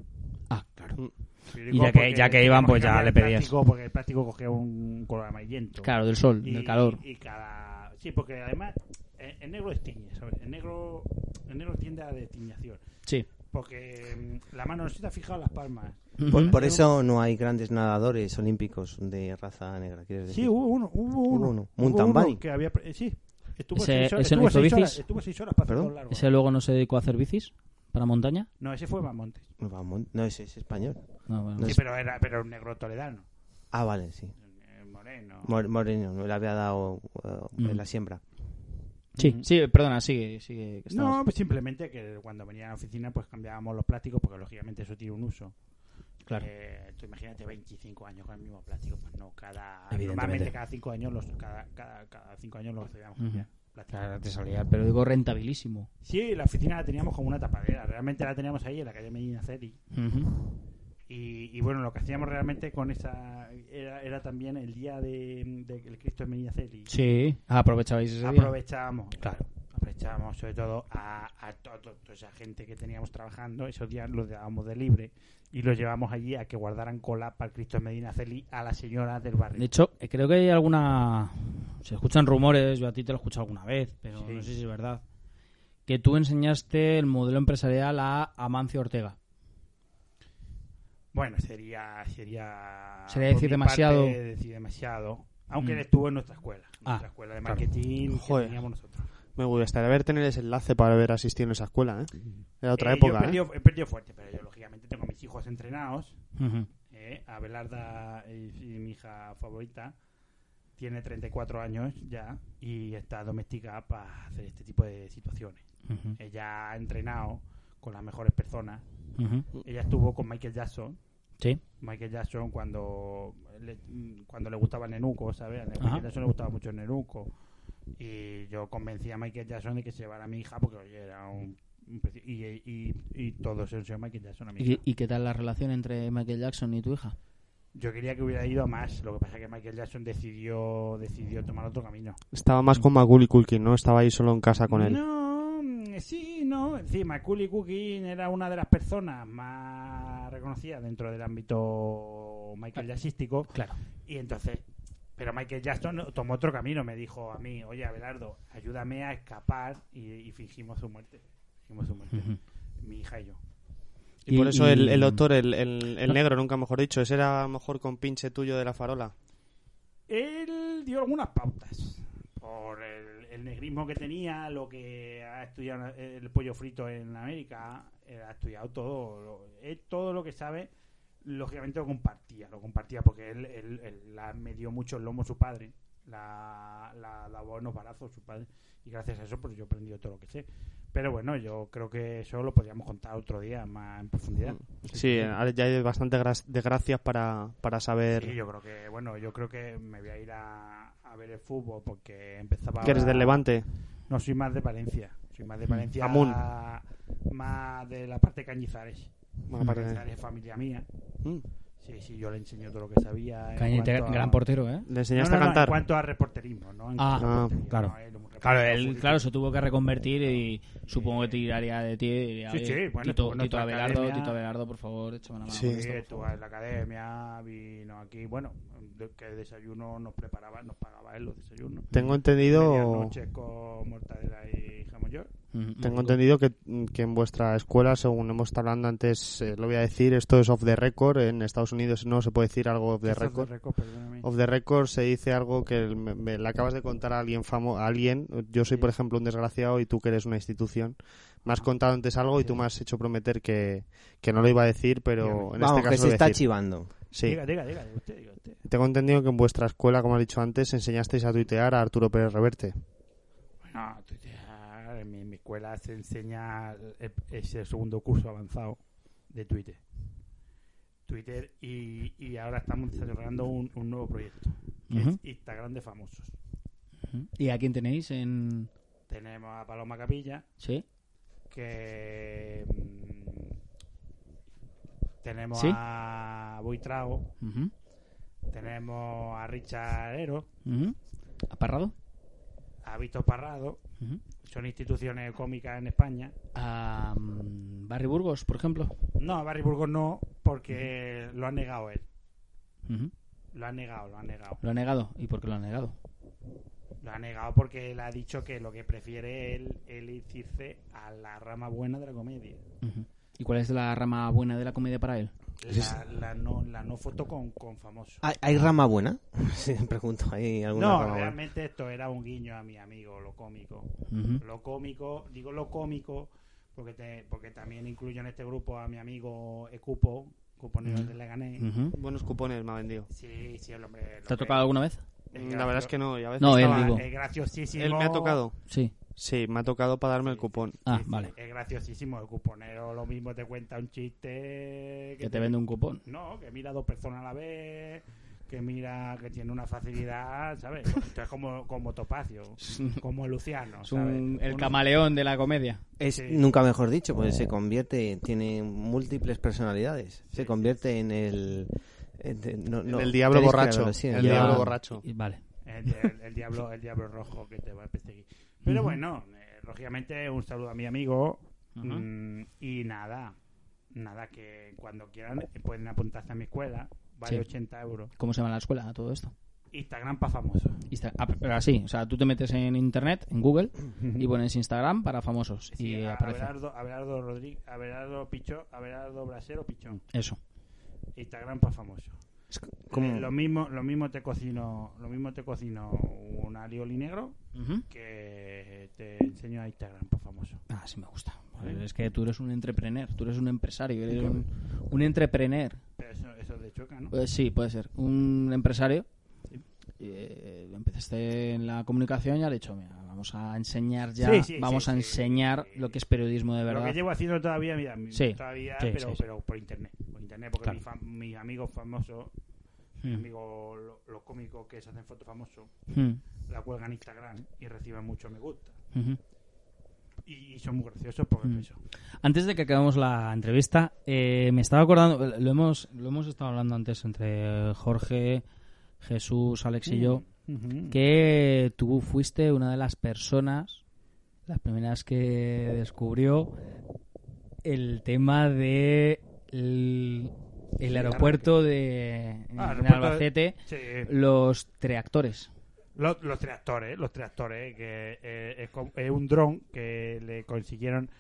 Speaker 5: Ah,
Speaker 3: claro.
Speaker 5: Y ya que- ya que iban, pues, ya le pedías.
Speaker 3: porque el plástico cogía un color amarillento.
Speaker 5: Claro, del sol,
Speaker 3: y,
Speaker 5: del calor.
Speaker 3: y cada sí porque además eh, el negro destiñe ¿sabes? el negro el negro tiende a la destiñación
Speaker 5: Sí.
Speaker 3: porque mm, la mano no se te ha fijado las palmas
Speaker 4: Por,
Speaker 5: Ujú.
Speaker 4: por eso no hay grandes nadadores olímpicos de raza negra, quieres decir.
Speaker 3: sí uh. hubo uno hubo
Speaker 4: Hubo
Speaker 3: uno
Speaker 4: uno. Mountain bike.
Speaker 3: que había pre- eh, sí Estuvo
Speaker 5: Ese-
Speaker 3: seis horas-
Speaker 5: ese no
Speaker 3: estuvo
Speaker 5: hizo
Speaker 3: seis
Speaker 5: bicis.
Speaker 3: horas- Estuvo seis horas para hacer
Speaker 4: Perdón.
Speaker 3: un largo.
Speaker 5: ¿Ese luego no se dedicó a hacer bicis para montaña?
Speaker 3: No, ese fue Mamontes.
Speaker 4: Vamos, No, ese es español.
Speaker 5: No, bueno.
Speaker 4: No
Speaker 3: Sí,
Speaker 4: es-
Speaker 3: pero era, pero era un negro toledano.
Speaker 4: Ah, vale, sí.
Speaker 3: eh, Moreno.
Speaker 4: Mor- Moreno, me lo había dado eh,
Speaker 5: Mm.
Speaker 4: en la siembra.
Speaker 5: Sí, sí, perdona, sigue, sigue. que estamos-
Speaker 3: No, pues simplemente que cuando venía a la oficina pues cambiábamos los plásticos porque lógicamente eso tiene un uso.
Speaker 5: Claro.
Speaker 3: Eh, tú imagínate 25 años con el mismo plástico, pues no, cada
Speaker 4: Evidentemente.
Speaker 3: normalmente cada 5 años los cada, cada, cada cinco años los debíamos
Speaker 5: Ujú.
Speaker 3: cambiar. plástico.
Speaker 5: Claro, te salía el periódico rentabilísimo.
Speaker 3: Sí, la oficina la teníamos como una tapadera, realmente la teníamos ahí en la calle Medina Celi. Y, y bueno, lo que hacíamos realmente con esa era, era también el día del de, del Cristo en Medina Celi.
Speaker 5: Sí, Ah, aprovechabais ese día.
Speaker 3: aprovechábamos
Speaker 5: Claro.
Speaker 3: aprovechábamos sobre todo a, a to- to- toda esa gente que teníamos trabajando esos días los dábamos de libre y los llevamos allí a que guardaran cola para el Cristo en Medina Celi a la señora del
Speaker 5: De
Speaker 3: barrio
Speaker 5: hecho, eh, creo que hay alguna... Se escuchan rumores, yo a ti te lo he escuchado alguna vez, pero
Speaker 3: Sí.
Speaker 5: no sé si es verdad. Que tú enseñaste el modelo empresarial a Amancio Ortega.
Speaker 3: bueno sería sería
Speaker 5: Sería
Speaker 3: por
Speaker 5: decir
Speaker 3: mi
Speaker 5: demasiado.
Speaker 3: parte, decir demasiado aunque
Speaker 5: Mm.
Speaker 3: él estuvo en nuestra escuela en
Speaker 5: Ah,
Speaker 3: nuestra escuela de
Speaker 5: claro.
Speaker 3: marketing
Speaker 1: Joder.
Speaker 3: que teníamos nosotros
Speaker 1: Me gustaría ver tener ese enlace para haber asistido en esa escuela, ¿eh? Era otra
Speaker 3: Eh, yo
Speaker 1: época,
Speaker 3: he
Speaker 1: ¿eh?
Speaker 3: perdido, he perdido fuerte pero yo lógicamente tengo a mis hijos entrenados
Speaker 5: Ujú.
Speaker 3: Eh, Abelarda es mi hija favorita. Tiene 34 años ya y está domesticada para hacer este tipo de situaciones.
Speaker 5: Ujú.
Speaker 3: Ella ha entrenado con las mejores personas.
Speaker 5: Ujú.
Speaker 3: Ella estuvo con Michael Jackson.
Speaker 5: Sí.
Speaker 3: Michael Jackson cuando le, cuando le gustaba Nenuco, ¿sabes? A
Speaker 5: Ajá.
Speaker 3: Michael Jackson le gustaba mucho Nenuco. Y yo convencí a Michael Jackson de que se llevara a mi hija porque oye, era un... un preci- y, y, y todos se enseñó Michael Jackson a mi hija.
Speaker 5: ¿Y, y qué tal la relación entre Michael Jackson y tu hija?
Speaker 3: Yo quería que hubiera ido a más, lo que pasa es que Michael Jackson decidió decidió tomar otro camino.
Speaker 1: Estaba más con Macaulay Culkin, ¿no? Estaba ahí solo en casa con él.
Speaker 3: No, mm, sí, no. Encima, Cooley Cookin era una de las personas más reconocidas dentro del ámbito Michael Jacksístico.
Speaker 5: Claro.
Speaker 3: Y entonces, pero Michael Jackson tomó otro camino. Me dijo a mí, oye, Abelardo, ayúdame a escapar y, y fingimos su muerte. Fingimos su muerte, mi hija y yo.
Speaker 1: Y,
Speaker 5: Y-
Speaker 1: por eso el,
Speaker 5: y-
Speaker 1: el doctor, el, el- el negro, nunca mejor dicho, ese era a lo mejor con pinche tuyo de la farola.
Speaker 3: Él dio algunas pautas por el, el negrismo que tenía, lo que ha estudiado eh, el pollo frito en América, él ha estudiado todo, lo- él todo lo que sabe, lógicamente lo compartía, lo compartía porque él, él- él la medió mucho el lomo su padre, la, la lavó en los barazos su padre, y gracias a eso pues yo he aprendido todo lo que sé. Pero bueno, yo creo que eso lo podríamos contar otro día más en profundidad.
Speaker 1: Sí, ahora ya hay bastante gra- desgracias para, para saber
Speaker 3: Sí, yo creo que, bueno, yo creo que me voy a ir a, a ver el fútbol porque empezaba
Speaker 1: que eres
Speaker 3: ahora-
Speaker 1: del Levante. Mm,
Speaker 3: No, soy más de Valencia. Soy más de Valencia.
Speaker 1: Amun.
Speaker 3: Más de la parte de Cañizares.
Speaker 1: Bueno, para-
Speaker 3: Cañizares es familia mía.
Speaker 1: Mm.
Speaker 3: Sí, sí, yo le enseñé todo lo que sabía. en
Speaker 5: Cañete,
Speaker 3: cuanto a-
Speaker 5: gran portero, ¿eh?
Speaker 1: Le
Speaker 3: No, no,
Speaker 1: enseñaste
Speaker 3: no,
Speaker 1: a
Speaker 3: en
Speaker 1: cantar.
Speaker 3: cuanto a reporterismo, ¿no? En
Speaker 5: Ah,
Speaker 3: cuanto a
Speaker 1: ah,
Speaker 3: reporterismo,
Speaker 5: claro.
Speaker 3: él era un reportero
Speaker 5: Claro, él,
Speaker 3: futbolístico.
Speaker 5: claro, se tuvo que reconvertir y supongo que tiraría de ti. y diría,
Speaker 3: Sí,
Speaker 5: "Oye,
Speaker 3: sí, bueno,
Speaker 5: Tito,
Speaker 3: bueno,
Speaker 5: Tito
Speaker 3: nuestra
Speaker 5: Abelardo,
Speaker 3: academia-
Speaker 5: Tito Abelardo, por favor, échame una mano.
Speaker 1: Sí.
Speaker 5: con
Speaker 3: Sí,
Speaker 5: esto, por
Speaker 3: estuvo en la academia, vino aquí. Bueno, de- que desayuno nos preparaba, nos pagaba él los desayunos.
Speaker 1: Tengo entendido,
Speaker 3: Medianoche con mortadela y jamón york.
Speaker 5: favor". Mm,
Speaker 1: tengo
Speaker 5: muy
Speaker 1: entendido que, que en vuestra escuela, según hemos estado hablando antes, eh, lo voy a decir, esto es off the record. En Estados Unidos no se puede decir algo off the
Speaker 3: Eso es
Speaker 1: record.
Speaker 3: récord, perdóname.
Speaker 1: Of the record se dice algo que me, me- le acabas de contar a alguien famo a alguien. Yo soy, por ejemplo, un desgraciado y tú que eres una institución. Me has contado antes algo y tú me has hecho prometer que, que no lo iba a decir, pero en
Speaker 4: Vamos,
Speaker 1: este caso
Speaker 4: que
Speaker 1: lo
Speaker 4: se
Speaker 1: voy a
Speaker 4: está
Speaker 1: decir.
Speaker 4: chivando.
Speaker 1: Sí.
Speaker 3: Diga, diga, diga, diga usted, diga usted.
Speaker 1: Tengo entendido que en vuestra escuela, como has dicho antes, enseñasteis a tuitear a Arturo Pérez Reverte.
Speaker 3: No, tuitear. En ah, mi, en mi escuela se enseña el, es el segundo curso avanzado de Twitter. Twitter y, y ahora estamos desarrollando un, un nuevo proyecto. que
Speaker 5: Ujú.
Speaker 3: es Instagram de famosos.
Speaker 5: bien. ¿Y a quién tenéis en...?
Speaker 3: Tenemos a Paloma Capilla,
Speaker 5: ¿Sí?
Speaker 3: que. mm, tenemos
Speaker 5: ¿Sí?
Speaker 3: a Buitrago,
Speaker 5: Ujú,
Speaker 3: tenemos a Richard Ero,
Speaker 5: ujú. ¿Aparrado?
Speaker 3: a Víctor Parrado.
Speaker 5: Ujú.
Speaker 3: Son instituciones cómicas en España.
Speaker 5: ¿A mm, Barry Burgos, por ejemplo?
Speaker 3: No, a Barry Burgos no, porque lo ha negado él.
Speaker 5: Ujú.
Speaker 3: Lo ha negado, lo ha negado.
Speaker 5: ¿Lo ha negado? ¿Y por qué lo ha negado?
Speaker 3: Lo ha negado porque él ha dicho que lo que prefiere él es irse a la rama buena de la comedia.
Speaker 5: Ujú. ¿Y cuál es la rama buena de la comedia para él?
Speaker 3: La, la no, la no foto con, con famoso.
Speaker 1: Ah,
Speaker 4: ¿Hay, hay rama buena? Ah. Sí, me pregunto, ¿hay alguna
Speaker 3: No,
Speaker 4: rama buena?
Speaker 3: realmente esto era un guiño a mi amigo, lo cómico.
Speaker 1: ¿Mm?
Speaker 2: Ujú.
Speaker 3: Lo cómico, digo lo cómico, porque te, porque también incluyo en este grupo a mi amigo Ecupo, cuponero de Leganés.
Speaker 2: Ujú.
Speaker 1: Buenos cupones me ha vendido.
Speaker 3: Sí, sí, el hombre. el
Speaker 2: ¿Te ha
Speaker 3: hombre
Speaker 2: tocado alguna vez?
Speaker 1: La verdad es que no, y a veces
Speaker 2: No, él,
Speaker 1: estaba-
Speaker 2: digo.
Speaker 3: Es graciosísimo.
Speaker 1: él me ha tocado.
Speaker 2: Sí.
Speaker 1: Sí, me ha tocado para darme el cupón.
Speaker 2: Ah,
Speaker 3: Sí, sí,
Speaker 2: vale.
Speaker 3: Es graciosísimo el cuponero. Lo mismo te cuenta un chiste.
Speaker 2: Que te vende un cupón.
Speaker 3: No, que mira dos personas a la vez. Que mira que tiene una facilidad, ¿sabes? Esto es como, como Topacio, como Luciano.
Speaker 2: Es
Speaker 3: ¿sabes?
Speaker 2: un- el
Speaker 3: Uno-
Speaker 2: camaleón de la comedia.
Speaker 4: Es
Speaker 3: Sí.
Speaker 4: nunca mejor dicho, porque se convierte, tiene múltiples personalidades. Se convierte en el. en- no- no,
Speaker 1: el diablo
Speaker 4: tenéis que
Speaker 1: borracho,
Speaker 4: verlo, sí,
Speaker 1: el
Speaker 2: Ya.
Speaker 1: diablo borracho.
Speaker 2: Y- Vale.
Speaker 3: El, el- el diablo, el diablo rojo que te va a perseguir. Pero bueno, eh, lógicamente un saludo a mi amigo. Mm, y nada, nada, que cuando quieran eh, pueden apuntarse a mi escuela. Vale
Speaker 2: Sí.
Speaker 3: 80 euros.
Speaker 2: ¿Cómo se llama la escuela? Todo esto.
Speaker 3: Instagram para famosos.
Speaker 2: Insta- ah, pero así, o sea, tú te metes en internet, en Google, y pones Instagram para famosos.
Speaker 3: Sí,
Speaker 2: y
Speaker 3: a-
Speaker 2: aparece.
Speaker 3: Abelardo, Abelardo Rodríguez, Abelardo Pichón, Abelardo Brasero Pichón.
Speaker 2: Eso.
Speaker 3: Instagram para famoso.
Speaker 4: Es como-
Speaker 3: Eh, lo mismo, lo mismo te cocino, lo mismo te cocino un alioli negro
Speaker 2: Ujú.
Speaker 3: que te enseño a Instagram para famoso.
Speaker 2: Ah, sí me gusta. Joder, Es que tú eres un entrepreneur, tú eres un empresario, eres un, un entrepreneur.
Speaker 3: Pero eso, eso es de chueca, ¿no?
Speaker 2: Pues sí, puede ser. Un empresario. Eh, empezaste en la comunicación y has dicho, mira, vamos a enseñar ya,
Speaker 3: Sí, sí,
Speaker 2: vamos
Speaker 3: sí,
Speaker 2: a
Speaker 3: sí.
Speaker 2: enseñar lo que es periodismo de
Speaker 3: Lo
Speaker 2: verdad.
Speaker 3: que llevo haciendo todavía, mira, mi-
Speaker 2: Sí,
Speaker 3: todavía,
Speaker 2: sí,
Speaker 3: pero,
Speaker 2: sí, sí.
Speaker 3: pero por internet, por internet,
Speaker 2: Claro.
Speaker 3: porque mi fam- mis amigos famosos, mis
Speaker 2: Mm.
Speaker 3: amigos lo- los cómicos que se hacen fotos famosos,
Speaker 2: Mm,
Speaker 3: la cuelgan en Instagram y reciben mucho me gusta.
Speaker 2: ujú.
Speaker 3: Y, y son muy graciosos porque
Speaker 2: Mm.
Speaker 3: eso.
Speaker 2: Antes de que acabemos la entrevista, eh, me estaba acordando, lo hemos, lo hemos estado hablando antes entre Jorge, Jesús, Alex
Speaker 3: Mm.
Speaker 2: y yo,
Speaker 3: Ujú.
Speaker 2: que tú fuiste una de las personas, las primeras que descubrió el tema de el, el
Speaker 3: Sí,
Speaker 2: aeropuerto de en
Speaker 3: Ah, aeropuerto de-
Speaker 2: Albacete,
Speaker 3: Sí,
Speaker 2: los treactores.
Speaker 3: los, los tractores, los tractores, que eh, es, co- es un dron que le consiguieron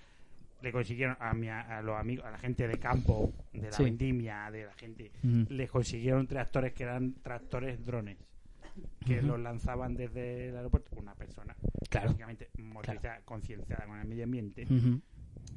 Speaker 3: le consiguieron a, mi, a los amigos, a la gente de campo, de la
Speaker 2: Sí.
Speaker 3: vendimia, de la gente,
Speaker 2: Ujú.
Speaker 3: les consiguieron tractores que eran tractores drones, que los lanzaban desde el aeropuerto una persona,
Speaker 2: Claro.
Speaker 3: lógicamente motorizada, concienciada con el medio ambiente,
Speaker 2: Ujú.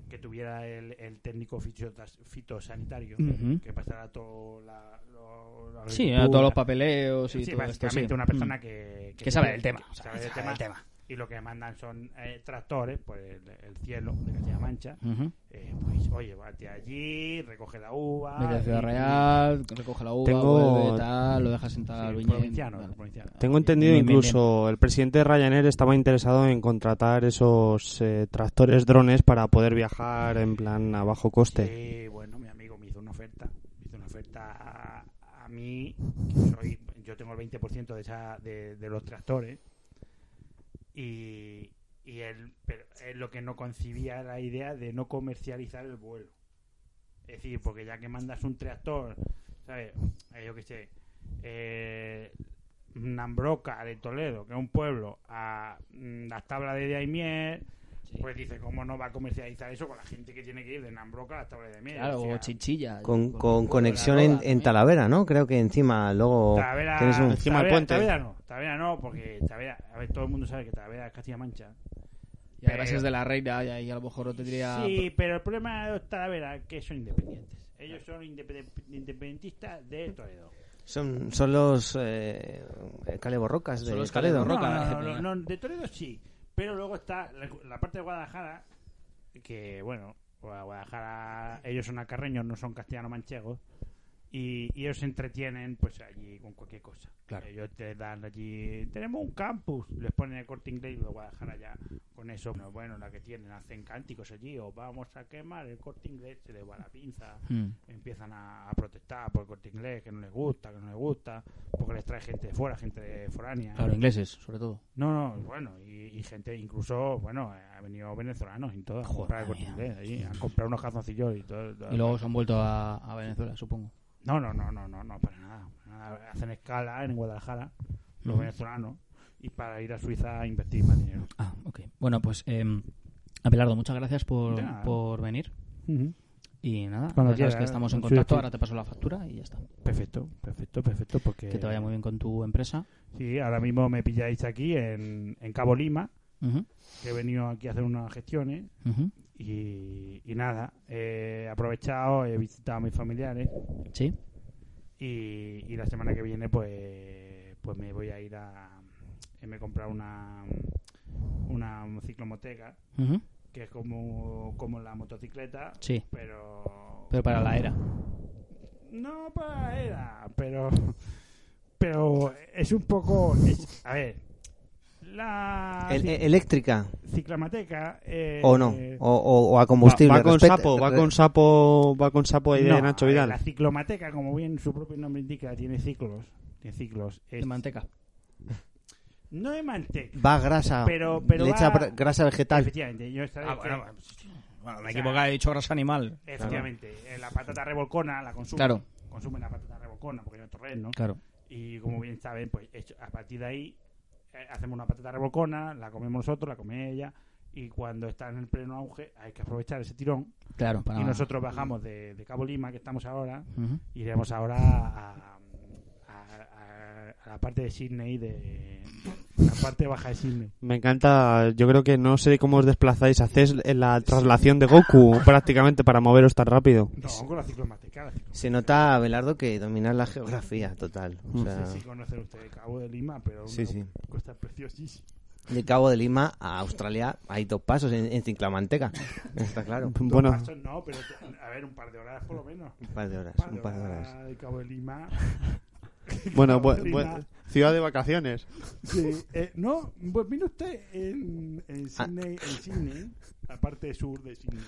Speaker 3: que tuviera el, el técnico fitotas- fitosanitario,
Speaker 2: Ujú.
Speaker 3: que pasara todo la, lo- la
Speaker 2: Sí, a
Speaker 3: agricultura,
Speaker 2: todos los papeleos y
Speaker 3: sí,
Speaker 2: todo esto.
Speaker 3: básicamente
Speaker 2: sí.
Speaker 3: una persona que,
Speaker 2: Que sabe del tema,
Speaker 3: que
Speaker 2: o sea,
Speaker 3: sabe del
Speaker 2: sabe del
Speaker 3: tema, Y lo que mandan son eh, tractores, pues el, el cielo de Castilla-La Mancha.
Speaker 2: Mm. Ujú.
Speaker 3: eh, pues oye, vete allí, recoge la uva.
Speaker 2: Vete a Ciudad
Speaker 3: y-
Speaker 2: Real, recoge la uva,
Speaker 1: Tengo-
Speaker 2: vuelve, tal, lo dejas en
Speaker 3: sí,
Speaker 2: tal viñedo,
Speaker 3: provinciano,
Speaker 2: vale.
Speaker 3: provinciano.
Speaker 1: Tengo entendido
Speaker 2: Bien, bien,
Speaker 1: incluso el presidente de Ryanair estaba interesado en contratar esos eh, tractores drones para poder viajar en plan a bajo coste.
Speaker 3: Sí, Eh, bueno, mi amigo me hizo una oferta. Me hizo una oferta a, a mí. que soy- yo tengo el 20% de, esa, de, de los tractores. Y, y él, pero él lo que no concibía era la idea de no comercializar el vuelo. Es decir, porque ya que mandas un tractor, ¿sabes? Eh, Yo qué sé. Eh, Nambroca de Toledo, que es un pueblo, a mm, las tablas de Daimiel, pues dice, ¿cómo no va a comercializar eso con la gente que tiene que ir de Nambroca a las tablas de Daimiel?
Speaker 2: Claro,
Speaker 3: O sea,
Speaker 2: o chinchilla.
Speaker 4: Con, con conexión
Speaker 2: la
Speaker 4: en,
Speaker 2: roda,
Speaker 4: en
Speaker 2: ¿no?
Speaker 4: Talavera, ¿no? Creo que encima luego
Speaker 3: Tavera,
Speaker 4: tienes un...
Speaker 1: Encima del puente.
Speaker 3: Tavera no, Tavera no, porque Tavera, a ver, todo el mundo sabe que Tavera es Castilla-Mancha.
Speaker 2: Y además es de la reina y ahí a lo mejor no tendría...
Speaker 3: Sí, pero el problema de los Talavera es que son independientes. Ellos son independen- independentistas de Toledo.
Speaker 4: Son, son los eh, Caleborrocas de
Speaker 2: Son los
Speaker 4: Toledo.
Speaker 2: Caleborrocas. Roca,
Speaker 3: no, no,
Speaker 2: eh,
Speaker 3: no, no, no, de Toledo sí, pero luego está la, la parte de Guadalajara, que bueno, Gua- Guadalajara, ellos son acarreños, no son castellano-manchegos, y, y ellos se entretienen pues allí con cualquier cosa. Ellos te dan allí, tenemos un campus, les ponen el corte inglés y los de Guadalajara ya con eso, bueno, bueno, la que tienen, hacen cánticos allí, o vamos a quemar el corte inglés, se les va la pinza
Speaker 2: Mm.
Speaker 3: empiezan a, a protestar por el corte inglés, que no les gusta, que no les gusta, porque les trae gente de fuera, gente de foránea.
Speaker 2: Claro, ingleses, sobre todo.
Speaker 3: No, no, bueno, y, y gente incluso, bueno, eh, ha venido venezolanos y todo, a
Speaker 2: Joder,
Speaker 3: comprar el corte
Speaker 2: mía.
Speaker 3: inglés, allí, han comprado unos cazoncillos y todo. todo.
Speaker 2: Y luego se han vuelto a, a Venezuela, supongo.
Speaker 3: No, no, no, no, no, no, para nada, para nada. Hacen escala en Guadalajara, los
Speaker 2: Ujú.
Speaker 3: venezolanos, y para ir a Suiza a invertir más dinero.
Speaker 2: Ah, ok. Bueno, pues, eh, Abelardo, muchas em, gracias por,
Speaker 3: De nada.
Speaker 2: por venir.
Speaker 3: Ujú.
Speaker 2: Y
Speaker 5: Y nada,
Speaker 2: Cuando
Speaker 5: ya sabes
Speaker 2: quiera,
Speaker 5: que estamos en
Speaker 2: sí, sí.
Speaker 5: contacto, ahora te paso la factura y ya está.
Speaker 2: Perfecto, perfecto, perfecto. Porque
Speaker 5: Que te vaya muy bien con tu empresa.
Speaker 3: Sí, ahora mismo me pilláis aquí en, en Cabo Lima,
Speaker 5: Ujú,
Speaker 3: que he venido aquí a hacer unas gestiones.
Speaker 5: ujú.
Speaker 3: Y, y nada, eh, he aprovechado, he visitado a mis familiares.
Speaker 5: Sí.
Speaker 3: Y, y la semana que viene, pues, pues me voy a ir a. eh, Me he comprado una, una ciclomoteca,
Speaker 5: ujú.
Speaker 3: que es como, como la motocicleta,
Speaker 5: Sí,
Speaker 3: pero.
Speaker 5: pero para la era.
Speaker 3: No para era, pero. Pero es un poco. es- a ver. La
Speaker 4: El-
Speaker 3: ci-
Speaker 4: e- eléctrica
Speaker 3: ciclamateca. eh,
Speaker 4: o no
Speaker 3: eh,
Speaker 4: o, o- o a
Speaker 1: Va,
Speaker 4: combustible
Speaker 1: va con
Speaker 4: respeta-
Speaker 1: sapo, va con sapo, va con sapo ahí de
Speaker 3: no,
Speaker 1: Nacho
Speaker 3: a ver,
Speaker 1: Vidal.
Speaker 3: La ciclomateca, como bien su propio nombre indica, tiene ciclos. Tiene ciclos. Es-
Speaker 5: De manteca.
Speaker 3: no de manteca.
Speaker 4: va grasa
Speaker 3: Pero- pero
Speaker 4: le
Speaker 3: va-
Speaker 4: echa bra- grasa vegetal
Speaker 3: Efectivamente, yo estaré.
Speaker 5: Ah, Bueno, me
Speaker 3: O sea,
Speaker 5: he dicho grasa animal.
Speaker 3: Efectivamente, eh, la patata revolcona la consumen.
Speaker 5: Claro.
Speaker 3: Consumen la patata revolcona porque no torres, ¿no?
Speaker 5: Claro.
Speaker 3: Y como bien saben, pues hecho- a partir de ahí eh, hacemos una patata revolcona, la comemos nosotros, la come ella. Y cuando está en el pleno auge, hay que aprovechar ese tirón.
Speaker 5: Claro, para...
Speaker 4: Ah.
Speaker 3: Y nosotros bajamos de, de Cabo Lima, que estamos ahora,
Speaker 5: Ujú.
Speaker 3: iremos ahora a, a- a- a la parte de Sydney, de la parte baja de Sydney.
Speaker 1: Me encanta, yo creo que no sé cómo os desplazáis, hacéis la traslación de Goku prácticamente para moveros tan rápido.
Speaker 3: No, con la ciclomateca. la ciclomateca.
Speaker 4: se nota Belardo que dominar la geografía total o
Speaker 3: No
Speaker 4: sea,
Speaker 3: sé si conocen ustedes Cabo de Lima, pero
Speaker 4: Sí,
Speaker 3: una
Speaker 4: sí.
Speaker 3: costa preciosísima.
Speaker 4: de Cabo de Lima a Australia hay dos pasos en, en Ciclamanteca está claro
Speaker 3: Dos
Speaker 1: Bueno,
Speaker 3: pasos no, pero te- a ver, un par de horas por lo menos.
Speaker 4: un par de horas
Speaker 3: Un par de,
Speaker 4: un par de
Speaker 3: horas.
Speaker 4: horas
Speaker 3: de Cabo de Lima.
Speaker 1: bueno,
Speaker 3: Cabo
Speaker 1: bu-
Speaker 3: de
Speaker 1: bu-
Speaker 3: Lima.
Speaker 1: ciudad de vacaciones.
Speaker 3: Sí, eh, no, pues vino usted en, en
Speaker 4: Ah.
Speaker 3: Sydney, en Sydney, la parte sur de Sydney.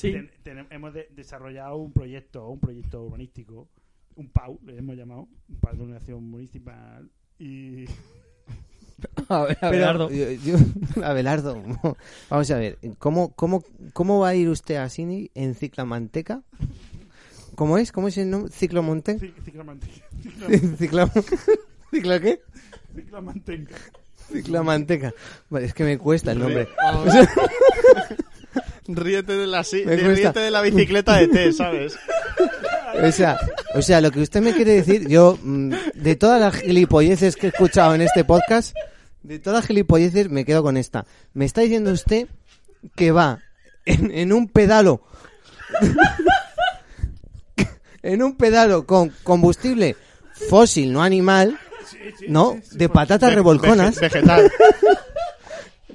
Speaker 3: Ten- ten- hemos de- desarrollado un proyecto, un proyecto urbanístico, un PAU, le hemos llamado, un PAU de Ordenación Municipal. Y
Speaker 5: A ver,
Speaker 4: Pero,
Speaker 5: Abelardo.
Speaker 4: yo- yo- Abelardo, vamos a ver, ¿cómo, cómo, cómo va a ir usted a Sydney en Ciclamanteca? ¿Cómo es? ¿Cómo es el nombre? ¿Ciclomonte?
Speaker 3: ci- ciclamanteca. cicla-
Speaker 4: ¿Cicla, ¿Cicla qué?
Speaker 3: Ciclamanteca.
Speaker 4: Ciclamanteca. Vale, es que me cuesta el nombre.
Speaker 1: Ríete de la, si-
Speaker 4: Me
Speaker 1: de-
Speaker 4: cuesta.
Speaker 1: ríete de la bicicleta de té, ¿sabes?
Speaker 4: O sea, o sea, lo que usted me quiere decir, yo, mm, de todas las gilipolleces que he escuchado en este podcast, de todas las gilipolleces me quedo con esta. Me está diciendo usted que va en, en un pedalo, en un pedalo con combustible fósil, no animal, no, de patatas revolconas.
Speaker 1: Vege- vegetal.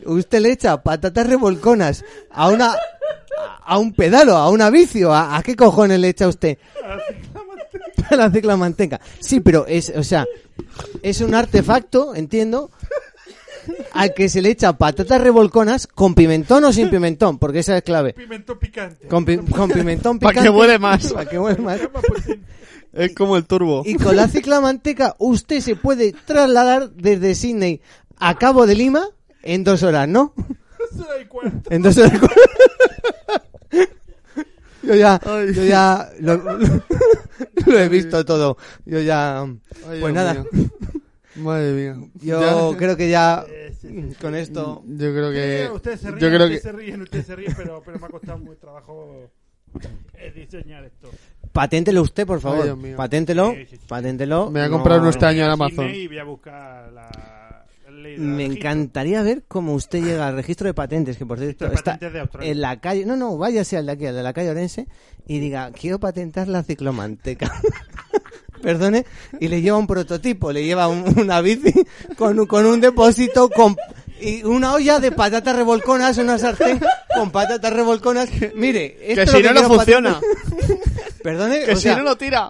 Speaker 4: Usted le echa patatas revolconas a una, a un pedalo, a una vicio, ¿a, a qué cojones le echa usted?
Speaker 3: ah,
Speaker 4: a la ciclamanteca. Sí, pero es, o sea, es un artefacto, entiendo, al que se le echa patatas revolconas con pimentón o sin pimentón, porque esa es clave.
Speaker 3: Pimento picante.
Speaker 4: Con, pi- con pimentón
Speaker 1: Pa' que
Speaker 4: picante.
Speaker 1: huele más.
Speaker 4: pa' que huele más.
Speaker 1: Es como el turbo.
Speaker 4: Y con la ciclamanteca usted se puede trasladar desde Sydney a Cabo de Lima en dos horas, ¿no? En dos horas y cuarto. Yo ya,
Speaker 1: Ay.
Speaker 4: yo ya lo, lo- lo he visto todo. Yo ya,
Speaker 1: Ay, Dios
Speaker 4: pues nada,
Speaker 1: mío. Madre mía.
Speaker 4: yo
Speaker 1: Ya-
Speaker 4: creo Eh, que ya
Speaker 3: Eh, sí, sí, sí.
Speaker 4: con esto
Speaker 1: Yo creo que.
Speaker 3: Sí, Eh, ustedes se ríen,
Speaker 1: yo creo
Speaker 3: ustedes
Speaker 1: que.
Speaker 3: se ríen, ustedes se ríen, pero, pero me ha costado mucho trabajo eh, diseñar esto.
Speaker 4: Mm. paténtelo usted, por
Speaker 1: Ay, Dios
Speaker 4: favor.
Speaker 1: mío.
Speaker 4: paténtelo,
Speaker 3: Sí, sí, sí.
Speaker 4: paténtelo.
Speaker 1: Me voy a comprar unos
Speaker 4: unos
Speaker 1: tra- este año en Amazon.
Speaker 3: Sydney Y voy a buscar la... la ley de
Speaker 4: Me
Speaker 3: registro.
Speaker 4: encantaría ver cómo usted llega al registro de patentes, que por cierto
Speaker 3: Registro de
Speaker 4: está
Speaker 3: patentes de Australia.
Speaker 4: en la calle, no, no, váyase al de aquí, al de la calle Orense, y diga, quiero patentar la ciclomanteca. Perdone, y le lleva un prototipo, le lleva un- una bici con, un- con un depósito con, y una olla de patatas revolconas, una sartén con patatas revolconas. Mire, esto
Speaker 1: Que
Speaker 4: es
Speaker 1: si no,
Speaker 4: lo
Speaker 1: no
Speaker 4: quiero
Speaker 1: funciona.
Speaker 4: patentar. Perdone,
Speaker 1: Que
Speaker 4: o
Speaker 1: si
Speaker 4: sea,
Speaker 1: no, no tira.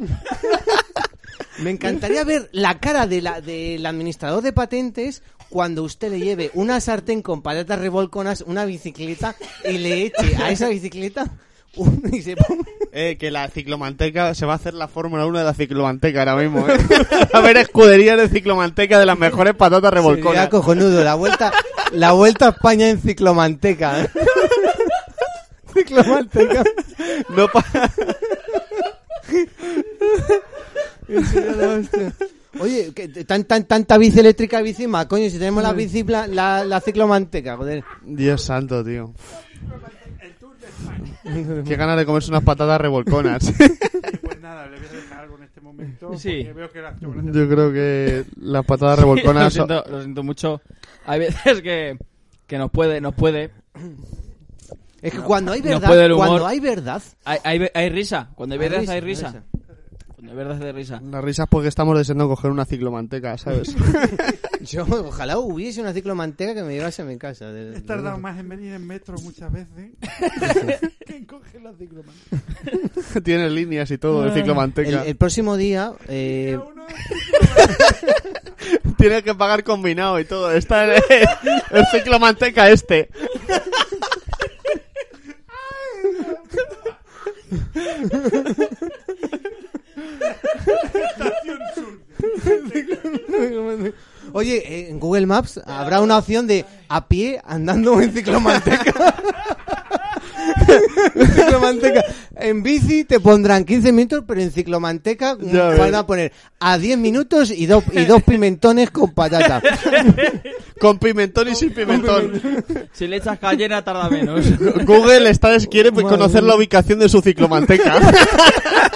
Speaker 4: me encantaría ver la cara de la- del administrador de patentes cuando usted le lleve una sartén con patatas revolconas, una bicicleta y le eche a esa bicicleta un, y se ponga-
Speaker 1: Eh, que la ciclomanteca se va a hacer la Fórmula 1 de la ciclomanteca ahora mismo. ¿eh? a ver, escuderías de ciclomanteca de las mejores patatas
Speaker 4: Sería
Speaker 1: revolconas.
Speaker 4: cojonudo, la vuelta, la vuelta a España en ciclomanteca. ciclomanteca.
Speaker 1: No pa-
Speaker 4: Sería la hostia. Oye, que t- tan, tan, tanta bici eléctrica, bici más, coño, si tenemos la bici, pla- la, la ciclomanteca, joder.
Speaker 1: Dios santo, tío.
Speaker 3: El Tour de España.
Speaker 1: Qué ganas de comerse unas patatas revolconas.
Speaker 3: Y pues nada, le voy a dejar algo en este momento.
Speaker 5: Sí.
Speaker 3: Porque veo que la
Speaker 1: Yo creo que las patatas revolconas
Speaker 5: lo,
Speaker 1: son...
Speaker 5: siento, lo siento mucho. Hay veces que, que nos puede, nos puede.
Speaker 4: Es que cuando hay
Speaker 5: no
Speaker 4: verdad,
Speaker 5: puede el humor.
Speaker 4: cuando hay verdad,
Speaker 5: Hay, hay, hay risa. Cuando hay verdad
Speaker 4: risa,
Speaker 5: hay
Speaker 4: hay
Speaker 5: risa.
Speaker 4: risa.
Speaker 5: Cuando hay verdad hay risa.
Speaker 1: Las risas porque estamos deseando coger una ciclomanteca, ¿sabes?
Speaker 4: yo ojalá hubiese una ciclomanteca que me llevase a mi casa. de-
Speaker 3: He
Speaker 4: de-
Speaker 3: tardado más en venir en metro muchas veces que en coger la ciclomano.
Speaker 1: Tiene líneas y todo de
Speaker 4: El,
Speaker 1: ciclomanteca.
Speaker 4: Ah, el próximo día, eh,
Speaker 1: Tienes que pagar combinado y todo. Está el, el ciclomanteca este.
Speaker 4: oye, eh, en Google Maps habrá una opción de a pie andando en ciclomanteca. En ciclomanteca. En bici te pondrán 15 minutos, pero en ciclomanteca
Speaker 1: Ya ves.
Speaker 4: van a poner a 10 minutos y dos, y dos pimentones con patata.
Speaker 1: Con pimentón y sin pimentón.
Speaker 5: Si le echas cayena tarda menos.
Speaker 1: Google está des- quiere pues,
Speaker 4: Madre
Speaker 1: conocer
Speaker 4: mía.
Speaker 1: la ubicación de su ciclomanteca.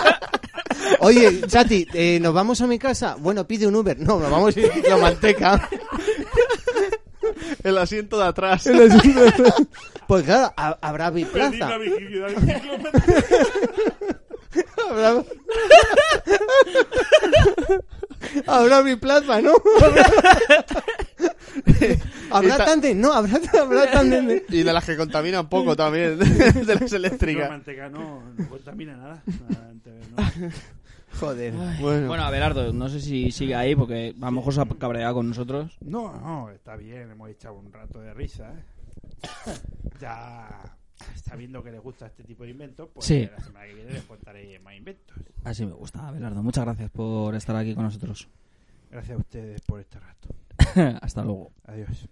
Speaker 4: Oye, Chati, eh, ¿nos vamos a mi casa? Bueno, pide un Uber. No, nos vamos a ir a ciclomanteca.
Speaker 1: El asiento de atrás.
Speaker 4: Pues claro, ha- habrá
Speaker 3: Perdí
Speaker 4: biplaza.
Speaker 3: la virginidad del ciclomano.
Speaker 4: Habrá, habrá biplaza, ¿no? habrá
Speaker 1: Esa-
Speaker 4: tándem, no, habrá, habrá tándem de-
Speaker 1: Y de las que contaminan poco también. De las
Speaker 3: La
Speaker 1: eléctricas.
Speaker 3: manteca no, no contamina nada. Nada, antes no.
Speaker 4: Joder.
Speaker 1: Bueno.
Speaker 5: Bueno, Abelardo, no sé si sigue ahí porque a lo mejor se ha cabreado con nosotros.
Speaker 3: No, no, está bien, hemos echado un rato de risa. ¿eh? Ya está viendo que le gusta este tipo de inventos, pues
Speaker 5: Sí.
Speaker 3: la semana que viene les contaré más inventos.
Speaker 5: Así me gusta, Abelardo. Muchas gracias por estar aquí con nosotros.
Speaker 3: Gracias a ustedes por este rato.
Speaker 5: Hasta luego.
Speaker 3: Adiós.